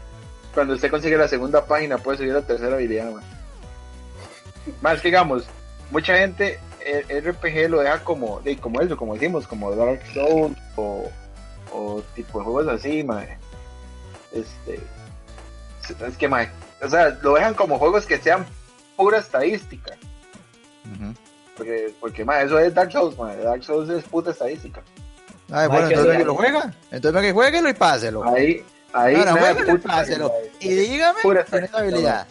Speaker 1: Cuando usted consigue la segunda página, puede subir la tercera habilidad, man. Más que digamos, mucha gente eh, el RPG lo deja como, de- como eso, como decimos, como Dark Souls o, o tipo de juegos así, man. Este. Es que, man, o sea, lo dejan como juegos que sean pura estadística.
Speaker 2: <laughs> Ujú.
Speaker 1: Porque, porque man, eso es Dark Souls, man. Dark Souls es puta estadística.
Speaker 2: Ay, Ah, bueno,
Speaker 3: que
Speaker 2: entonces
Speaker 3: sea-
Speaker 2: que lo juega. Entonces que jueguelo y páselo.
Speaker 1: Ahí, ahí,
Speaker 2: Ahora,
Speaker 1: nada,
Speaker 2: jueguelo y
Speaker 1: puta-
Speaker 2: páselo. Y dígame
Speaker 1: Pura
Speaker 2: con esa habilidad.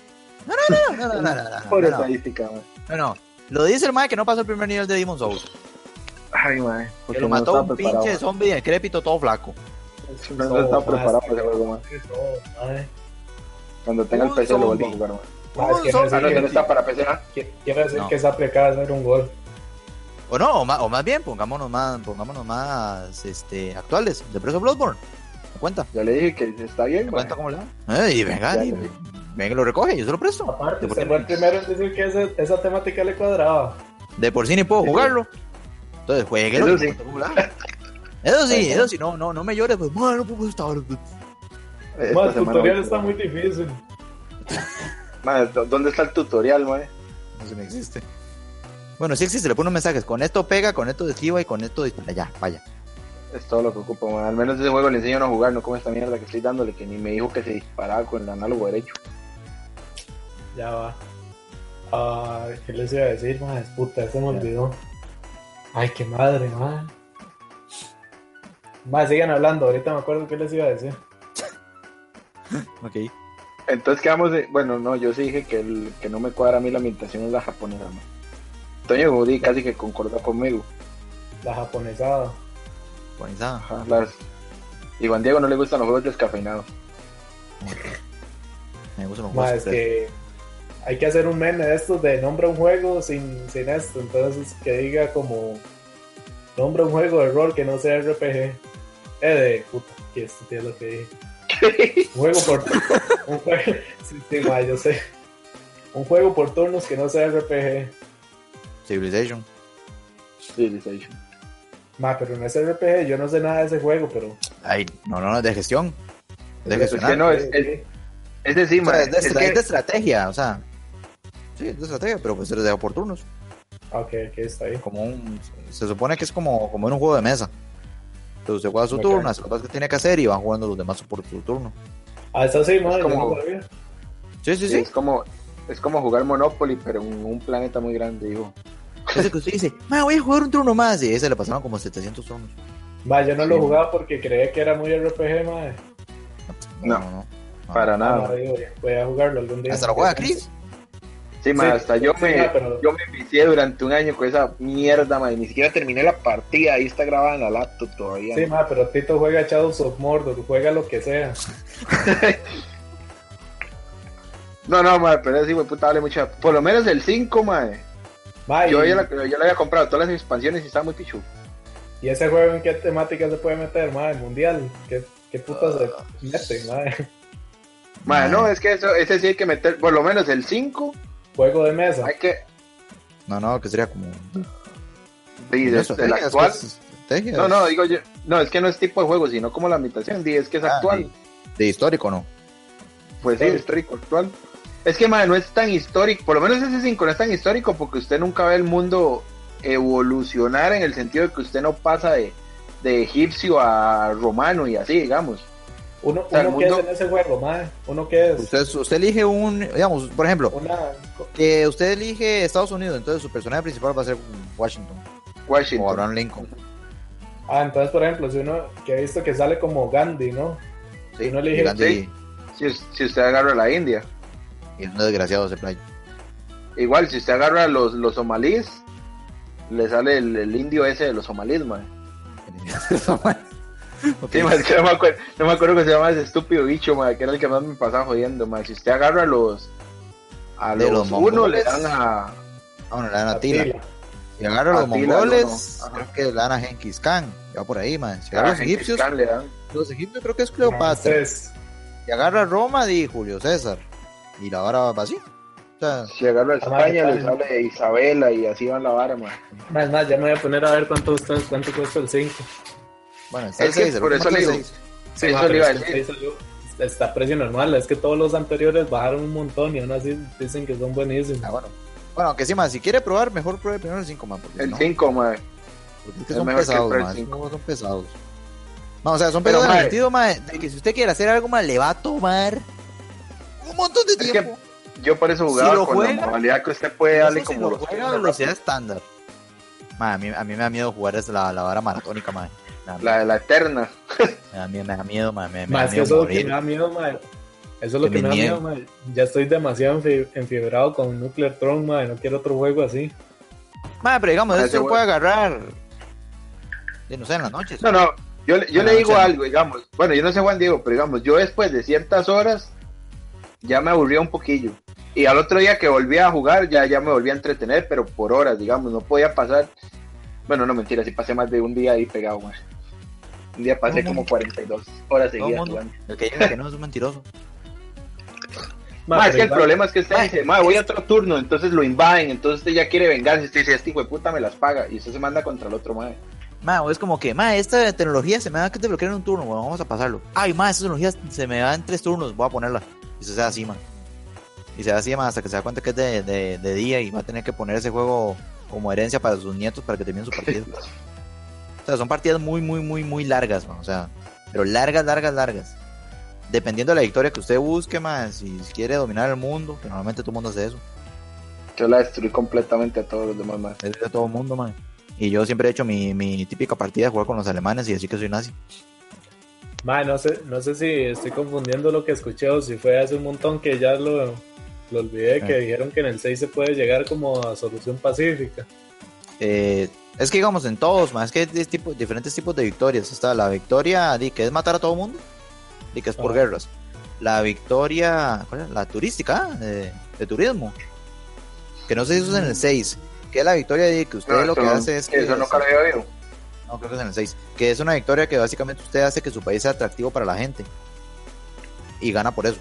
Speaker 2: No, no, no, no, no, no, no, no,
Speaker 1: Pura
Speaker 2: no, no,
Speaker 1: estadística, man.
Speaker 2: no, no. Lo dice el mae que no pasó el primer nivel de Demon's Souls.
Speaker 1: Ay, mae.
Speaker 2: Que
Speaker 1: porque
Speaker 2: lo
Speaker 1: no
Speaker 2: mató
Speaker 1: estaba
Speaker 2: un
Speaker 1: preparado,
Speaker 2: pinche
Speaker 1: mae.
Speaker 2: zombie decrépito todo flaco.
Speaker 1: No, no estaba
Speaker 3: Todo,
Speaker 1: preparado
Speaker 3: mae,
Speaker 1: para ese juego, mae.
Speaker 3: todo, mae.
Speaker 1: Cuando tenga el
Speaker 2: Un
Speaker 1: PC lo vuelvo a
Speaker 2: zombie.
Speaker 1: jugar, mae.
Speaker 3: Ah, es
Speaker 2: Un
Speaker 3: que no
Speaker 2: zombie.
Speaker 1: Ah, no, eso no
Speaker 3: sí.
Speaker 1: está para PC, ¿ah?
Speaker 3: Qui- Quiero decir
Speaker 2: No.
Speaker 3: que Zapri acaba de hacer un gol.
Speaker 2: O no, o ma- o más, bien, pongámonos más, pongámonos más este, actuales. De preso Bloodborne. ¿Me cuenta?
Speaker 1: Ya le dije que está bien,
Speaker 2: ¿Me
Speaker 1: mae.
Speaker 2: cuenta cómo le va? Eh, y venga,
Speaker 1: Ya,
Speaker 2: y-
Speaker 1: ya.
Speaker 2: venga y lo recoge, yo se lo presto. De
Speaker 3: Aparte,
Speaker 2: por,
Speaker 3: usted fue el primero en decir que ese- esa temática le cuadraba.
Speaker 2: de por sí ni puedo
Speaker 1: Sí, sí.
Speaker 2: jugarlo. Entonces jueguelo.
Speaker 1: Eso
Speaker 2: y
Speaker 1: sí.
Speaker 2: me cuenta cómo le va. Eso sí,
Speaker 1: Bueno.
Speaker 2: eso sí, no, no, no me llores, pues, "Mae, no puedo estar.
Speaker 1: Esta
Speaker 3: Mae,
Speaker 1: semana
Speaker 3: el tutorial
Speaker 1: voy a
Speaker 3: está
Speaker 1: jugar.
Speaker 3: muy difícil.
Speaker 1: Mae, ¿dó- ¿dónde está el tutorial, mae?
Speaker 2: Eso no existe. Bueno, sí existe, le pone mensajes. Con esto pega, con esto esquiva y con esto dispara. Ya, vaya.
Speaker 1: Es todo lo que ocupo, mae. Al menos ese juego le enseño a no jugar, no como esta mierda que estoy dándole, que ni me dijo que se disparaba con el análogo derecho.
Speaker 3: Ya va. Ah, ¿Qué les iba a decir, madre? Puta, se me olvidó. Ay, qué madre, madre. Más sigan hablando, ahorita me acuerdo qué les iba a decir.
Speaker 2: Ok.
Speaker 1: Entonces quedamos de... Bueno, no, yo sí dije que el que no me cuadra a mí la ambientación es la japonesa, mae. Toño Gudi casi que concordó conmigo.
Speaker 3: La japonesada.
Speaker 2: Bonita.
Speaker 1: Ajá, las... Y Juan Diego no le gustan los juegos descafeinados. <laughs>
Speaker 2: Me gustan los
Speaker 3: Más
Speaker 2: juegos.
Speaker 3: es que hay que hacer un meme de estos de nombra un juego sin, sin esto. Entonces que diga como nombra un juego de rol que no sea RPG. Eh, de puta, que esto es lo que dije. Un juego por un juego, <laughs> sí, sí, mae, yo sé. Un juego por turnos que no sea RPG.
Speaker 2: Civilization.
Speaker 1: Civilization.
Speaker 3: Ma, pero no es RPG, yo no sé nada de ese juego, pero.
Speaker 2: Ay, no, no, no, es de gestión. Es de
Speaker 1: Es que
Speaker 2: gestionar.
Speaker 1: no, es, es, es de sí,
Speaker 2: O sea,
Speaker 1: mae.
Speaker 2: es, de
Speaker 1: Es
Speaker 2: estra-
Speaker 1: que-
Speaker 2: es de estrategia, o sea. Sí, es de estrategia, pero pues eres de oportunos.
Speaker 3: Ah, Ok, ok, está bien.
Speaker 2: Como un, se supone que es como, como en un juego de mesa. Entonces usted juega su
Speaker 3: Ok.
Speaker 2: turno, hace las cosas que tiene que hacer y van jugando los demás por su turno.
Speaker 3: Ah, está así, madre,
Speaker 1: como-
Speaker 3: yo no sabía.
Speaker 2: Sí, sí,
Speaker 1: Sí,
Speaker 2: sí.
Speaker 1: Es como, es como jugar Monopoly, pero en un planeta muy grande, digo.
Speaker 2: Entonces que usted dice, "Ma, voy a jugar un turno más. Y ese le pasaron como 700 turnos.
Speaker 3: Ma, yo no lo
Speaker 1: Sí.
Speaker 3: jugaba porque creía que era muy RPG, madre.
Speaker 1: No, para
Speaker 3: Ah,
Speaker 1: nada.
Speaker 2: Ah,
Speaker 1: Ah.
Speaker 2: eh.
Speaker 3: no, digo, voy a jugarlo algún día.
Speaker 2: Hasta lo juega Chris.
Speaker 1: Sí, ma,
Speaker 3: Sí,
Speaker 1: hasta yo
Speaker 3: sí,
Speaker 1: me,
Speaker 3: ma, pero-
Speaker 1: yo me vicié durante un año con esa mierda, ma, y ni siquiera terminé la partida, ahí está grabada en la laptop todavía.
Speaker 3: Sí,
Speaker 1: ma.
Speaker 3: ma, pero Tito juega Shadows of Mordor, juega lo que sea.
Speaker 1: No, no, ma, pero sí, güey, puta, vale mucha. Por lo menos el 5, ma. eh.
Speaker 3: Ma,
Speaker 1: Yo
Speaker 3: y,
Speaker 1: ya la, yo la había comprado todas las expansiones y estaba muy pichu.
Speaker 3: y ese juego en qué temática se puede meter, ma? El mundial. ¿Qué, qué putas
Speaker 2: Ah.
Speaker 3: se meten, ma? <laughs>
Speaker 1: Ma,
Speaker 2: Ay.
Speaker 1: no, es que eso, ese sí hay que meter, por lo menos el 5,
Speaker 3: Juego de mesa.
Speaker 1: hay que.
Speaker 2: No, no, que sería como.
Speaker 1: Sí,
Speaker 2: una
Speaker 1: de-
Speaker 2: estrategia,
Speaker 1: del
Speaker 2: es que
Speaker 1: actual.
Speaker 2: es estrategia,
Speaker 1: No, no,
Speaker 2: es
Speaker 1: digo yo. No, es que no es tipo de juego, sino como la ambientación, di, es que es
Speaker 2: Ah,
Speaker 1: actual.
Speaker 2: De histórico, ¿no?
Speaker 1: Pues sí,
Speaker 3: Sí.
Speaker 1: histórico actual. Es que, madre, no es tan histórico, por lo menos ese 5 no es tan histórico porque usted nunca ve el mundo evolucionar en el sentido de que usted no pasa de, de egipcio a romano y así, digamos.
Speaker 3: Uno,
Speaker 1: sea, el
Speaker 3: uno que es
Speaker 1: mundo-
Speaker 3: en ese juego, ma. Uno que es
Speaker 2: Usted, usted elige un. Digamos, por ejemplo,
Speaker 3: una...
Speaker 2: que usted elige Estados Unidos, entonces su personaje principal va a ser Washington o
Speaker 1: Washington.
Speaker 2: Abraham Lincoln.
Speaker 3: Ah, entonces, por ejemplo, si uno que he visto que sale como Gandhi, ¿no?
Speaker 2: Sí,
Speaker 1: Pues
Speaker 3: Uno elige-
Speaker 2: y Gandhi-
Speaker 1: sí. Si, us- si usted agarra la India.
Speaker 2: y es un desgraciado ese play.
Speaker 1: Igual, si usted agarra los, los somalíes, le sale el, el indio ese de los somalíes, madre.
Speaker 2: Ok.
Speaker 1: Sí, mae, es que no me acuerdo, no me acuerdo que se llama ese estúpido bicho, mae, que era el que más me pasaba jodiendo, mae. Si usted agarra a los a
Speaker 2: De
Speaker 1: los,
Speaker 2: los
Speaker 1: uno le
Speaker 2: mongoles.
Speaker 1: dan a
Speaker 2: Ah, bueno, le dan a
Speaker 3: Atila.
Speaker 2: Tila. Si agarra a los
Speaker 1: Atila,
Speaker 2: mongoles,
Speaker 1: no, no. Ajá.
Speaker 2: creo que le dan a Genghis Khan. Va por ahí, man. Si agarra a los
Speaker 1: a
Speaker 2: egipcios,
Speaker 1: Genghis Khan le dan.
Speaker 2: los egipcios creo que es Cleopatra.
Speaker 3: Ramsés.
Speaker 2: Si agarra a Roma, di Julio César. Y la vara va así. O sea,
Speaker 1: Si agarra a
Speaker 3: Ah, mae,
Speaker 1: España le
Speaker 3: Italia.
Speaker 1: sale Isabela y así van la vara, mae.
Speaker 3: Más, más, ya me voy a poner a ver cuánto, usted, cuánto cuesta el 5.
Speaker 2: bueno, está
Speaker 1: Es
Speaker 2: el
Speaker 1: que
Speaker 2: 6.
Speaker 1: por eso le digo.
Speaker 3: Sí,
Speaker 1: Eso
Speaker 3: ma,
Speaker 1: le
Speaker 3: pero
Speaker 1: iba a
Speaker 3: es que
Speaker 1: decir.
Speaker 3: el 6 salió- Está a precio normal, es que todos los anteriores bajaron un montón y aún así dicen que son buenísimos.
Speaker 2: Ah, bueno. Bueno, aunque sí, man, si quiere probar, mejor pruebe primero el 5, man. Porque,
Speaker 1: El
Speaker 2: no,
Speaker 1: 5, mae.
Speaker 2: porque es que
Speaker 1: es
Speaker 2: son
Speaker 1: mejor que
Speaker 2: pesados,
Speaker 1: pruebe el
Speaker 2: man. esos
Speaker 1: cinco.
Speaker 2: juegos son pesados. No, o sea, son
Speaker 1: Pero,
Speaker 2: pesados en el
Speaker 1: mae.
Speaker 2: sentido, man, de que si usted quiere hacer algo, man, le va a tomar un montón de
Speaker 1: que
Speaker 2: tiempo.
Speaker 1: Yo por eso
Speaker 2: Si
Speaker 1: jugaba
Speaker 2: lo
Speaker 1: con
Speaker 2: juega,
Speaker 1: la modalidad que usted puede
Speaker 2: Eso
Speaker 1: darle
Speaker 2: si
Speaker 1: como
Speaker 2: lo
Speaker 1: los
Speaker 2: juega a
Speaker 1: tiros
Speaker 2: velocidad
Speaker 1: rápidos.
Speaker 2: estándar. Ma, a, mí, a mí me da miedo jugar es la, la vara maratónica, ma. Me da miedo,
Speaker 1: la, la eterna.
Speaker 2: me da miedo, me da miedo, ma, me, me da
Speaker 3: Más que
Speaker 2: miedo
Speaker 3: eso es lo que me
Speaker 2: morir.
Speaker 3: da miedo, madre. Eso es lo
Speaker 2: Que
Speaker 3: que
Speaker 2: me
Speaker 3: me da
Speaker 2: niegue.
Speaker 3: miedo, madre. Ya estoy demasiado enfi- enfibrado con Nuclear Throne, madre. No quiero otro juego así.
Speaker 2: Ma, pero digamos,
Speaker 1: Ah,
Speaker 2: esto
Speaker 1: ese
Speaker 2: lo
Speaker 1: güey.
Speaker 2: puede agarrar. de, no sé, en las noches.
Speaker 1: No, no, yo, le- yo
Speaker 2: Ah,
Speaker 1: le digo
Speaker 2: o sea,
Speaker 1: algo, digamos. Bueno, yo no sé Juan Diego, pero digamos, yo después de ciertas horas ya me aburría un poquillo. Y al otro día que volví a jugar ya, ya me volví a entretener, pero por horas, digamos, no podía pasar. Bueno, no mentira, sí pasé más de un día ahí pegado, güey. Un día pasé
Speaker 2: Todo
Speaker 1: como
Speaker 2: mundo.
Speaker 1: 42 horas
Speaker 2: Todo
Speaker 1: seguidas
Speaker 2: mundo.
Speaker 1: jugando.
Speaker 2: El que diga que no es un mentiroso.
Speaker 3: Ma,
Speaker 1: Ma, es
Speaker 3: pero
Speaker 1: que el
Speaker 3: igual-
Speaker 1: problema es que usted
Speaker 2: Ma.
Speaker 1: dice, ma, voy a otro turno, entonces lo invaden, entonces usted ya quiere vengarse, usted dice, este hijo de puta me las paga, y usted se manda contra el otro, madre.
Speaker 2: Ma, o es como que, ma, esta tecnología se me va a desbloquear en un turno, bueno, vamos a pasarlo. Ay, ma, esta tecnología se me va en tres turnos, voy a ponerla. Y eso se da así, ma. Y se da así, ma, hasta que se da cuenta que es de, de- de día y va a tener que poner ese juego como herencia para sus nietos para que terminen su partido. o sea, son partidas muy, muy, muy, muy largas, ma, o sea, pero largas, largas, largas. Dependiendo de la victoria que usted busque, ma, si quiere dominar el mundo, que normalmente todo el mundo hace eso.
Speaker 1: Yo la destruí completamente a todos los demás, madre.
Speaker 2: Es de todo el mundo, man. Y yo siempre he hecho mi, mi típica partida de jugar con los alemanes y decir que soy nazi.
Speaker 3: Ma, no sé, no sé si estoy confundiendo lo que escuché o si fue hace un montón que ya lo, lo olvidé,
Speaker 2: Ah.
Speaker 3: que dijeron que en el 6 se puede llegar como a solución pacífica.
Speaker 2: Eh, es que digamos en todos, más que es tipo, diferentes tipos de victorias. Está la victoria di, que es matar a todo mundo, di, que es por
Speaker 3: Ajá.
Speaker 2: guerras. La victoria, ¿cuál es? la turística, ah, de, de turismo. Que no sé si eso es en el 6. Que es la victoria de que usted
Speaker 1: Mm. No,
Speaker 2: lo
Speaker 1: eso
Speaker 2: que
Speaker 1: no-
Speaker 2: hace es que.
Speaker 1: Eso nunca lo había oído.
Speaker 2: no, creo que es en el 6. Que es una victoria que básicamente usted hace que su país sea atractivo para la gente. Y gana por eso.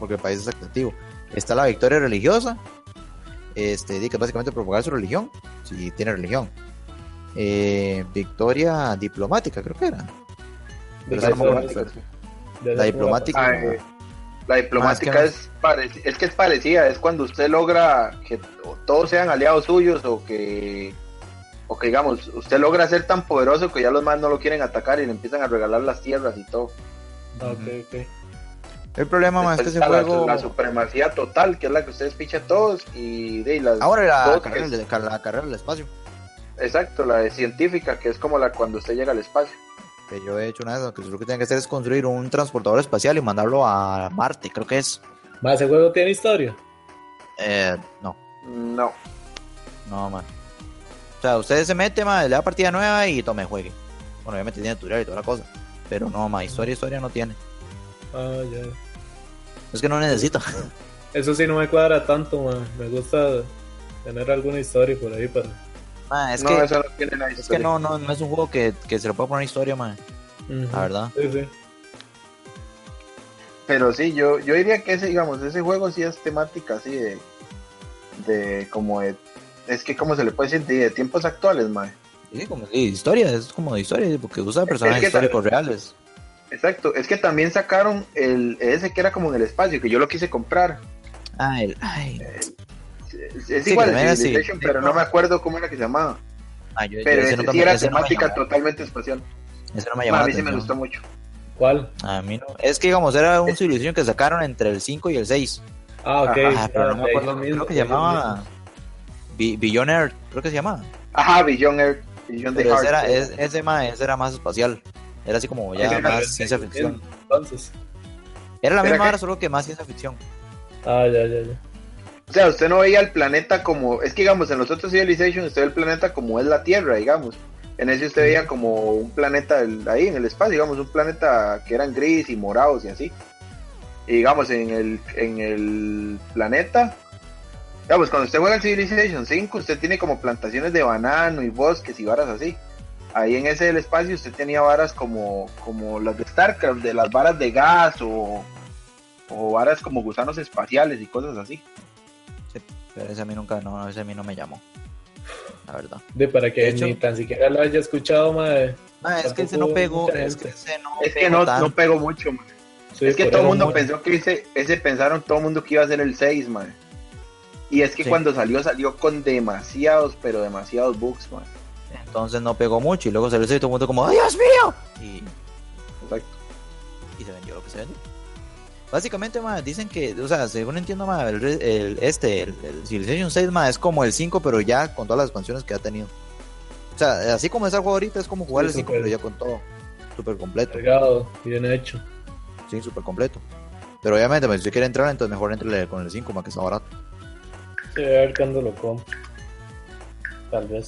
Speaker 2: Porque el país es atractivo. Está la victoria religiosa. Este, di, que es básicamente propagar su religión. Si tiene religión. Eh, victoria diplomática, creo que era. Pero esa no me acuerdo.
Speaker 1: Diplomática, sí.
Speaker 2: La
Speaker 3: De esa
Speaker 2: diplomática.
Speaker 3: forma.
Speaker 1: Ah, eh, la diplomática
Speaker 2: Más que
Speaker 1: es, parec- es que es parecida, es cuando usted logra que o todos sean aliados suyos o que, o que digamos, usted logra ser tan poderoso que ya los más no lo quieren atacar y le empiezan a regalar las tierras y todo.
Speaker 3: Ah, ok, ok.
Speaker 2: El problema más es que
Speaker 1: Después
Speaker 2: ese
Speaker 1: está la,
Speaker 2: juego.
Speaker 1: la supremacía total, que es la que ustedes pichan todos y de ahí las-
Speaker 2: Ahora la
Speaker 1: todos
Speaker 2: carrera,
Speaker 1: que-
Speaker 2: del- la carrera del espacio.
Speaker 1: exacto, la de científica, que es como la cuando usted llega al espacio.
Speaker 2: Que yo he hecho una de esas. Que lo que tienen que hacer es construir un transportador espacial y mandarlo a Marte, creo que es.
Speaker 3: Ma, ese juego tiene historia.
Speaker 2: Eh, no,
Speaker 1: No.
Speaker 2: no, man. O sea, ustedes se meten, man, le da partida nueva y tome, juegue. Bueno, obviamente tiene tutorial y toda la cosa. Pero no, man, historia, historia no tiene.
Speaker 3: Ah, ya.
Speaker 2: Es que no <laughs> necesita.
Speaker 3: Eso sí no me cuadra tanto, man. Me gusta tener alguna historia por ahí para.
Speaker 2: Man, es
Speaker 1: no,
Speaker 2: que,
Speaker 1: eso no tiene nada.
Speaker 2: es que no, no, no es un juego que, que se le pueda poner historia, man.
Speaker 3: Ujú.
Speaker 2: La verdad.
Speaker 3: Sí, sí.
Speaker 1: Pero sí, yo, yo diría que ese, digamos, ese juego sí es temática así de, de como de, es que como se le puede decir, de, de tiempos actuales, mae.
Speaker 2: Sí, como sí, historia, es como de historia, porque usa personajes
Speaker 1: que
Speaker 2: históricos reales.
Speaker 1: Exacto, es que también sacaron el ese que era como en el espacio, que yo lo quise comprar.
Speaker 2: Ah, el, ay,
Speaker 1: Es, es
Speaker 2: Sí,
Speaker 1: igual,
Speaker 2: también era
Speaker 1: Civilization,
Speaker 2: así.
Speaker 1: pero no me acuerdo cómo era que se llamaba.
Speaker 2: ah, yo, yo
Speaker 1: Pero
Speaker 2: ese,
Speaker 1: ese
Speaker 2: nunca
Speaker 1: sí
Speaker 2: me-
Speaker 1: era
Speaker 2: ese no me
Speaker 1: temática
Speaker 2: llamó-
Speaker 1: totalmente espacial.
Speaker 2: ese no me llamó
Speaker 1: Mae,
Speaker 2: la
Speaker 1: a mí sí me
Speaker 2: atención.
Speaker 1: gustó mucho.
Speaker 3: ¿Cuál?
Speaker 2: A mí no. Es que, digamos, era un Civilization que sacaron entre el 5 y el 6.
Speaker 3: Ah, ok.
Speaker 1: Ajá,
Speaker 2: Ah,
Speaker 3: ya,
Speaker 2: pero no
Speaker 3: de
Speaker 2: me
Speaker 3: ahí
Speaker 2: acuerdo.
Speaker 3: lo mismo,
Speaker 2: Creo que
Speaker 3: de ahí lo
Speaker 2: llamaba.
Speaker 3: mismo.
Speaker 2: Bi- Billionaire, creo que se llamaba.
Speaker 1: Ajá, Beyond Earth, Beyond the
Speaker 2: Pero ese,
Speaker 1: Heart.
Speaker 2: era, es- ese, ma- ese era más espacial. Era así como ya
Speaker 1: Ese era
Speaker 2: más
Speaker 3: el-
Speaker 2: ciencia ficción.
Speaker 3: Entonces.
Speaker 2: Era la
Speaker 1: ¿Era
Speaker 2: misma
Speaker 1: qué?
Speaker 2: hora, solo que más ciencia ficción.
Speaker 3: Ah, ya, ya, ya.
Speaker 1: O sea, usted no veía el planeta como, es que digamos, en los otros Civilization usted ve el planeta como es la Tierra, digamos. En ese usted veía como un planeta el- ahí en el espacio, digamos, un planeta que eran gris y morados y así. Y digamos, en el, en el planeta, digamos, cuando usted juega el Civilization 5, usted tiene como plantaciones de banano y bosques y varas así. Ahí en ese del espacio usted tenía varas como, como las de StarCraft, de las varas de gas o, o varas como gusanos espaciales y cosas así.
Speaker 2: Pero ese a mí nunca, no, ese a mí no me llamó. La verdad.
Speaker 3: De para que
Speaker 2: De hecho-
Speaker 3: ni tan siquiera lo haya escuchado, eh, madre.
Speaker 2: Ah, es que ese no
Speaker 3: Tampoco
Speaker 2: pegó.
Speaker 3: mucha
Speaker 2: Es que
Speaker 3: gente.
Speaker 2: ese no
Speaker 1: Es que
Speaker 2: pegó
Speaker 1: no,
Speaker 2: tanto.
Speaker 1: no pegó mucho, man.
Speaker 3: Sí,
Speaker 1: es que
Speaker 3: por
Speaker 1: todo el
Speaker 3: eso
Speaker 1: mundo
Speaker 3: no-
Speaker 1: pensó que ese, ese pensaron todo el mundo que iba a ser el 6, man. Y es que
Speaker 2: Sí.
Speaker 1: cuando salió, salió con demasiados, pero demasiados bugs, man.
Speaker 2: Entonces no pegó mucho. Y luego salió ese y todo el mundo como, ¡Ay, ¡Dios mío! Y
Speaker 1: Exacto.
Speaker 2: y se vendió lo que se vendió. Básicamente, ma, dicen que, o sea, según entiendo, ma, el, re- el- este, el, el Civilization 6, ma, es como el 5, pero ya con todas las expansiones que ha tenido. O sea, así como es el juego ahorita, es como jugar
Speaker 3: Sí,
Speaker 2: el 5,
Speaker 3: súper.
Speaker 2: pero ya con todo. Súper completo,
Speaker 3: Cargado, bien hecho.
Speaker 2: sí, súper completo. Pero obviamente, ma, si usted quiere entrar, entonces mejor entre con el 5, más que está barato.
Speaker 3: Sí, a ver cuándo lo compro. Tal vez.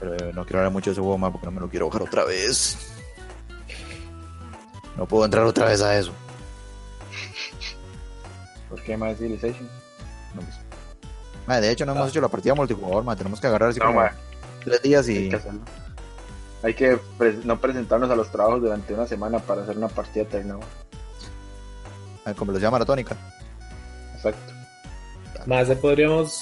Speaker 2: Pero eh, no quiero hablar mucho de ese juego, ma, porque no me lo quiero bajar otra vez. No puedo entrar otra vez a eso.
Speaker 1: ¿Por qué más Civilization?
Speaker 2: No, pues. Ma, de hecho, no hemos hecho la partida multijugador, ma, tenemos que agarrar así
Speaker 1: No,
Speaker 2: como
Speaker 1: man,
Speaker 2: tres días y...
Speaker 1: hay que hacerlo. Hay que pres- no presentarnos a los trabajos durante una semana para hacer una partida eterna, man.
Speaker 2: Ah, con velocidad maratónica.
Speaker 1: Exacto.
Speaker 3: Más se podríamos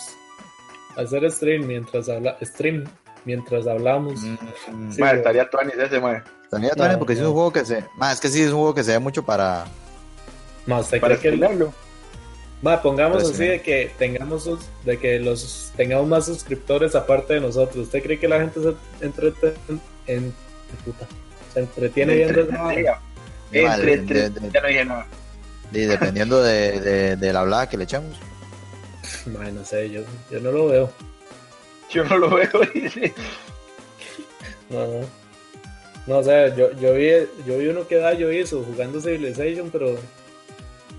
Speaker 3: hacer stream mientras habla stream mientras
Speaker 1: Mm,
Speaker 3: hablamos.
Speaker 2: Mm.
Speaker 3: Sí,
Speaker 1: Man,
Speaker 3: güey.
Speaker 1: estaría tuanis ese, man.
Speaker 2: También, también,
Speaker 3: No,
Speaker 2: porque sí es
Speaker 3: no.
Speaker 2: un juego que se. Más es que sí es un juego que se ve mucho para.
Speaker 3: Más usted
Speaker 1: Para
Speaker 3: cree que
Speaker 1: esquilarlo.
Speaker 3: Ma, pongamos
Speaker 2: Pues,
Speaker 3: así
Speaker 2: sí.
Speaker 3: de que tengamos sus- de que los tengamos más suscriptores aparte de nosotros. ¿Usted cree que la gente se entreten- en- puta, se entretiene viendo esa
Speaker 1: Entre-
Speaker 3: vara?
Speaker 1: Entre,
Speaker 2: Vale,
Speaker 1: entre,
Speaker 2: de- de-
Speaker 1: ya no dije nada.
Speaker 2: Y dependiendo de, de, de la hablada que le echamos.
Speaker 3: Ma, no sé, yo, yo no lo veo.
Speaker 1: Yo no lo veo, <laughs> dice.
Speaker 3: No, no. No, o sea, yo, yo vi yo vi uno que Dayo hizo jugando Civilization, pero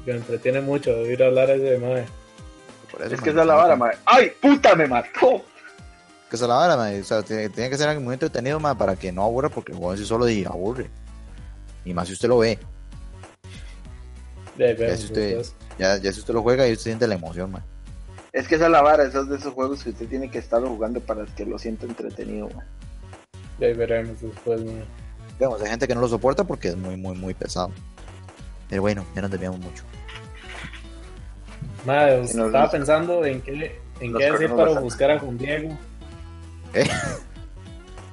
Speaker 3: me entretiene mucho oír hablar a ese madre.
Speaker 2: Por eso,
Speaker 1: Es
Speaker 2: man,
Speaker 1: que esa es la vara, man. ¡Ay, puta, me mató!
Speaker 2: Que esa es la vara, man. O sea, tiene, tiene que ser algo muy entretenido, man, para que no aburra, porque el juego en sí solo di- aburre. Y más si usted lo ve.
Speaker 3: De ahí vemos,
Speaker 2: si usted-
Speaker 3: entonces.
Speaker 2: Ya, ya si usted lo juega y usted siente la emoción, man.
Speaker 1: Es que esa es la vara, esos de esos juegos que usted tiene que estarlo jugando para que lo sienta entretenido. man.
Speaker 3: De ahí veremos después, ma.
Speaker 2: Digamos, hay gente que no lo soporta porque es muy, muy, muy pesado. Pero bueno, ya nos debíamos mucho.
Speaker 3: Madre,
Speaker 1: Sí, nos
Speaker 3: estaba
Speaker 1: vemos.
Speaker 3: pensando en qué, en
Speaker 1: Nos
Speaker 3: qué decir
Speaker 1: corremos
Speaker 3: para
Speaker 1: bastante.
Speaker 3: buscar a Juan Diego.
Speaker 2: ¿Eh?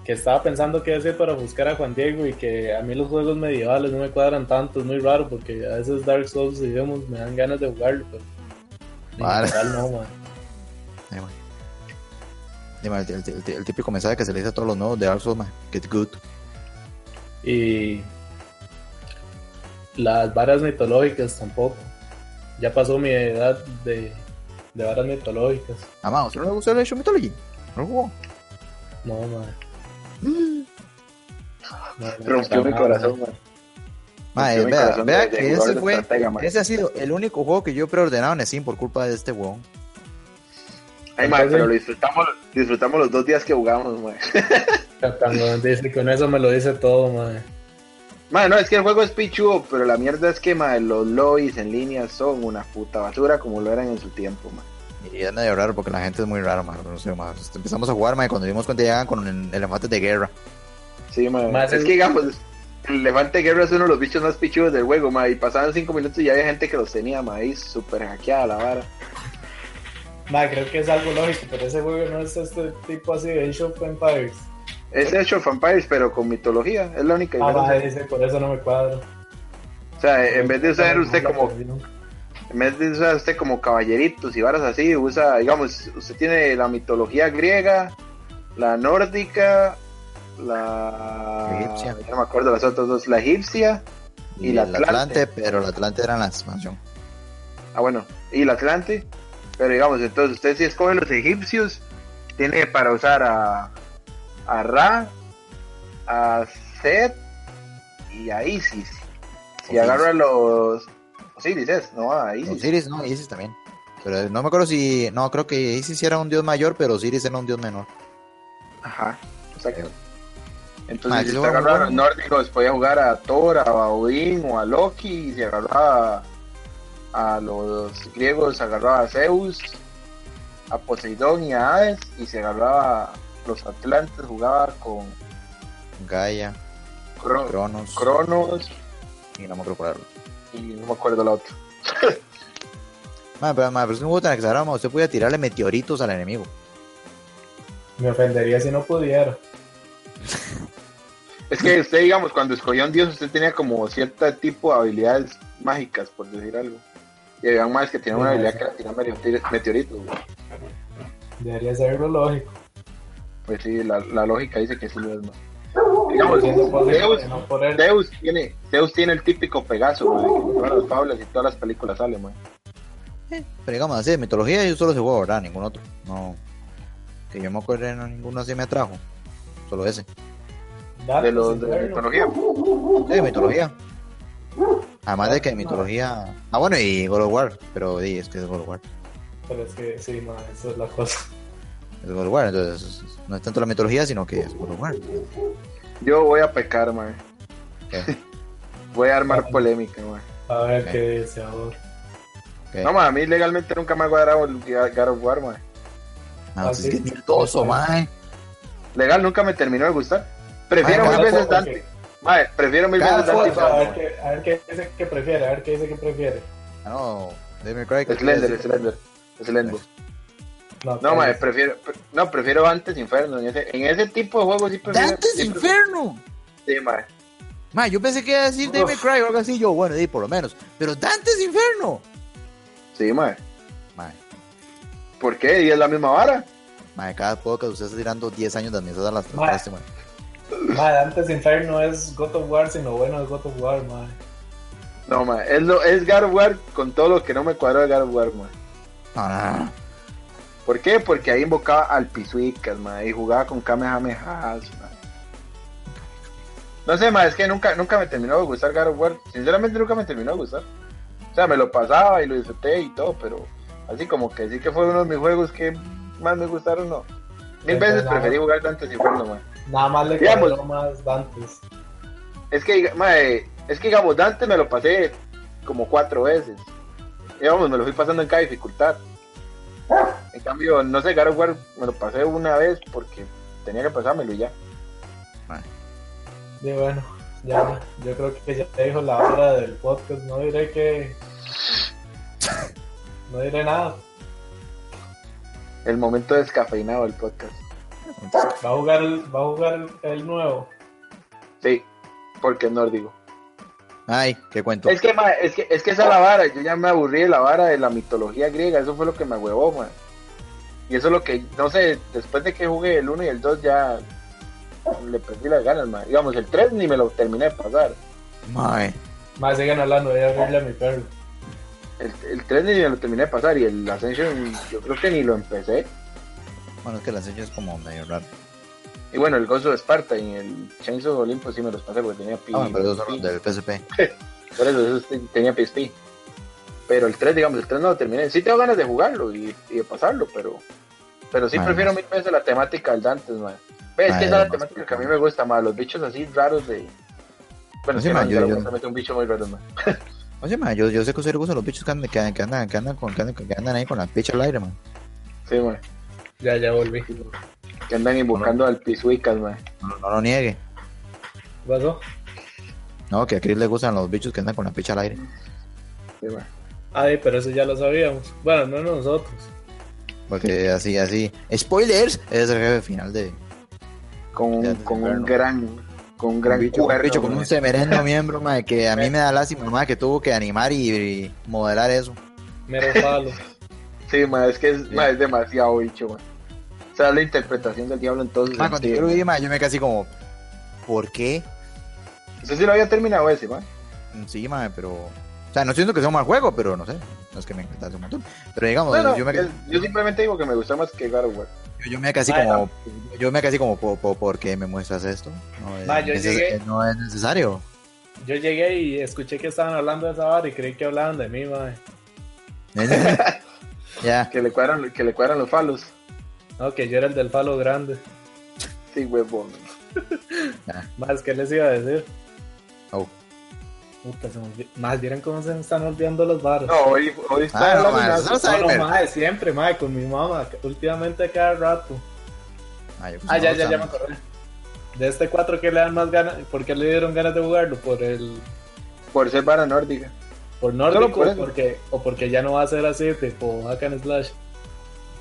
Speaker 3: Que estaba pensando qué decir para buscar a Juan Diego y que a mí los juegos medievales no me cuadran tanto, es muy raro porque a veces Dark Souls y Demons me dan ganas de jugarlo, pero en
Speaker 2: Vale.
Speaker 3: general no, ma.
Speaker 2: Ay, man. Sí, man, el, el- el típico mensaje que se le dice a todos los nuevos de Dark Souls, man. Get good.
Speaker 3: Y las varas mitológicas tampoco. Ya pasó mi edad de, de varas mitológicas.
Speaker 2: Amado, ¿usted no le gustó el Age of Mythology? No lo jugó.
Speaker 3: No, ma.
Speaker 2: Mm.
Speaker 3: No, no,
Speaker 1: Rompió mi
Speaker 3: para nada,
Speaker 1: corazón,
Speaker 3: ma.
Speaker 1: man.
Speaker 2: Mae,
Speaker 1: Rompió mi
Speaker 2: vea,
Speaker 1: corazón
Speaker 2: vea
Speaker 1: de- de
Speaker 2: que
Speaker 1: jugador
Speaker 2: ese
Speaker 1: de
Speaker 2: fue,
Speaker 1: estratega, man.
Speaker 2: ese ha sido el único juego que yo he preordenado en Steam por culpa de este huevón.
Speaker 1: Ay, mae, pero lo disfrutamos, disfrutamos los dos días que jugamos, mae.
Speaker 3: Catangón dice, con eso me lo dice todo, madre.
Speaker 1: Mae, no, es que el juego es pichudo, pero la mierda es que, mae, los lobbies en línea son una puta basura como lo eran en su tiempo, mae.
Speaker 2: Y es medio raro porque la gente es muy rara, mae. No sé, mae. Este, Empezamos a jugar, mae, cuando vimos cuenta llegaban con el- elefantes de guerra.
Speaker 1: Sí, mae.
Speaker 3: Mae,
Speaker 1: es
Speaker 3: es-
Speaker 1: que, digamos, el Levante Guerra es uno de los bichos más pichudos del juego, mae. Y pasaban cinco minutos y ya había gente que los tenía, mae. Ahí súper hackeada la vara.
Speaker 3: Madre, creo que es algo lógico, pero ese juego no es este tipo así de Age of Empires.
Speaker 1: Es hecho of Empires, pero con mitología. Es la única
Speaker 3: Ah, madre,
Speaker 1: diferencia.
Speaker 3: dice, por eso no me cuadro.
Speaker 1: o sea, Eh, en vez de usar usted
Speaker 3: No,
Speaker 1: como
Speaker 3: no, no.
Speaker 1: En vez de usar usted como caballeritos y varas así, usa, digamos, usted tiene la mitología griega, la nórdica, la...
Speaker 2: La egipcia.
Speaker 1: Ya no me acuerdo las otras dos, la egipcia, Y el Atlante.
Speaker 2: pero el Atlante era la expansión.
Speaker 1: ah bueno, y la atlante, pero digamos, entonces usted si escoge los egipcios, tiene para usar a, a Ra, a Set y a Isis. Si
Speaker 2: Osiris.
Speaker 1: agarra los... Sí, dices, no, a Isis.
Speaker 2: Osiris, no, Isis también. Pero eh, no me acuerdo si. No, creo que Isis era un dios mayor, pero Osiris era un dios menor.
Speaker 1: Ajá, exacto.
Speaker 2: Ah,
Speaker 1: Entonces, si
Speaker 2: eso
Speaker 1: usted
Speaker 2: va muy
Speaker 1: agarraba a los
Speaker 2: bueno.
Speaker 1: nórdicos, podía jugar a Thor, a Odín o a Loki, y si agarraba a los griegos, agarraba a Zeus, a Poseidón y a Hades, y si agarraba a los atlantes, jugaba con
Speaker 2: Gaia,
Speaker 1: Cro-
Speaker 2: Cronos.
Speaker 1: Cronos
Speaker 2: y no me acuerdo cuál era.
Speaker 1: y no me acuerdo la otra.
Speaker 2: Ma, pero, ma, pero es un juego tan exagerado, ma, usted podía tirarle meteoritos al enemigo.
Speaker 3: Me ofendería si no pudiera.
Speaker 1: Es que usted, digamos, cuando escogía un dios, usted tenía como cierto tipo de habilidades mágicas, por decir algo. Y había más que tenían una
Speaker 3: Sí,
Speaker 1: habilidad
Speaker 3: sí.
Speaker 1: que era tirar meteoritos, meteoritos, güey.
Speaker 3: Debería ser lo lógico.
Speaker 1: Pues sí, la, la lógica dice que sí lo es más.
Speaker 3: Porque
Speaker 1: Digamos,
Speaker 3: si no pudiera,
Speaker 1: Zeus,
Speaker 3: no poder-
Speaker 1: Zeus tiene, Zeus tiene el típico Pegaso, güey, que en todas las fábulas y todas las películas sale, güey.
Speaker 2: Pero digamos así, de mitología yo solo ese juego, ¿verdad? Ningún otro. No. Que yo me acuerdo, no, ninguno así me atrajo. Solo ese. Ah,
Speaker 3: Datos
Speaker 1: De los de la
Speaker 3: internos.
Speaker 1: mitología.
Speaker 2: Sí, de mitología. Además de que mitología. Ah, bueno, y God of War. Pero sí, es que es God of War.
Speaker 3: Pero es que sí, no, esa es la cosa.
Speaker 2: Es God of War. Entonces, es- es- no es tanto la mitología, sino que es God of War.
Speaker 1: Yo voy a pecar, güey.
Speaker 2: ¿Qué?
Speaker 1: <laughs>
Speaker 2: Ah,
Speaker 1: Voy a armar polémica, güey.
Speaker 3: A ver
Speaker 2: Ok.
Speaker 3: qué dice ahora.
Speaker 2: ¿Qué?
Speaker 1: No, ma, a mí legalmente nunca me ha cuadrado el God of War, güey.
Speaker 2: No, es
Speaker 3: Ah, sí.
Speaker 2: que es mierdoso, mae.
Speaker 1: Legal nunca me terminó de gustar. Prefiero
Speaker 2: Ay,
Speaker 1: mil
Speaker 2: cada
Speaker 1: veces
Speaker 3: foto
Speaker 1: Dante. Mae, prefiero mil
Speaker 2: Cada
Speaker 1: veces
Speaker 2: foto,
Speaker 1: Dante. y
Speaker 3: Vamos A
Speaker 1: Dante,
Speaker 3: ver,
Speaker 1: güey.
Speaker 3: qué, a ver qué dice que prefiere, a ver qué dice que prefiere.
Speaker 2: Ah, no. Devil May Cry.
Speaker 1: Slender, Slender. Slender. No,
Speaker 3: pero-
Speaker 1: mae, prefiero, pre- no, prefiero Dante's Inferno. En ese, en ese tipo de juegos sí prefiero.
Speaker 2: Dante's
Speaker 1: sí, prefiero-
Speaker 2: Inferno.
Speaker 1: Sí, mae.
Speaker 2: Mae, yo pensé que iba a decir Devil May
Speaker 3: Uf.
Speaker 2: Cry o algo así. Yo, bueno, di por lo menos. Pero Dante's Inferno.
Speaker 1: Sí, mae.
Speaker 2: Mae.
Speaker 1: ¿Por qué? Y es la misma vara.
Speaker 2: Mae, cada podcast usted está tirando 10 años de mesas a las
Speaker 3: Mae.
Speaker 2: este, mae.
Speaker 3: Madre, antes Inferno es God of War, sino bueno es God of War, madre.
Speaker 1: No, ma, es, lo, es God of War con todo lo que no me cuadró de God of War, ma.
Speaker 2: No, no, no.
Speaker 1: ¿Por qué? Porque ahí invocaba al Pizuicas, ma, y jugaba con Kamehamehas, ma. No sé, ma, es que nunca, nunca me terminó de gustar God of War. Sinceramente nunca me terminó de gustar. O sea, me lo pasaba y lo disfruté y todo, pero así como que sí que fue uno de mis juegos que más me gustaron, no. Mil veces
Speaker 3: Entonces,
Speaker 1: preferí jugar Dante's Inferno, ma.
Speaker 3: Nada más le
Speaker 1: Digamos-
Speaker 3: cuadró más Dantes.
Speaker 1: Es que, diga- mae, es que digamos, Dante me lo pasé como cuatro veces. Y vamos, me lo fui pasando en cada dificultad. En cambio, no sé, God of War me lo pasé una vez porque tenía que pasármelo y ya.
Speaker 3: Y bueno, ya, yo creo que ya te dijo la hora del podcast, no diré que... No diré nada.
Speaker 1: El momento descafeinado del podcast.
Speaker 3: Va a jugar, el- va a jugar el, el nuevo.
Speaker 1: Sí, porque es nórdico.
Speaker 2: Ay, qué cuento.
Speaker 1: Es que, mae, es que, es que esa es la vara. Yo ya me aburrí de la vara de la mitología griega. Eso fue lo que me huevó, mae. Y eso es lo que, no sé, después de que jugué el 1 y el 2 ya le perdí las ganas, mae. Digamos, el 3 ni me lo terminé de pasar.
Speaker 2: Mae.
Speaker 3: Más sigan hablando, voy a abrirle a mi perro.
Speaker 1: El, el 3 ni me lo terminé de pasar y el Ascension yo creo que ni lo empecé.
Speaker 2: Bueno, es que la señal es como medio raro.
Speaker 1: Y bueno, el Gozo de Esparta y el Chainsaw Olympus sí me los pasé porque tenía PSP.
Speaker 2: Ah, bueno, pero esos son los del PSP.
Speaker 1: Por eso, esos te- tenía PSP. Pero el 3, digamos, el 3 no lo terminé. Sí tengo ganas de jugarlo y, y de pasarlo, pero Pero sí
Speaker 2: Mae,
Speaker 1: prefiero
Speaker 2: no
Speaker 1: mil veces la temática del Dantes, man. Ve, es
Speaker 2: Mae,
Speaker 1: que esa es la
Speaker 2: no,
Speaker 1: temática que a mí me gusta, más Los bichos así raros de. Bueno,
Speaker 2: Sí,
Speaker 1: sí,
Speaker 2: mae,
Speaker 1: man,
Speaker 2: yo- yo-
Speaker 1: un bicho muy raro, man.
Speaker 2: Oye, ma, yo, yo sé que a usted le gustan los bichos que andan, que, que andan, que andan, con, que andan, que andan ahí con la picha al aire, man.
Speaker 1: Sí, man.
Speaker 3: Ya, ya volví.
Speaker 1: Que andan invocando al Pizuicas, man.
Speaker 2: No, no lo niegue.
Speaker 3: ¿Qué pasó?
Speaker 2: No, que a Chris le gustan los bichos que andan con la picha al aire.
Speaker 1: Sí, man.
Speaker 3: Ay, pero eso ya lo sabíamos. Bueno, no nosotros.
Speaker 2: Porque así, así. ¡Spoilers! Es el jefe final de.
Speaker 1: Con, un-
Speaker 2: Ya, sí,
Speaker 1: con
Speaker 2: claro.
Speaker 1: un gran. Con un gran
Speaker 2: un bicho, un
Speaker 1: cuerno,
Speaker 2: bicho con
Speaker 1: mae.
Speaker 2: un semerendo miembro, ma, que a mí me da lástima, ma, que tuvo que animar y, y modelar eso.
Speaker 3: Mero palo.
Speaker 1: Sí, man, es que es, mae, es demasiado bicho, man. O sea, la interpretación del diablo entonces. este,
Speaker 2: Ma, cuando yo lo vi, ma, yo me casi como. ¿Por qué?
Speaker 1: Eso sí lo había terminado ese, man.
Speaker 2: Sí, ma, pero. O sea, no siento que sea un mal juego, pero no sé. No es que me encantase un montón. Pero digamos,
Speaker 1: No, no,
Speaker 2: yo me
Speaker 1: es- yo simplemente digo que me gusta más que God of War.
Speaker 2: Yo, yo me casi
Speaker 3: Mae,
Speaker 2: como, yo me casi como, po- po- ¿por qué me muestras esto? No es,
Speaker 3: Mae, yo
Speaker 2: neces- eh,
Speaker 3: llegué-
Speaker 2: no
Speaker 1: <laughs>
Speaker 2: es necesario.
Speaker 3: Yo llegué y escuché que estaban hablando de esa vara y creí que hablaban de mí, madre.
Speaker 2: ya,
Speaker 1: Que le cuadran, que le cuadran los falos.
Speaker 3: No, que yo era el del palo grande.
Speaker 1: Sí, huevón.
Speaker 3: Más, ¿qué les iba a decir?
Speaker 2: Oh.
Speaker 3: Puta, se me olvidó. Más, ¿vieron cómo se me están olvidando los varos?
Speaker 1: No, hoy, hoy
Speaker 2: Ah,
Speaker 1: está
Speaker 2: no,
Speaker 1: la
Speaker 2: mae,
Speaker 1: amenaza.
Speaker 2: no sabe,
Speaker 3: no,
Speaker 2: pero-
Speaker 3: mae, siempre, madre, con mi mamá. Últimamente a cada rato.
Speaker 2: Ah, yo, pues,
Speaker 3: Ah,
Speaker 2: no,
Speaker 3: ya,
Speaker 2: o
Speaker 3: ya,
Speaker 2: sea,
Speaker 3: ya me acordé. De este 4 que le dan más ganas, ¿por qué le dieron ganas de jugarlo? Por el
Speaker 1: por ser vara nórdica.
Speaker 3: por nórdico
Speaker 1: por
Speaker 3: o
Speaker 1: eso.
Speaker 3: porque, o porque ya no va a ser así, tipo hack and slash.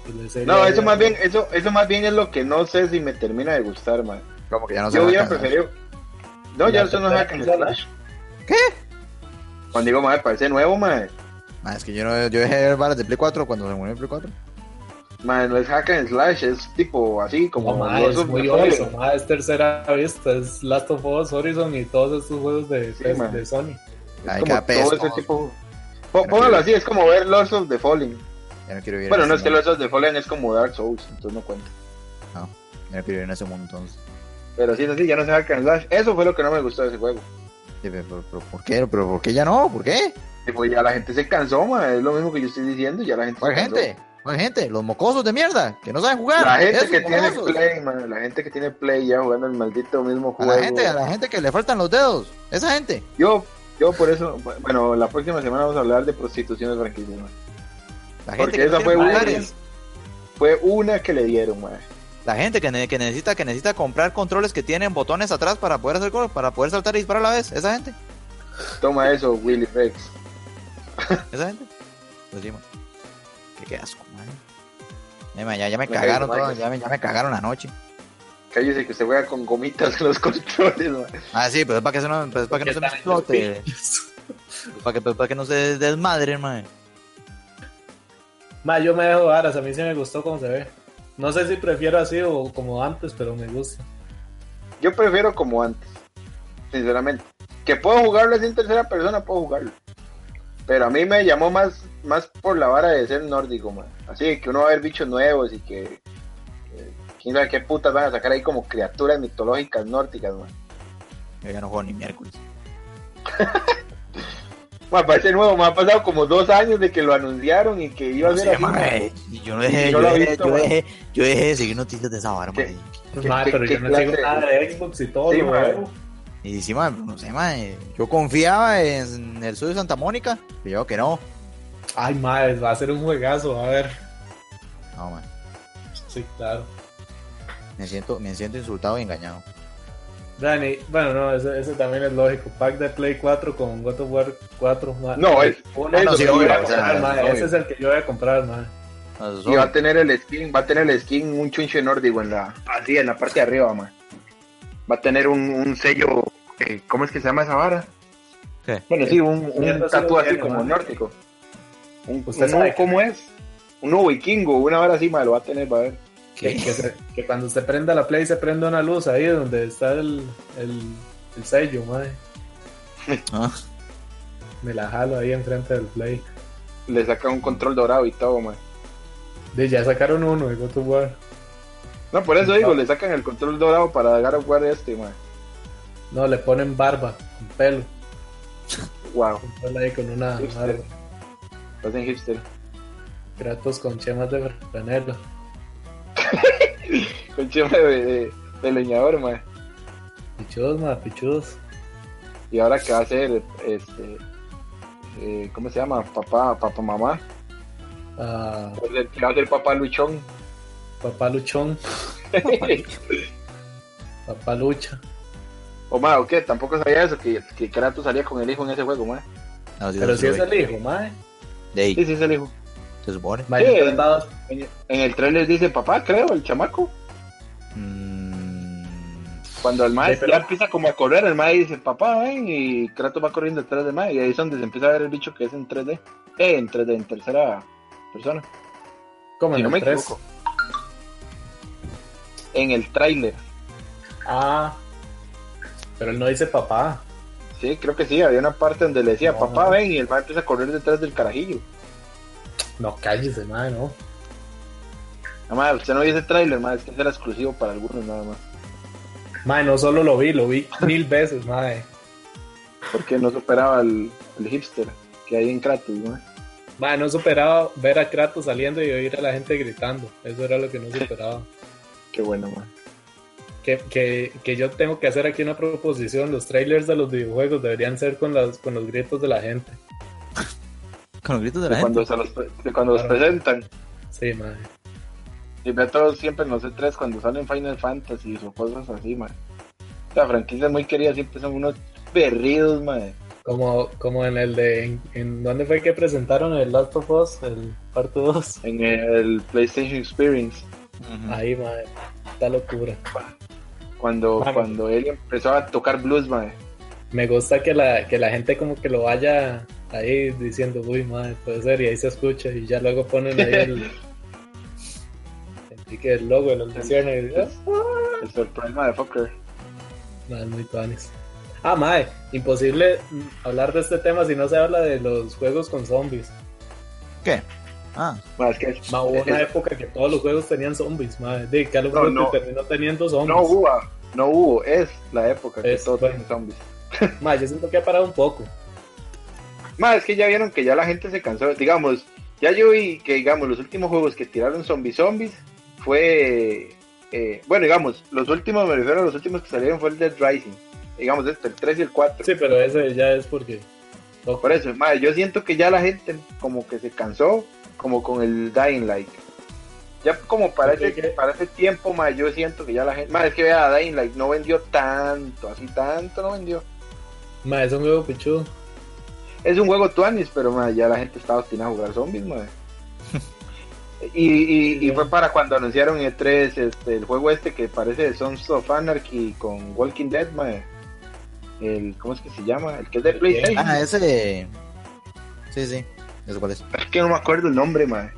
Speaker 3: Pues le sería-
Speaker 1: No, eso más bien, eso, eso más bien es lo que no sé si me termina de gustar, man.
Speaker 2: como que ya no se
Speaker 1: Yo
Speaker 2: va a
Speaker 1: hubiera
Speaker 2: alcanzar.
Speaker 1: preferido. No,
Speaker 3: Ya
Speaker 1: ya eso no es
Speaker 3: te-
Speaker 1: hack and
Speaker 3: ya-
Speaker 1: slash. Cuando digo, madre, parece nuevo, madre.
Speaker 2: Mae, es que yo, no, yo dejé de ver balas de Play 4 cuando se murió el Play 4.
Speaker 1: Madre, no es hack and slash, es tipo así,
Speaker 3: No,
Speaker 1: como.
Speaker 3: ma,
Speaker 1: los
Speaker 3: es
Speaker 1: otros
Speaker 3: muy
Speaker 1: controles.
Speaker 3: Horizon, ma, es tercera vista, es Last of Us, Horizon y todos estos juegos de,
Speaker 1: Sí,
Speaker 3: de-
Speaker 1: ma.
Speaker 3: de Sony.
Speaker 2: Ay,
Speaker 1: como
Speaker 2: qué apesto.
Speaker 1: todo ese tipo. Pó- Póngalo así, es como ver Lords of the Fallen.
Speaker 2: Ya no quiero vivir
Speaker 1: Bueno,
Speaker 2: en
Speaker 1: no es
Speaker 2: ese
Speaker 1: que
Speaker 2: mundo.
Speaker 1: Lords of the Fallen es como Dark Souls, entonces no cuenta.
Speaker 2: Ya no quiero vivir en ese mundo, entonces.
Speaker 1: Pero sí es así, ya no es hack and slash. Eso fue lo que no me gustó de ese juego.
Speaker 2: Sí, pero- pero- pero ¿por qué? ¿Pero por qué ya no? ¿Por qué?
Speaker 1: Tipo, ya la gente se cansó, ma, es lo mismo que yo estoy diciendo, ya la gente
Speaker 2: ¿Cuál
Speaker 1: se cansó.
Speaker 2: gente? ¿Cuál gente? Los mocosos de mierda, que no saben jugar.
Speaker 1: La gente
Speaker 2: Esos
Speaker 1: que tiene
Speaker 2: mocosos.
Speaker 1: play, ma, la gente que tiene play ya jugando el maldito mismo
Speaker 2: A
Speaker 1: juego.
Speaker 2: la gente, a la gente que le faltan los dedos. Esa gente.
Speaker 1: Yo, yo por eso, bueno, la próxima semana vamos a hablar de prostituciones franquicias, ma.
Speaker 2: La gente
Speaker 1: Porque
Speaker 2: que no
Speaker 1: esa
Speaker 2: tiene
Speaker 1: fue una,
Speaker 2: padres.
Speaker 1: fue una que le dieron, ma.
Speaker 2: La gente que, ne- que necesita que necesita comprar controles que tienen botones atrás para poder hacer gol, para poder saltar y disparar a la vez. Esa gente,
Speaker 1: Toma eso, Willy Rex.
Speaker 2: esa gente. Pues sí, man. Qué, qué asco, man. Eh, man, Ya, ya me
Speaker 1: Me
Speaker 2: cagaron
Speaker 1: caigo,
Speaker 2: todo,
Speaker 1: Mike.
Speaker 2: ya me, ya me cagaron anoche.
Speaker 1: Cállese que se juega con gomitas en los <laughs> controles, ma.
Speaker 2: Ah, sí, pero es para que, se no, pues, para que no se me explote. <laughs> Pues, Para que, pues, para que no se desmadre, man.
Speaker 3: Ma, yo me dejo varas, a mí sí me gustó cómo se ve. No sé si prefiero así o como antes, pero me gusta.
Speaker 1: Yo prefiero como antes, sinceramente. Que puedo jugarlo así en tercera persona, puedo jugarlo. Pero a mí me llamó más, más por la vara de ser nórdico, man. Así que uno va a ver bichos nuevos y que, que quién sabe qué putas van a sacar ahí como criaturas mitológicas nórdicas, man.
Speaker 2: Yo ya no juego ni miércoles.
Speaker 1: Man, parece nuevo, me ha pasado como dos años de que lo anunciaron y que iba a
Speaker 2: No
Speaker 1: ser
Speaker 2: sé,
Speaker 1: así,
Speaker 2: man,
Speaker 1: man.
Speaker 2: eh, y Yo no dejé,
Speaker 1: Yo
Speaker 2: yo,
Speaker 1: lo he
Speaker 2: dejé,
Speaker 1: visto,
Speaker 2: yo
Speaker 1: man.
Speaker 2: dejé- yo dejé de seguir noticias de esa barra,
Speaker 1: ¿Qué?
Speaker 2: man.
Speaker 1: ¿Qué-
Speaker 3: Ma,
Speaker 1: qué-
Speaker 3: pero yo
Speaker 1: qué
Speaker 3: no tengo
Speaker 1: clase de-
Speaker 3: nada de Xbox y todo.
Speaker 1: Sí,
Speaker 3: lo
Speaker 1: ma.
Speaker 3: veo.
Speaker 2: Y sí, man, no sé, man. eh, Yo confiaba en el sur de Santa Mónica, pero yo que no.
Speaker 3: Ay, madre, va a ser un juegazo, a ver.
Speaker 2: No, man.
Speaker 3: Sí, claro.
Speaker 2: Me siento, me siento insultado y engañado.
Speaker 3: Dani, bueno, no, ese, ese también es lógico. Pack de Play 4 con God of War 4. ma.
Speaker 1: No, es-
Speaker 3: Una-
Speaker 1: Ah, no,
Speaker 3: eso
Speaker 1: sí,
Speaker 3: yo voy a
Speaker 1: obvio, o sea,
Speaker 3: comprar,
Speaker 1: es
Speaker 3: ma,
Speaker 1: obvio.
Speaker 3: Ese es el que yo voy a comprar, madre.
Speaker 1: Y va a tener el skin, va a tener el skin un chunche nórdico en la, así en la parte de arriba, man. Va a tener un, un sello, eh, ¿cómo es que se llama esa vara?
Speaker 2: ¿Qué?
Speaker 1: Bueno, sí, un,
Speaker 3: Mierda, sí
Speaker 1: un
Speaker 3: lo
Speaker 1: tatuaje así
Speaker 3: tiene,
Speaker 1: como
Speaker 3: man.
Speaker 1: nórdico. Un,
Speaker 3: Usted
Speaker 1: un-
Speaker 3: sabe que-
Speaker 1: ¿Cómo es? Un nuevo vikingo, una vara así, man, lo va a tener, va a ver.
Speaker 3: Que, que se- que cuando se prenda la play se prenda una luz ahí donde está el, el- el sello, madre.
Speaker 2: Ah.
Speaker 3: Me la jalo ahí enfrente del play.
Speaker 1: Le saca un control dorado y todo, man.
Speaker 3: De ya sacaron uno de God of War.
Speaker 1: No, por eso digo, le sacan el control dorado para dar a jugar este, man.
Speaker 3: No, le ponen barba, con pelo.
Speaker 1: Wow,
Speaker 3: Con pelo ahí con una
Speaker 1: Hipster.
Speaker 3: barba.
Speaker 1: hacen hipster.
Speaker 3: Kratos con chemas de franela.
Speaker 1: Con chema de, de- de leñador, mae.
Speaker 3: Pichudos, ma, pichudos.
Speaker 1: Y ahora que va a ser, este, eh, ¿cómo se llama? Papá, papá mamá.
Speaker 3: Ah,
Speaker 1: Va a ser- Que va a ser papá luchón.
Speaker 3: papá luchón, papá lucha.
Speaker 1: <laughs> o mae, ¿o qué? Tampoco sabía eso, que, que Kratos salía con el hijo en ese juego, mae.
Speaker 2: No, sí,
Speaker 3: Pero
Speaker 2: sí,
Speaker 3: si es
Speaker 2: güey.
Speaker 3: el hijo, mae.
Speaker 2: De ahí,
Speaker 1: Sí, sí, es el hijo.
Speaker 2: se supone.
Speaker 3: Mae,
Speaker 1: Sí.
Speaker 3: tres dados.
Speaker 1: En, en el trailer dice papá, creo, el chamaco.
Speaker 2: Mm,
Speaker 1: Cuando el mae
Speaker 3: Sí, pero-
Speaker 1: ya empieza como a correr, el mae dice papá, ven, y Kratos va corriendo detrás del mae. Y ahí es donde se empieza a ver el bicho que es en 3D. Eh, en 3D, en tercera persona.
Speaker 3: ¿Cómo
Speaker 1: Si
Speaker 3: en
Speaker 1: no me
Speaker 3: el tres?
Speaker 1: equivoco. En el tráiler.
Speaker 3: Ah, pero él no dice papá.
Speaker 1: Sí, creo que sí, había una parte donde le decía,
Speaker 3: No.
Speaker 1: papá, ven, y el mae empieza a correr detrás del carajillo.
Speaker 3: No, cállese, mae, no.
Speaker 1: Nada más, usted no vio ese tráiler, mae, es que ese era exclusivo para algunos nada más.
Speaker 3: Mae, no solo lo vi, lo vi mil veces, mae.
Speaker 1: Porque no superaba al, al hipster que hay en Kratos, ¿no?
Speaker 3: Mae, no superaba ver a Kratos saliendo y oír a la gente gritando. Eso era lo que no superaba.
Speaker 1: Qué bueno, mae.
Speaker 3: que, que, que yo tengo que hacer aquí una proposición. Los trailers de los videojuegos deberían ser con, las, con los gritos de la gente.
Speaker 2: Con los gritos de la
Speaker 1: De cuando,
Speaker 2: gente.
Speaker 1: se los, pre- de cuando los
Speaker 3: Claro.
Speaker 1: presentan.
Speaker 3: Sí, madre.
Speaker 1: Y ve a todos siempre en los E3 cuando salen Final Fantasy o cosas así, mae. O sea, franquicias muy queridas siempre son unos perridos, mae.
Speaker 3: Como, como en el de. En, en ¿Dónde fue que presentaron el Last of Us? El parte 2.
Speaker 1: En el PlayStation Experience.
Speaker 2: Ujú.
Speaker 3: Ahí, madre. Está locura.
Speaker 1: Cuando,
Speaker 3: Mae.
Speaker 1: cuando él empezó a tocar blues, mae.
Speaker 3: Me gusta que la, que la gente como que lo vaya ahí diciendo, uy, madre, puede ser. Y ahí se escucha. Y ya luego ponen ahí el.
Speaker 1: <laughs>
Speaker 3: el pique del logo de los misiones. y, "Ah".
Speaker 1: El surprise motherfucker.
Speaker 3: Madre, muy tuanes. Ah, mae, imposible mm, hablar de este tema si no se habla de los juegos con zombies.
Speaker 2: ¿Qué? Ah,
Speaker 1: Mae, es que
Speaker 3: Ma, hubo una
Speaker 1: es-
Speaker 3: época que todos los juegos tenían zombies, mae. De Call of
Speaker 1: Eh. No,
Speaker 3: Duty
Speaker 1: no.
Speaker 3: terminó teniendo zombies.
Speaker 1: no hubo, no hubo, es la época que
Speaker 3: Es,
Speaker 1: todos
Speaker 3: bueno.
Speaker 1: tienen zombies.
Speaker 3: Mae, yo siento que ha parado un poco.
Speaker 1: Más es que ya vieron que ya la gente se cansó. Digamos, ya yo vi que, digamos, los últimos juegos que tiraron zombies zombies fue. eh, bueno, digamos, los últimos, me refiero a los últimos que salieron fue el Dead Rising. Digamos, este, el 3 y el 4.
Speaker 3: Sí, pero ese ya es porque.
Speaker 1: Por eso, madre, yo siento que ya la gente como que se cansó, como con el Dying Light. Ya como para,
Speaker 3: Ok,
Speaker 1: ese,
Speaker 3: ¿qué?
Speaker 1: para ese tiempo, madre, yo siento que ya la gente... Madre, es que vea, Dying Light no vendió tanto, así tanto no vendió.
Speaker 3: Mae, es un juego pichudo.
Speaker 1: Es un juego tuanis, pero madre, ya la gente estaba destinada a jugar zombies,
Speaker 3: <laughs>
Speaker 1: madre. Y, y- y fue para cuando anunciaron el 3 este, el juego este que parece de Sons of Anarchy con Walking Dead, madre. El, ¿Cómo es que se llama? El que es de
Speaker 3: ¿El qué?
Speaker 1: PlayStation.
Speaker 2: ah, ese. Sí, sí. Ya sé cuál es.
Speaker 1: Es que no me acuerdo el nombre, madre.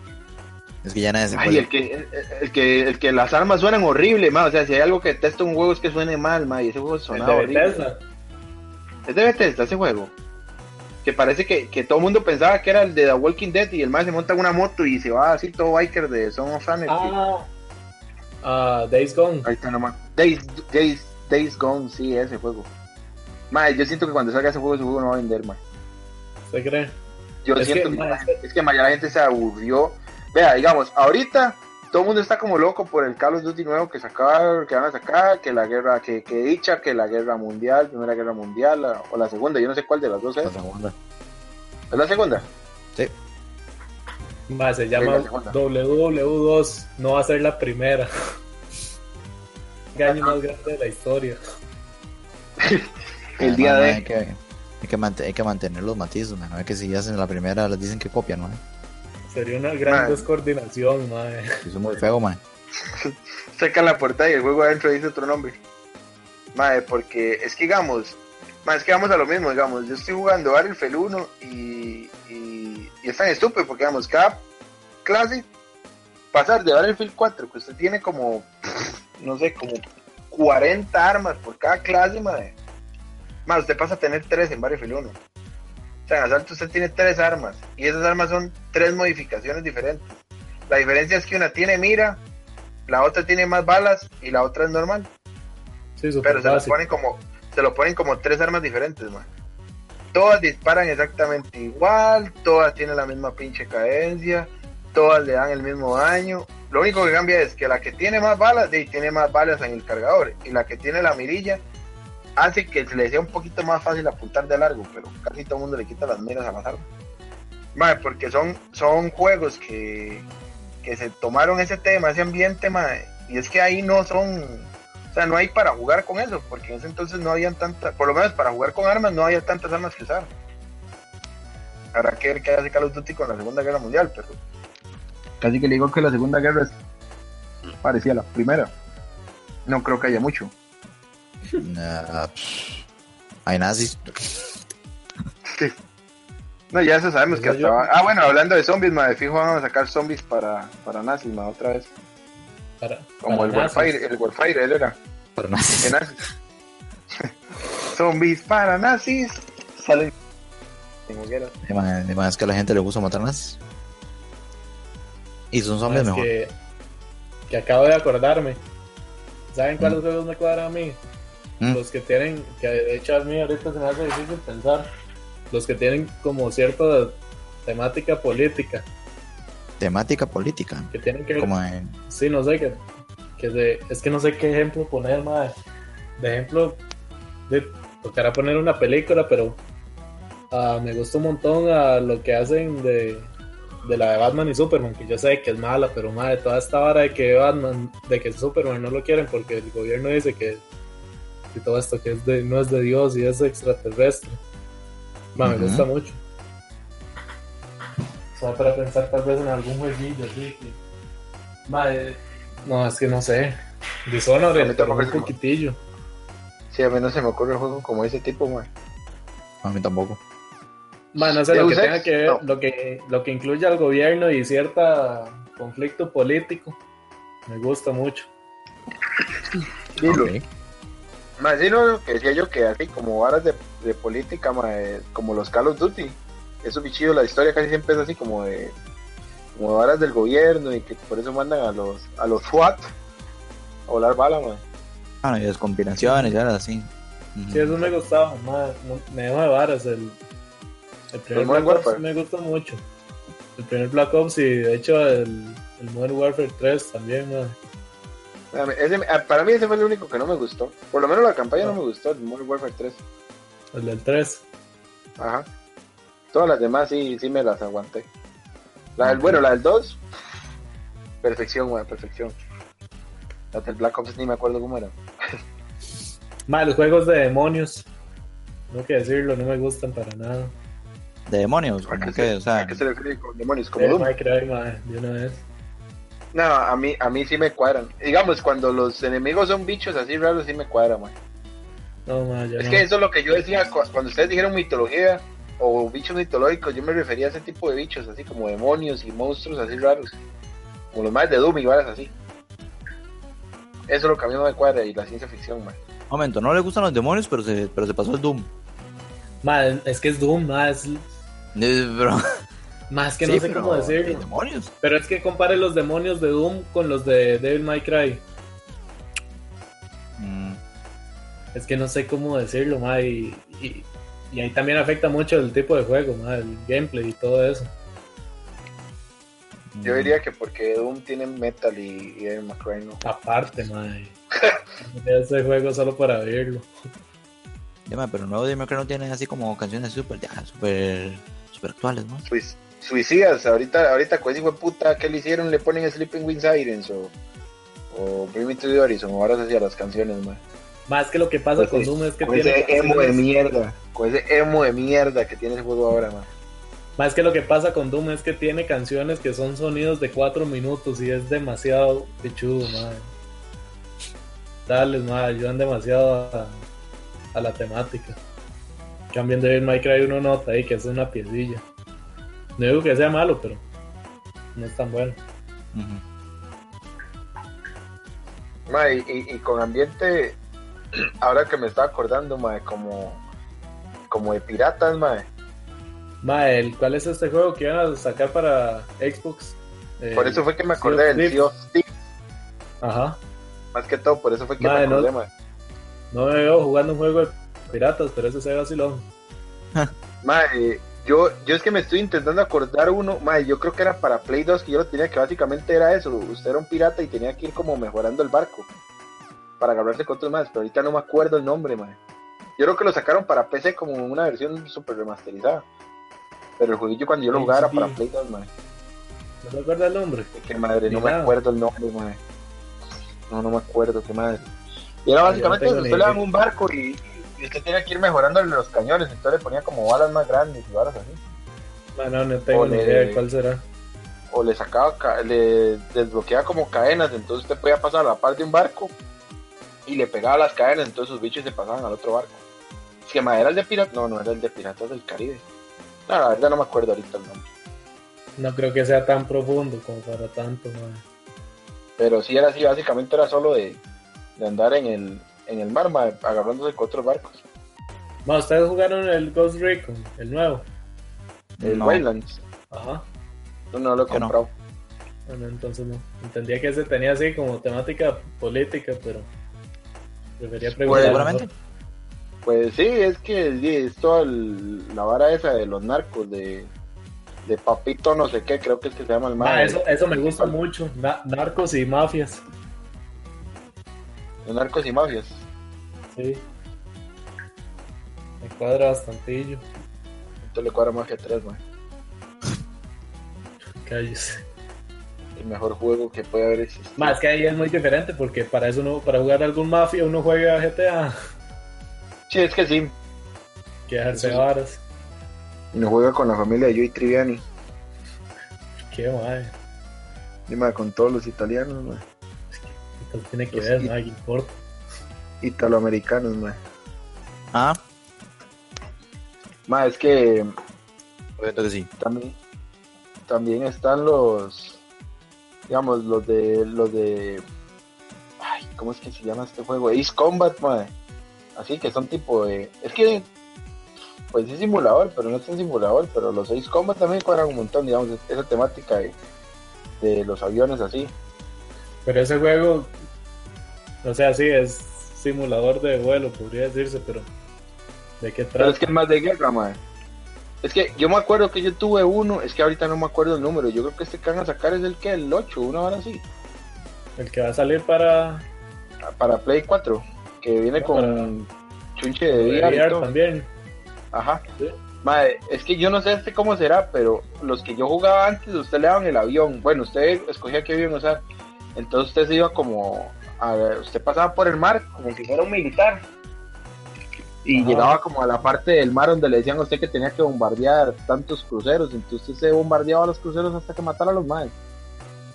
Speaker 2: Es que ya nadie se
Speaker 1: Ay,
Speaker 2: acuerda.
Speaker 1: el que, el, el que, el que las armas suenan horrible, ma. O sea, si hay algo que detesto en un juego es que suene mal, ma. Y ese juego
Speaker 3: El
Speaker 1: sonaba
Speaker 3: de
Speaker 1: horrible.
Speaker 3: Bethesda.
Speaker 1: Es de Bethesda ese juego. Que parece que, que todo el mundo pensaba que era el de The Walking Dead y el más se monta en una moto y se va así todo biker de Son of Anarchy.
Speaker 3: Ah, ah, Days Gone.
Speaker 1: Ahí está nomás. Days, Days, Days Gone, sí, ese juego. Ma, yo siento que cuando salga ese juego, ese juego no va a vender, ma.
Speaker 3: ¿Se cree?
Speaker 1: Yo
Speaker 3: Es
Speaker 1: siento
Speaker 3: que,
Speaker 1: que,
Speaker 3: ma,
Speaker 1: la
Speaker 3: es
Speaker 1: gente- es que ma, ya la gente se aburrió. Vea, digamos, ahorita todo el mundo está como loco por el Call of Duty nuevo que sacaron, que van a sacar, que la guerra, que, que dicha, que la guerra mundial, primera guerra mundial, la- o la segunda, yo no sé cuál de las dos es.
Speaker 2: La segunda.
Speaker 1: ¿Es la segunda?
Speaker 3: Mae, se
Speaker 1: Sí,
Speaker 3: llama
Speaker 1: la segunda.
Speaker 3: WW2. No va a ser la primera. Engaño más grande de la historia.
Speaker 1: El
Speaker 2: Además,
Speaker 1: día
Speaker 2: ma,
Speaker 1: de.
Speaker 2: Hay que, hay que mante- hay que mantener los matices, man. No es que si hacen la primera, les dicen que copian, man.
Speaker 3: Sería una gran
Speaker 1: Mae.
Speaker 3: descoordinación, mae.
Speaker 2: Eso es muy feo, man.
Speaker 1: saca la puerta y el juego adentro dice otro nombre. Madre, porque es que digamos, madre, es que vamos a lo mismo, digamos, yo estoy jugando Battlefield 1 y, y, y es tan estúpido porque digamos, cada clase, pasar de Battlefield 4, que usted tiene como, <laughs> no sé, como 40 armas por cada clase, madre. Más usted pasa a tener 3 en Battlefield 1. O sea, en asalto usted tiene 3 armas y esas armas son 3 modificaciones diferentes. La diferencia es que una tiene mira, la otra tiene más balas y la otra es normal.
Speaker 3: Sí, súper
Speaker 1: Pero se lo
Speaker 3: fácil.
Speaker 1: ponen como, se lo ponen como tres armas diferentes, man. Todas disparan exactamente igual, todas tienen la misma pinche cadencia, todas le dan el mismo daño, Lo único que cambia es que la que tiene más balas, de, tiene más balas en el cargador. Y la que tiene la mirilla, hace que se le sea un poquito más fácil apuntar de largo. Pero casi todo el mundo le quita las miras a las armas. Mae, porque son, son juegos que, que se tomaron ese tema, ese ambiente, mae, y es que ahí no son, o sea, no hay para jugar con eso, porque en ese entonces no habían tantas, por lo menos para jugar con armas no había tantas armas que usar. Ahora que ver que hace Call of Duty con la Segunda Guerra Mundial, pero casi que le digo que la Segunda Guerra es parecía la primera. No creo que haya mucho.
Speaker 2: Nah, pff. hay nazis.
Speaker 1: Sí. No, ya eso sabemos que hasta...
Speaker 3: Eso yo-
Speaker 1: Ah, bueno, hablando de zombies, mae, fijo van a sacar zombies para, para nazis, mae, otra vez.
Speaker 3: Para,
Speaker 1: Como
Speaker 3: para
Speaker 1: el
Speaker 3: nazis.
Speaker 1: Warfire, el Warfire, él era.
Speaker 2: Pero nazis.
Speaker 1: de nazis. <laughs> Zombies para nazis. Salen. en hogueras.
Speaker 2: Además es que a la gente le gusta matar nazis. Y son zombies
Speaker 3: Más
Speaker 2: mejor.
Speaker 3: Que, que acabo de acordarme. ¿Saben cuáles juegos me cuadran a mí?
Speaker 2: Mm.
Speaker 3: Los que tienen, que de hecho a mí ahorita se me hace difícil pensar, los que tienen como cierta temática política,
Speaker 2: Temática política.
Speaker 3: que tienen que ver,
Speaker 2: Como en...
Speaker 3: sí, no sé, que, que se- es que no sé qué ejemplo poner, madre. De ejemplo, de, tocará poner una película, pero ah, me gusta un montón a lo que hacen de, de la de Batman y Superman, que yo sé que es mala, pero madre, toda esta vara de que Batman, de que Superman no lo quieren porque el gobierno dice que, que todo esto que es de, no es de Dios y es extraterrestre. Ma,
Speaker 2: Ujú.
Speaker 3: Me gusta mucho. Solo para pensar tal vez en algún jueguillo así que- Ma, eh, no, es que no sé.
Speaker 1: A mí
Speaker 3: Dishonored, pero
Speaker 1: tampoco
Speaker 3: un
Speaker 1: es como-
Speaker 3: poquitillo.
Speaker 1: Sí, a mí no se me ocurre un juego como ese tipo, man.
Speaker 2: A mí tampoco.
Speaker 3: Ma, no sé, lo que
Speaker 1: ¿Deus Ex?
Speaker 3: tenga que ver,
Speaker 1: No.
Speaker 3: lo que, lo que incluya al gobierno y cierto conflicto político. Me gusta mucho.
Speaker 1: Dilo.
Speaker 2: Ok.
Speaker 1: Más dilo que decía yo que así como varas de, de política, mae, como los Call of Duty. Eso bichillo, la historia casi siempre es así como de como de varas del gobierno y que por eso mandan a los a los SWAT a volar bala, man.
Speaker 2: Ah, y descombinaciones, ya era así. Ujú.
Speaker 3: Sí, eso me gustaba, ma, no- me dejó de varas el, el primer
Speaker 1: Modern
Speaker 3: Black Ops
Speaker 1: Warfare.
Speaker 3: me gustó mucho. El primer Black Ops y de hecho el, el Modern Warfare 3 también, ma.
Speaker 1: Ese- ah, para mí ese fue el único que no me gustó. Por lo menos la campaña no me gustó, el Modern Warfare 3.
Speaker 3: el del 3.
Speaker 1: Ajá. Todas las demás sí, sí me las aguanté. La del, bueno, la del 2, perfección, güey, perfección. La del Black Ops ni me acuerdo cómo era.
Speaker 3: Ma, los juegos de demonios, no que decirlo, no me gustan para nada.
Speaker 2: De demonios,
Speaker 1: ¿A
Speaker 2: como
Speaker 1: qué
Speaker 2: que,
Speaker 1: se,
Speaker 2: o sea,
Speaker 1: a qué se refiere con demonios? Como
Speaker 3: Eh,
Speaker 1: Doom.
Speaker 3: Minecraft, ma, de una vez.
Speaker 1: No, a mí, a mí sí me cuadran. Digamos, cuando los enemigos son bichos así raros, sí me cuadran, güey.
Speaker 3: No, ma, yo
Speaker 1: Es
Speaker 3: no.
Speaker 1: que eso es lo que yo decía cu- cuando ustedes dijeron mitología o bichos mitológicos, yo me refería a ese tipo de bichos, así como demonios y monstruos así raros, como los más de Doom y varas así. Eso es lo que a mí no me cuadra y la ciencia ficción, man.
Speaker 2: un momento, no le gustan los demonios, pero se, pero se pasó el Doom.
Speaker 3: Ma, es que es Doom, ma, es,
Speaker 2: Eh, pero-
Speaker 3: ma, es que
Speaker 2: sí,
Speaker 3: no sé
Speaker 2: pero-
Speaker 3: cómo decirlo.
Speaker 2: Demonios.
Speaker 3: Pero es que compare los demonios de Doom con los de Devil May Cry.
Speaker 2: Mm,
Speaker 3: Es que no sé cómo decirlo, ma, y, y- y ahí también afecta mucho el tipo de juego, ma, el gameplay y todo eso.
Speaker 2: mm.
Speaker 1: Yo
Speaker 3: Mm.
Speaker 1: diría que porque Doom tiene metal y, y Devil May Cry no.
Speaker 3: Aparte, ma.
Speaker 1: <laughs>
Speaker 3: y- Ese juego solo para verlo.
Speaker 2: Ya, ma, pero el nuevo Devil May Cry no tiene así como canciones súper, ya, súper, súper actuales, ¿no?
Speaker 1: Suis- Pues, suicidas, ahorita, ahorita con ese hijo de puta, ¿qué le hicieron? Le ponen Sleeping With Sirens o, o Bring Me to the Horizon o ahora hacia las canciones, man.
Speaker 3: Más que lo que pasa
Speaker 1: Pues
Speaker 3: con
Speaker 1: sí,
Speaker 3: Doom es que
Speaker 1: Con ese
Speaker 3: tiene.
Speaker 1: emo de mierda, con ese emo de mierda que tiene ese juego ahora, man.
Speaker 3: Más que lo que pasa con Doom es que tiene canciones que son sonidos de 4 minutos y es demasiado pichudo, ma. Dale, ma, ayudan demasiado a, a la temática. Cambian de Devil May Cry uno nota ahí que es una piecilla. No digo que sea malo, pero no es tan bueno.
Speaker 2: Ujú.
Speaker 1: Ma, y, y- y con ambiente, ahora que me estaba acordando, ma, como, como de piratas, ma.
Speaker 3: Ma, el- ¿cuál es este juego que iban a sacar para Xbox? Eh,
Speaker 1: Por eso fue que me
Speaker 3: Sea
Speaker 1: acordé
Speaker 3: of
Speaker 1: del
Speaker 3: Thieves.
Speaker 1: Sea of Thieves,
Speaker 3: Ajá.
Speaker 1: más que todo, por eso fue que
Speaker 3: Ma,
Speaker 1: me
Speaker 3: no-
Speaker 1: acordé, ma.
Speaker 3: No me veo jugando un juego de piratas, pero ese se ve vacilón.
Speaker 1: Ma, eh, Yo, yo es que me estoy intentando acordar uno, mae, yo creo que era para Play 2 que yo lo tenía, que básicamente era eso, usted era un pirata y tenía que ir como mejorando el barco para agarrarse con otros más, pero ahorita no me acuerdo el nombre, mae. Yo creo que lo sacaron para PC como una versión super remasterizada. Pero el jueguillo cuando yo lo jugaba era para Play 2, mae.
Speaker 3: No me acuerdo el nombre.
Speaker 1: Qué madre, no
Speaker 3: Ni
Speaker 1: me
Speaker 3: nada.
Speaker 1: acuerdo el nombre, mae. No, no me acuerdo, qué madre. Y era
Speaker 3: Ah, yo
Speaker 1: básicamente
Speaker 3: no
Speaker 1: eso, usted
Speaker 3: tengo ni
Speaker 1: le daban
Speaker 3: idea.
Speaker 1: un barco y, y usted tenía que ir mejorando los cañones, entonces le ponía como balas más grandes y balas así.
Speaker 3: Ah, no, no tengo
Speaker 1: Ole.
Speaker 3: ni idea de cuál será.
Speaker 1: O le sacaba, ca- le desbloqueaba como cadenas, entonces usted podía pasar a la par de un barco y le pegaba las cadenas, entonces sus bichos se pasaban al otro barco. Es que madre, era el de piratas, no, no era el de piratas del Caribe. No, la verdad no me acuerdo ahorita el nombre.
Speaker 3: No creo que sea tan profundo como para tanto, man.
Speaker 1: pero sí era así, básicamente era solo de, de andar en el, en el mar, ma, agarrándose con otros barcos.
Speaker 3: Ma, ustedes jugaron el Ghost Recon, el nuevo.
Speaker 1: El
Speaker 2: No.
Speaker 1: Wildlands,
Speaker 3: Ajá.
Speaker 1: yo no lo he
Speaker 2: Yo no.
Speaker 1: comprado.
Speaker 3: Bueno, entonces no. Entendía que ese tenía así como temática política, pero prefería preguntar. Ah,
Speaker 2: seguramente.
Speaker 1: Pues sí, es que sí, es toda el- la vara esa de los narcos, de, de Papito no sé qué, creo que es que se llama el
Speaker 3: Ma,
Speaker 1: mar.
Speaker 3: Ah, eso, eso me gusta mucho. Na- narcos y mafias.
Speaker 1: Los narcos y mafias.
Speaker 3: Sí. Me cuadra bastantillo.
Speaker 1: Entonces Este le cuadra Mafia 3, ma.
Speaker 3: Cállese.
Speaker 1: El mejor juego que puede haber este. existido.
Speaker 3: Más que ahí es muy diferente porque para eso uno, para jugar algún mafia uno juega GTA,
Speaker 1: Sí, es que sí.
Speaker 3: que dejarse
Speaker 1: Eso sí.
Speaker 3: varas.
Speaker 1: Y no juega con la familia de Joey Triviani.
Speaker 3: Qué madre.
Speaker 1: Y, ma, con todos los italianos, ma.
Speaker 3: Entonces tiene que
Speaker 1: Pues
Speaker 3: ver,
Speaker 1: sí.
Speaker 3: nada que importa.
Speaker 1: Italoamericanos, ma.
Speaker 2: Ah,
Speaker 1: Ma, es que
Speaker 2: entonces sí.
Speaker 1: también también están los digamos los de los de ay, cómo es que se llama este juego Ace Combat madre. así que son tipo de es que pues es simulador pero no es un simulador pero los Ace Combat también cuadran un montón digamos esa temática de, de los aviones así
Speaker 3: Pero ese juego, o sea, sí, es simulador de vuelo, podría decirse, pero ¿de qué
Speaker 1: pero
Speaker 3: trata?
Speaker 1: es que es más de guerra madre. es que yo me acuerdo que yo tuve uno es que ahorita no me acuerdo el número yo creo que este que van a sacar es el que el 8 una hora así
Speaker 3: El que va a salir para,
Speaker 1: para Play 4 que viene
Speaker 3: No,
Speaker 1: con
Speaker 3: para-
Speaker 1: chunche
Speaker 3: para
Speaker 1: de VR y
Speaker 3: VR
Speaker 1: todo.
Speaker 3: también.
Speaker 1: Ajá.
Speaker 3: Sí.
Speaker 1: Madre, es que yo no sé este cómo será, pero los que yo jugaba antes, usted le daban el avión. Bueno, usted escogía qué avión usar. Entonces usted se iba como. A ver, usted pasaba por el mar como si fuera un militar. Y
Speaker 3: Ajá.
Speaker 1: llegaba como a la parte del mar donde le decían a usted que tenía que bombardear tantos cruceros. Entonces usted se bombardeaba a los cruceros hasta que matara a los madres.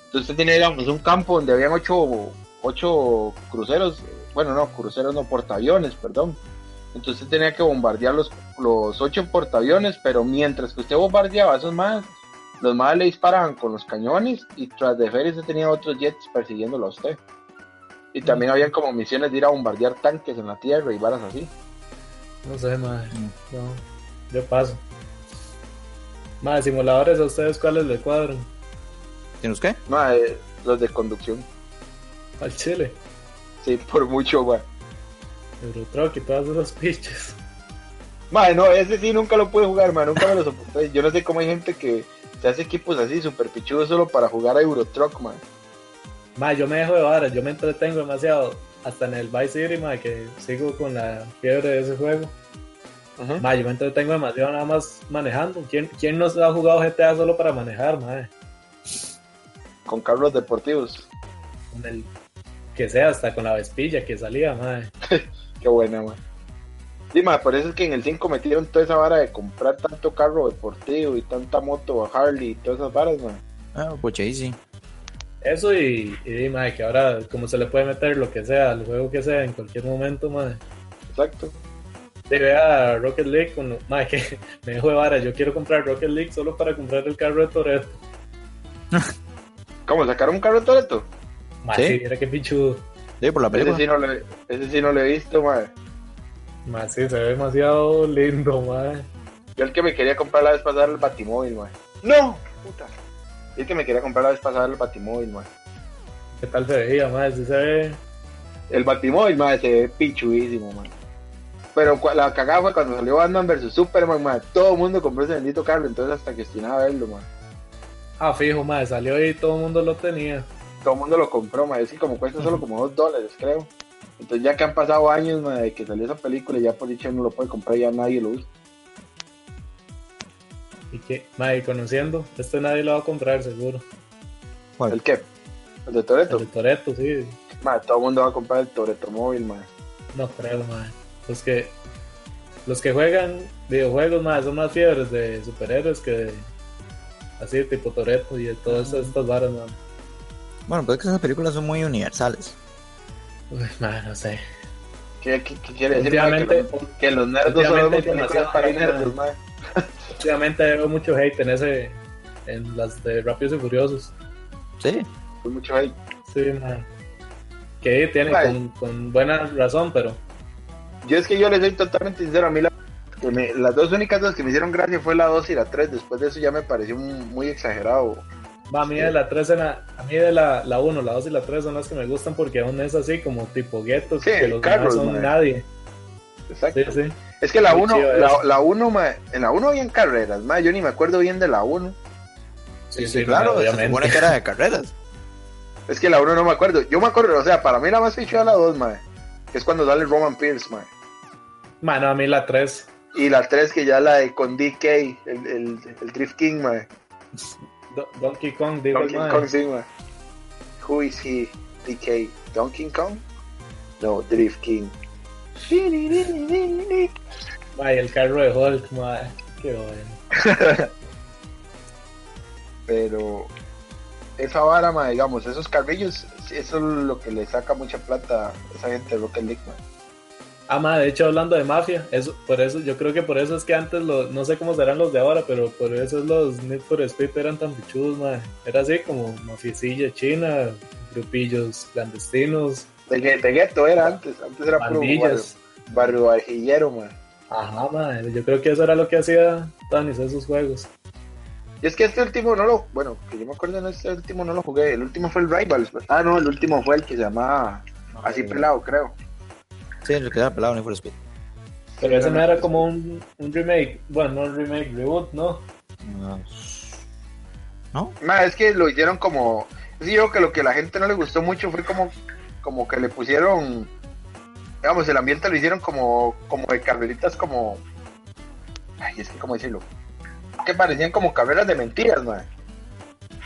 Speaker 1: Entonces usted tenía, digamos, un campo donde habían ocho, ocho cruceros. Bueno, no, cruceros no, portaaviones, perdón. Entonces tenía que bombardear los, los ocho portaaviones, pero mientras que usted bombardeaba a esos más, los más le disparaban con los cañones y tras de Ferry se tenían otros jets persiguiéndolo a usted. Y también habían como misiones de ir a bombardear tanques en la tierra y varas así.
Speaker 3: No sé, madre.
Speaker 1: Mm.
Speaker 3: No, yo paso. Madre, simuladores, ¿a ustedes cuáles le cuadran?
Speaker 2: ¿Tienes qué?
Speaker 1: Ma, eh, los de conducción.
Speaker 3: Al chile,
Speaker 1: Sí, <laughs> por mucho, ma.
Speaker 3: Eurotruck y todas esas <laughs> piches.
Speaker 1: Ma, no, ese sí nunca lo pude jugar, ma, nunca me lo soporté. Yo no sé cómo hay gente que se hace equipos así, super pichudos, solo para jugar a Eurotruck, ma.
Speaker 3: Madre, yo me dejo de varas, yo me entretengo demasiado. Hasta en el Vice City, madre, que sigo con la fiebre de ese juego.
Speaker 1: ¿Eh?
Speaker 3: Ma, yo me entretengo demasiado nada más manejando. ¿Quién, quién no ha jugado GTA solo para manejar, madre?
Speaker 1: Con carros deportivos.
Speaker 3: Con el que sea, hasta con la vespilla que salía, madre.
Speaker 1: Qué buena, man. Sí, ma, por eso es que en el 5 metieron toda esa vara de comprar tanto carro deportivo y tanta moto Harley y todas esas varas, man.
Speaker 2: Ah, pues ahí sí.
Speaker 3: Eso y, y di, madre, que ahora como se le puede meter lo que sea, al juego que sea, en cualquier momento, madre.
Speaker 1: Exacto.
Speaker 3: Te vea Rocket League con... Madre, que <laughs> me dejo de varas, yo quiero comprar Rocket League solo para comprar el carro de Toreto.
Speaker 1: ¿Cómo? ¿Sacaron un carro de Toreto?
Speaker 3: Madre,
Speaker 2: ¿Sí?
Speaker 3: sí, mira qué pichudo.
Speaker 2: Sí, por la
Speaker 1: Ese
Speaker 2: película.
Speaker 1: sí, no le, ese sí no lo he visto, man.
Speaker 3: Madre, sí, se ve demasiado lindo, madre.
Speaker 1: Yo el que me quería comprar la vez pasada era el Batimóvil, man. ¡No! Puta. El que me quería comprar la vez pasada era el Batimóvil, man.
Speaker 3: ¿Qué tal se veía, madre? Sí se ve...
Speaker 1: El Batimóvil, man, se ve pichudísimo, man. pero cua- la cagada fue cuando salió Batman vs Superman, ma, todo el mundo compró ese bendito carro, entonces hasta que obstinaba verlo, ma.
Speaker 3: Ah, fijo, madre, salió y todo el mundo lo tenía.
Speaker 1: todo el mundo lo compró, ma. Es que como cuesta solo como 2 dólares, creo. Entonces ya que han pasado años, ma, de que salió esa película, ya por dicho no lo puede comprar, ya nadie lo usa.
Speaker 3: Y que, madre, conociendo, este nadie lo va a comprar seguro.
Speaker 2: ¿Cuál?
Speaker 1: ¿El qué? El de Toreto.
Speaker 3: El de Toreto, sí.
Speaker 1: Ma, todo el mundo va a comprar el Toreto móvil, ma.
Speaker 3: No creo, madre. Los que, los que juegan videojuegos, madre, son más fiebres de superhéroes que de- así, tipo Toreto y de todas estas varas, madre.
Speaker 2: Bueno, pues es que esas películas son muy universales.
Speaker 3: Uy, madre, no sé.
Speaker 1: ¿Qué, qué- qué quiere decir, ma?
Speaker 3: Últimamente,
Speaker 1: Que los, que los nerdos solo
Speaker 3: Últimamente
Speaker 1: vemos
Speaker 3: hay
Speaker 1: películas
Speaker 3: demasiado
Speaker 1: para
Speaker 3: hate,
Speaker 1: nerdos, ma.
Speaker 3: últimamente veo mucho hate en ese, en las de Rápidos y Furiosos.
Speaker 2: Sí.
Speaker 1: Hay mucho hate.
Speaker 3: Sí, madre. Que tiene
Speaker 1: Madre.
Speaker 3: con, con buena razón, pero
Speaker 1: Yo es que yo les soy totalmente sincero, a mí la- que me- las dos únicas dos que me hicieron gracia fue la 2 y la 3, después de eso ya me pareció un- muy exagerado.
Speaker 3: Va, a mí de la 3 en la- a mí de la, la 1, la 2 y la 3 son las que me gustan porque aún es así como tipo guetos
Speaker 1: Sí,
Speaker 3: que los
Speaker 1: Carlos,
Speaker 3: demás son
Speaker 1: madre.
Speaker 3: nadie.
Speaker 1: Exacto.
Speaker 3: Sí, sí.
Speaker 1: Es que la
Speaker 3: Muy
Speaker 1: 1,
Speaker 3: chiva
Speaker 1: la,
Speaker 3: esa.
Speaker 1: la 1, ma, en la 1 habían carreras, ma, yo ni me acuerdo bien de la 1.
Speaker 3: Sí,
Speaker 2: claro, se
Speaker 3: obviamente.
Speaker 2: supone que era de carreras.
Speaker 1: Es que la 1 no me acuerdo. Yo me acuerdo, o sea, para mí la más fichada es la 2, mae. Que es cuando sale Roman Pierce, mae.
Speaker 3: Mano, a mí la 3.
Speaker 1: Y la 3 que ya la de con DK, el, el, el Drift King, mae.
Speaker 3: Do- Donkey Kong, digo
Speaker 1: Donkey Kong, sí, mae. Who is he? DK. Donkey Kong? No, Drift King.
Speaker 3: Ay, el carro de Hulk, madre. Qué bueno.
Speaker 1: Pero esa vara, mae, digamos, esos carrillos, eso es lo que le saca mucha plata a esa gente de Rocket League, mae.
Speaker 3: Ah, madre, de hecho, hablando de mafia, eso, por eso, yo creo que por eso es que antes, los, no sé cómo serán los de ahora, pero por eso los Need for Speed eran tan pichudos, madre. Era así como mafiecilla china, grupillos clandestinos,
Speaker 1: De, gue- de gueto era antes, antes era puro barrio,
Speaker 3: pandillas.
Speaker 1: barrio barjillero, mae.
Speaker 3: Ajá, madre, yo creo que eso era lo que hacía Tanis esos juegos.
Speaker 1: Y es que este último no lo, bueno, que yo me acuerdo, no, este último no lo jugué, el último fue el Rivals. ¿verdad? Ah, no, el último fue el que se llamaba así pelado, creo.
Speaker 2: Sí, el que era pelado, Need for Speed.
Speaker 3: Pero ese no era como un, un remake, bueno, no un remake, reboot, ¿no?
Speaker 2: No.
Speaker 1: Ma, es que lo hicieron como, sí, yo creo que lo que a la gente no le gustó mucho fue como, como que le pusieron, digamos, el ambiente lo hicieron como, como de carreritas como, ay, es que cómo decirlo, que parecían como carreras de mentiras, man.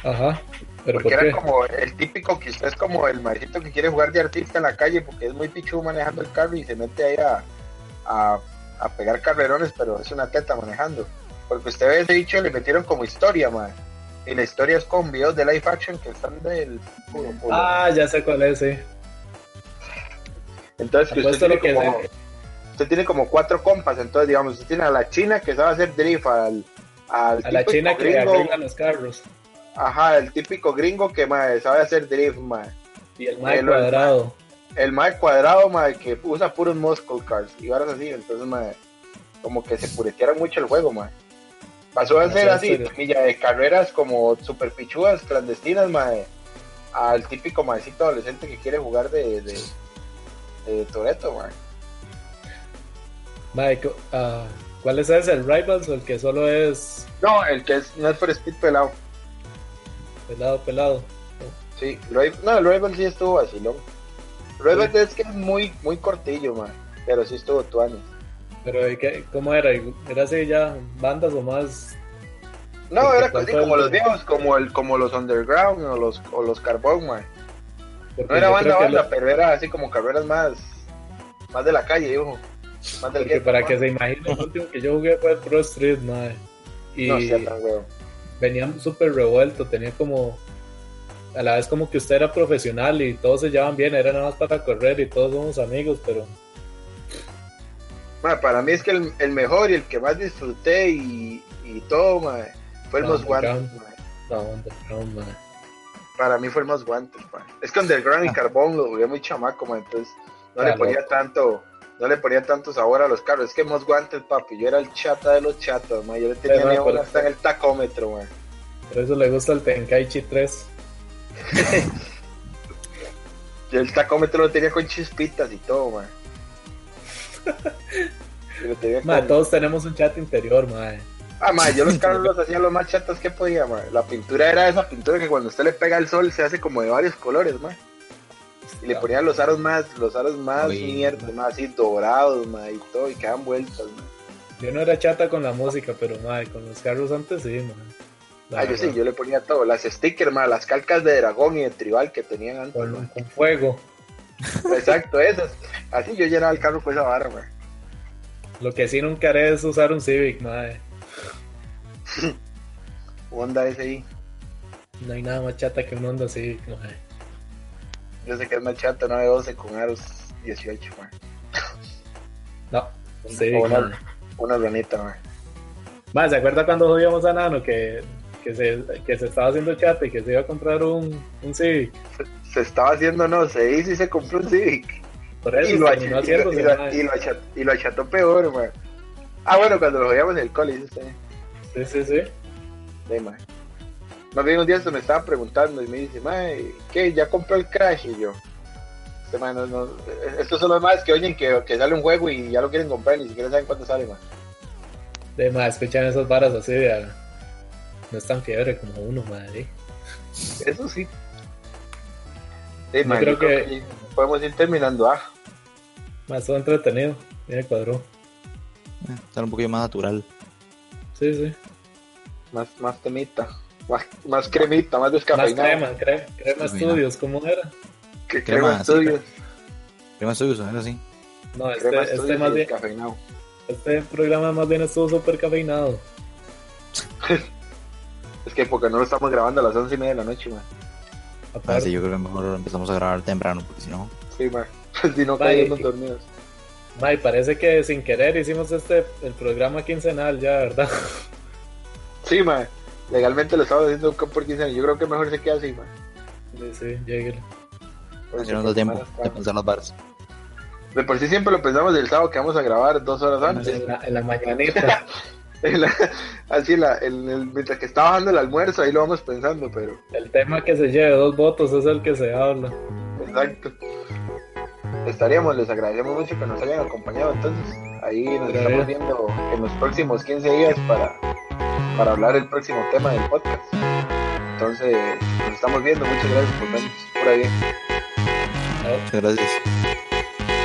Speaker 3: Ajá, pero
Speaker 1: Porque
Speaker 3: ¿por
Speaker 1: era
Speaker 3: qué?
Speaker 1: como el típico que usted es como el maricito que quiere jugar de artista en la calle porque es muy pichu manejando el carro y se mete ahí a, a- a pegar carrerones, pero es una teta manejando. Porque usted ve ese dicho, le metieron como historia, man. Y la historia es con videos de live action que están del puro puro.
Speaker 3: Ah, ya sé cuál es, sí.
Speaker 1: entonces que usted
Speaker 3: apuesto
Speaker 1: tiene,
Speaker 3: lo que
Speaker 1: como, usted tiene como cuatro compas, entonces digamos, usted tiene a la china que sabe hacer drift, al, al
Speaker 3: A la
Speaker 1: típico
Speaker 3: china que le
Speaker 1: gringo-
Speaker 3: arregla los carros.
Speaker 1: ajá, el típico gringo que mae, sabe hacer drift, man.
Speaker 3: Y el mae
Speaker 1: El otro.
Speaker 3: cuadrado.
Speaker 1: el mae cuadrado, mae, que usa puros muscle cars y varas así, entonces, mae, como que se puretearon mucho el juego, mae. Pasó a
Speaker 3: No
Speaker 1: ser
Speaker 3: sé,
Speaker 1: así,
Speaker 3: pero-
Speaker 1: milla de carreras como super pichudas, clandestinas, mae, al típico maecito adolescente que quiere jugar de, de, de Toreto, mae.
Speaker 3: Mae, cu- ah, ¿cuál es ese? ¿El Rivals o el que solo es
Speaker 1: No, el que es no es for Speed pelado,
Speaker 3: pelado, pelado?
Speaker 1: sí, Rival- no, el Rival sí estuvo vacilón. Rival es que es muy, muy cortillo, mae, pero sí estuvo tuanis.
Speaker 3: Pero ¿y qué- ¿cómo era? ¿Era así ya bandas o más?
Speaker 1: No,
Speaker 3: Porque
Speaker 1: era
Speaker 3: con
Speaker 1: así
Speaker 3: todo
Speaker 1: como
Speaker 3: el-
Speaker 1: los viejos, como el, como los underground o los, o los carbón, mae.
Speaker 3: Porque
Speaker 1: No era
Speaker 3: yo
Speaker 1: banda
Speaker 3: creo que
Speaker 1: banda,
Speaker 3: lo-
Speaker 1: pero era así como carreras más, más de la calle, hijo. Más del
Speaker 3: porque
Speaker 1: gueto,
Speaker 3: para
Speaker 1: ¿no?
Speaker 3: que se imaginen, el último que yo jugué fue Pro Street, mae. Y
Speaker 1: No sea tan huevo.
Speaker 3: venía súper revuelto, tenía como... A la vez como que usted era profesional y todos se llevaban bien, era nada más para correr y todos somos amigos, pero...
Speaker 1: Ma, para mí es que el, el mejor y el que más disfruté y, y todo, ma, fue el
Speaker 3: No,
Speaker 1: Most Wanted.
Speaker 3: Underground.
Speaker 1: ma.
Speaker 3: No, underground, mae.
Speaker 1: Para mí fue el Most Wanted. ma. Es que Underground y Carbón lo jugué muy chamaco, ma, entonces no
Speaker 3: Ah,
Speaker 1: le ponía
Speaker 3: loco.
Speaker 1: tanto... No le ponía tanto sabor a los carros. Es que Most Wanted, papi, yo era el chata de los chatas, ma. Yo le tenía
Speaker 3: Pero,
Speaker 1: miedo
Speaker 3: pero-
Speaker 1: hasta en el tacómetro, ma.
Speaker 3: Por eso le gusta el Tenkaichi 3.
Speaker 1: Yo el tacómetro lo tenía con chispitas y todo, ma. Pero te digo
Speaker 3: <laughs> Ma,
Speaker 1: que-
Speaker 3: todos tenemos un chat interior, mae.
Speaker 1: Ah, ma, yo los carros los hacía los más chatos que podía, ma. La pintura era esa pintura que cuando usted le pega el sol se hace como de varios colores, ma. Y le ponían los aros más, los aros más
Speaker 2: Uy.
Speaker 1: mierda, ma, así dorados, ma, y todo, y quedaban vueltas, ma.
Speaker 3: Yo no era chata con la música, pero mae, con los carros antes sí, mae. La
Speaker 1: Ah, yo sí,
Speaker 3: verdad.
Speaker 1: yo le ponía todo, las stickers, ma, las calcas de dragón y de tribal que tenían antes,
Speaker 3: Con,
Speaker 1: ma.
Speaker 3: con fuego.
Speaker 1: Exacto, esas. Así yo llenaba el carro con esa barra, ma.
Speaker 3: Lo que sí nunca haré es usar un Civic, mae.
Speaker 1: Honda SI.
Speaker 3: No hay nada más chata que un Honda Civic, mae.
Speaker 1: Yo sé que es más chato, 912 con aros 18, ma.
Speaker 3: No, un Civic,
Speaker 1: Hola.
Speaker 3: mae.
Speaker 1: Una ranita, ma.
Speaker 3: Mae, ¿se acuerda cuando subíamos a Nano que, que, se, que se estaba haciendo chata y que se iba a comprar un, un Civic?
Speaker 1: Se estaba haciendo, no, se hizo y se compró un Civic.
Speaker 3: Por eso
Speaker 1: y lo, ach- y
Speaker 3: terminó
Speaker 1: lo-
Speaker 3: haciéndose,
Speaker 1: y lo-
Speaker 3: mae.
Speaker 1: y lo achat- y lo acható peor, man. Ah, bueno, cuando lo veíamos en el cole, dice usted.
Speaker 3: Sí, sí, sí.
Speaker 1: Sí, man. Más bien un día se me estaba preguntando y me dice, "Mae, ¿qué? ¿Ya compró el Crash? Y yo, este man, no, no, estos son los más que oyen que, que sale un juego y ya lo quieren comprar, ni siquiera saben cuándo sale, man.
Speaker 3: De más, escuchan esas varas así de. ah, No es tan fiebre como uno, eh. madre.
Speaker 1: Eso sí. Sí,
Speaker 3: Yo
Speaker 1: man,
Speaker 3: creo
Speaker 1: yo creo
Speaker 3: que-
Speaker 1: que podemos ir terminando, ah.
Speaker 3: Más todo entretenido. Mira, cuadró.
Speaker 2: Está un poquito más natural.
Speaker 3: Sí, sí.
Speaker 1: Más, más temita, más, más cremita, más
Speaker 3: Más
Speaker 1: descafeinado.
Speaker 3: crema, crema, crema
Speaker 2: Descafeinado.
Speaker 3: estudios, ¿cómo era?
Speaker 1: Que
Speaker 2: Crema,
Speaker 1: crema,
Speaker 2: sí,
Speaker 1: estudios.
Speaker 2: Prima estoy usando así. Ah,
Speaker 3: No, este,
Speaker 1: Crema
Speaker 3: este,
Speaker 1: estudios
Speaker 3: más
Speaker 1: y
Speaker 3: bien,
Speaker 1: descafeinado.
Speaker 3: este programa más bien estuvo súper cafeinado.
Speaker 1: Es que porque no lo estamos grabando a las once y media de la noche, man.
Speaker 2: Ah,
Speaker 3: Aparte,
Speaker 2: sí, yo creo que mejor lo empezamos a grabar temprano, porque si no.
Speaker 1: Sí, man. <laughs> Si no
Speaker 3: Vale.
Speaker 1: caímos dormidos.
Speaker 3: May, parece que sin querer hicimos este el programa quincenal ya, ¿verdad? <laughs>
Speaker 1: Sí, man. Legalmente lo estamos haciendo un por 15 años. Yo creo que mejor se queda así, man.
Speaker 3: Sí, sí, llegué.
Speaker 1: Porque
Speaker 2: Ya no da tiempo de
Speaker 1: está-
Speaker 2: pensar los bares.
Speaker 1: De por sí siempre lo pensamos el sábado que vamos a grabar dos horas antes. <laughs>
Speaker 3: En la, en la mañanita.
Speaker 1: En la- así, en la, en el- mientras que está bajando el almuerzo, ahí lo vamos pensando, pero.
Speaker 3: el tema que se lleve dos votos es el que se habla.
Speaker 1: Exacto. Estaríamos, les agradecemos mucho que nos hayan acompañado. Entonces, ahí nos
Speaker 3: Pero, eh.
Speaker 1: estamos viendo en los próximos 15 días para, para hablar el próximo tema del podcast. Entonces, nos estamos viendo. Muchas gracias por vernos. Por ahí.
Speaker 3: ¿no?
Speaker 2: Muchas gracias.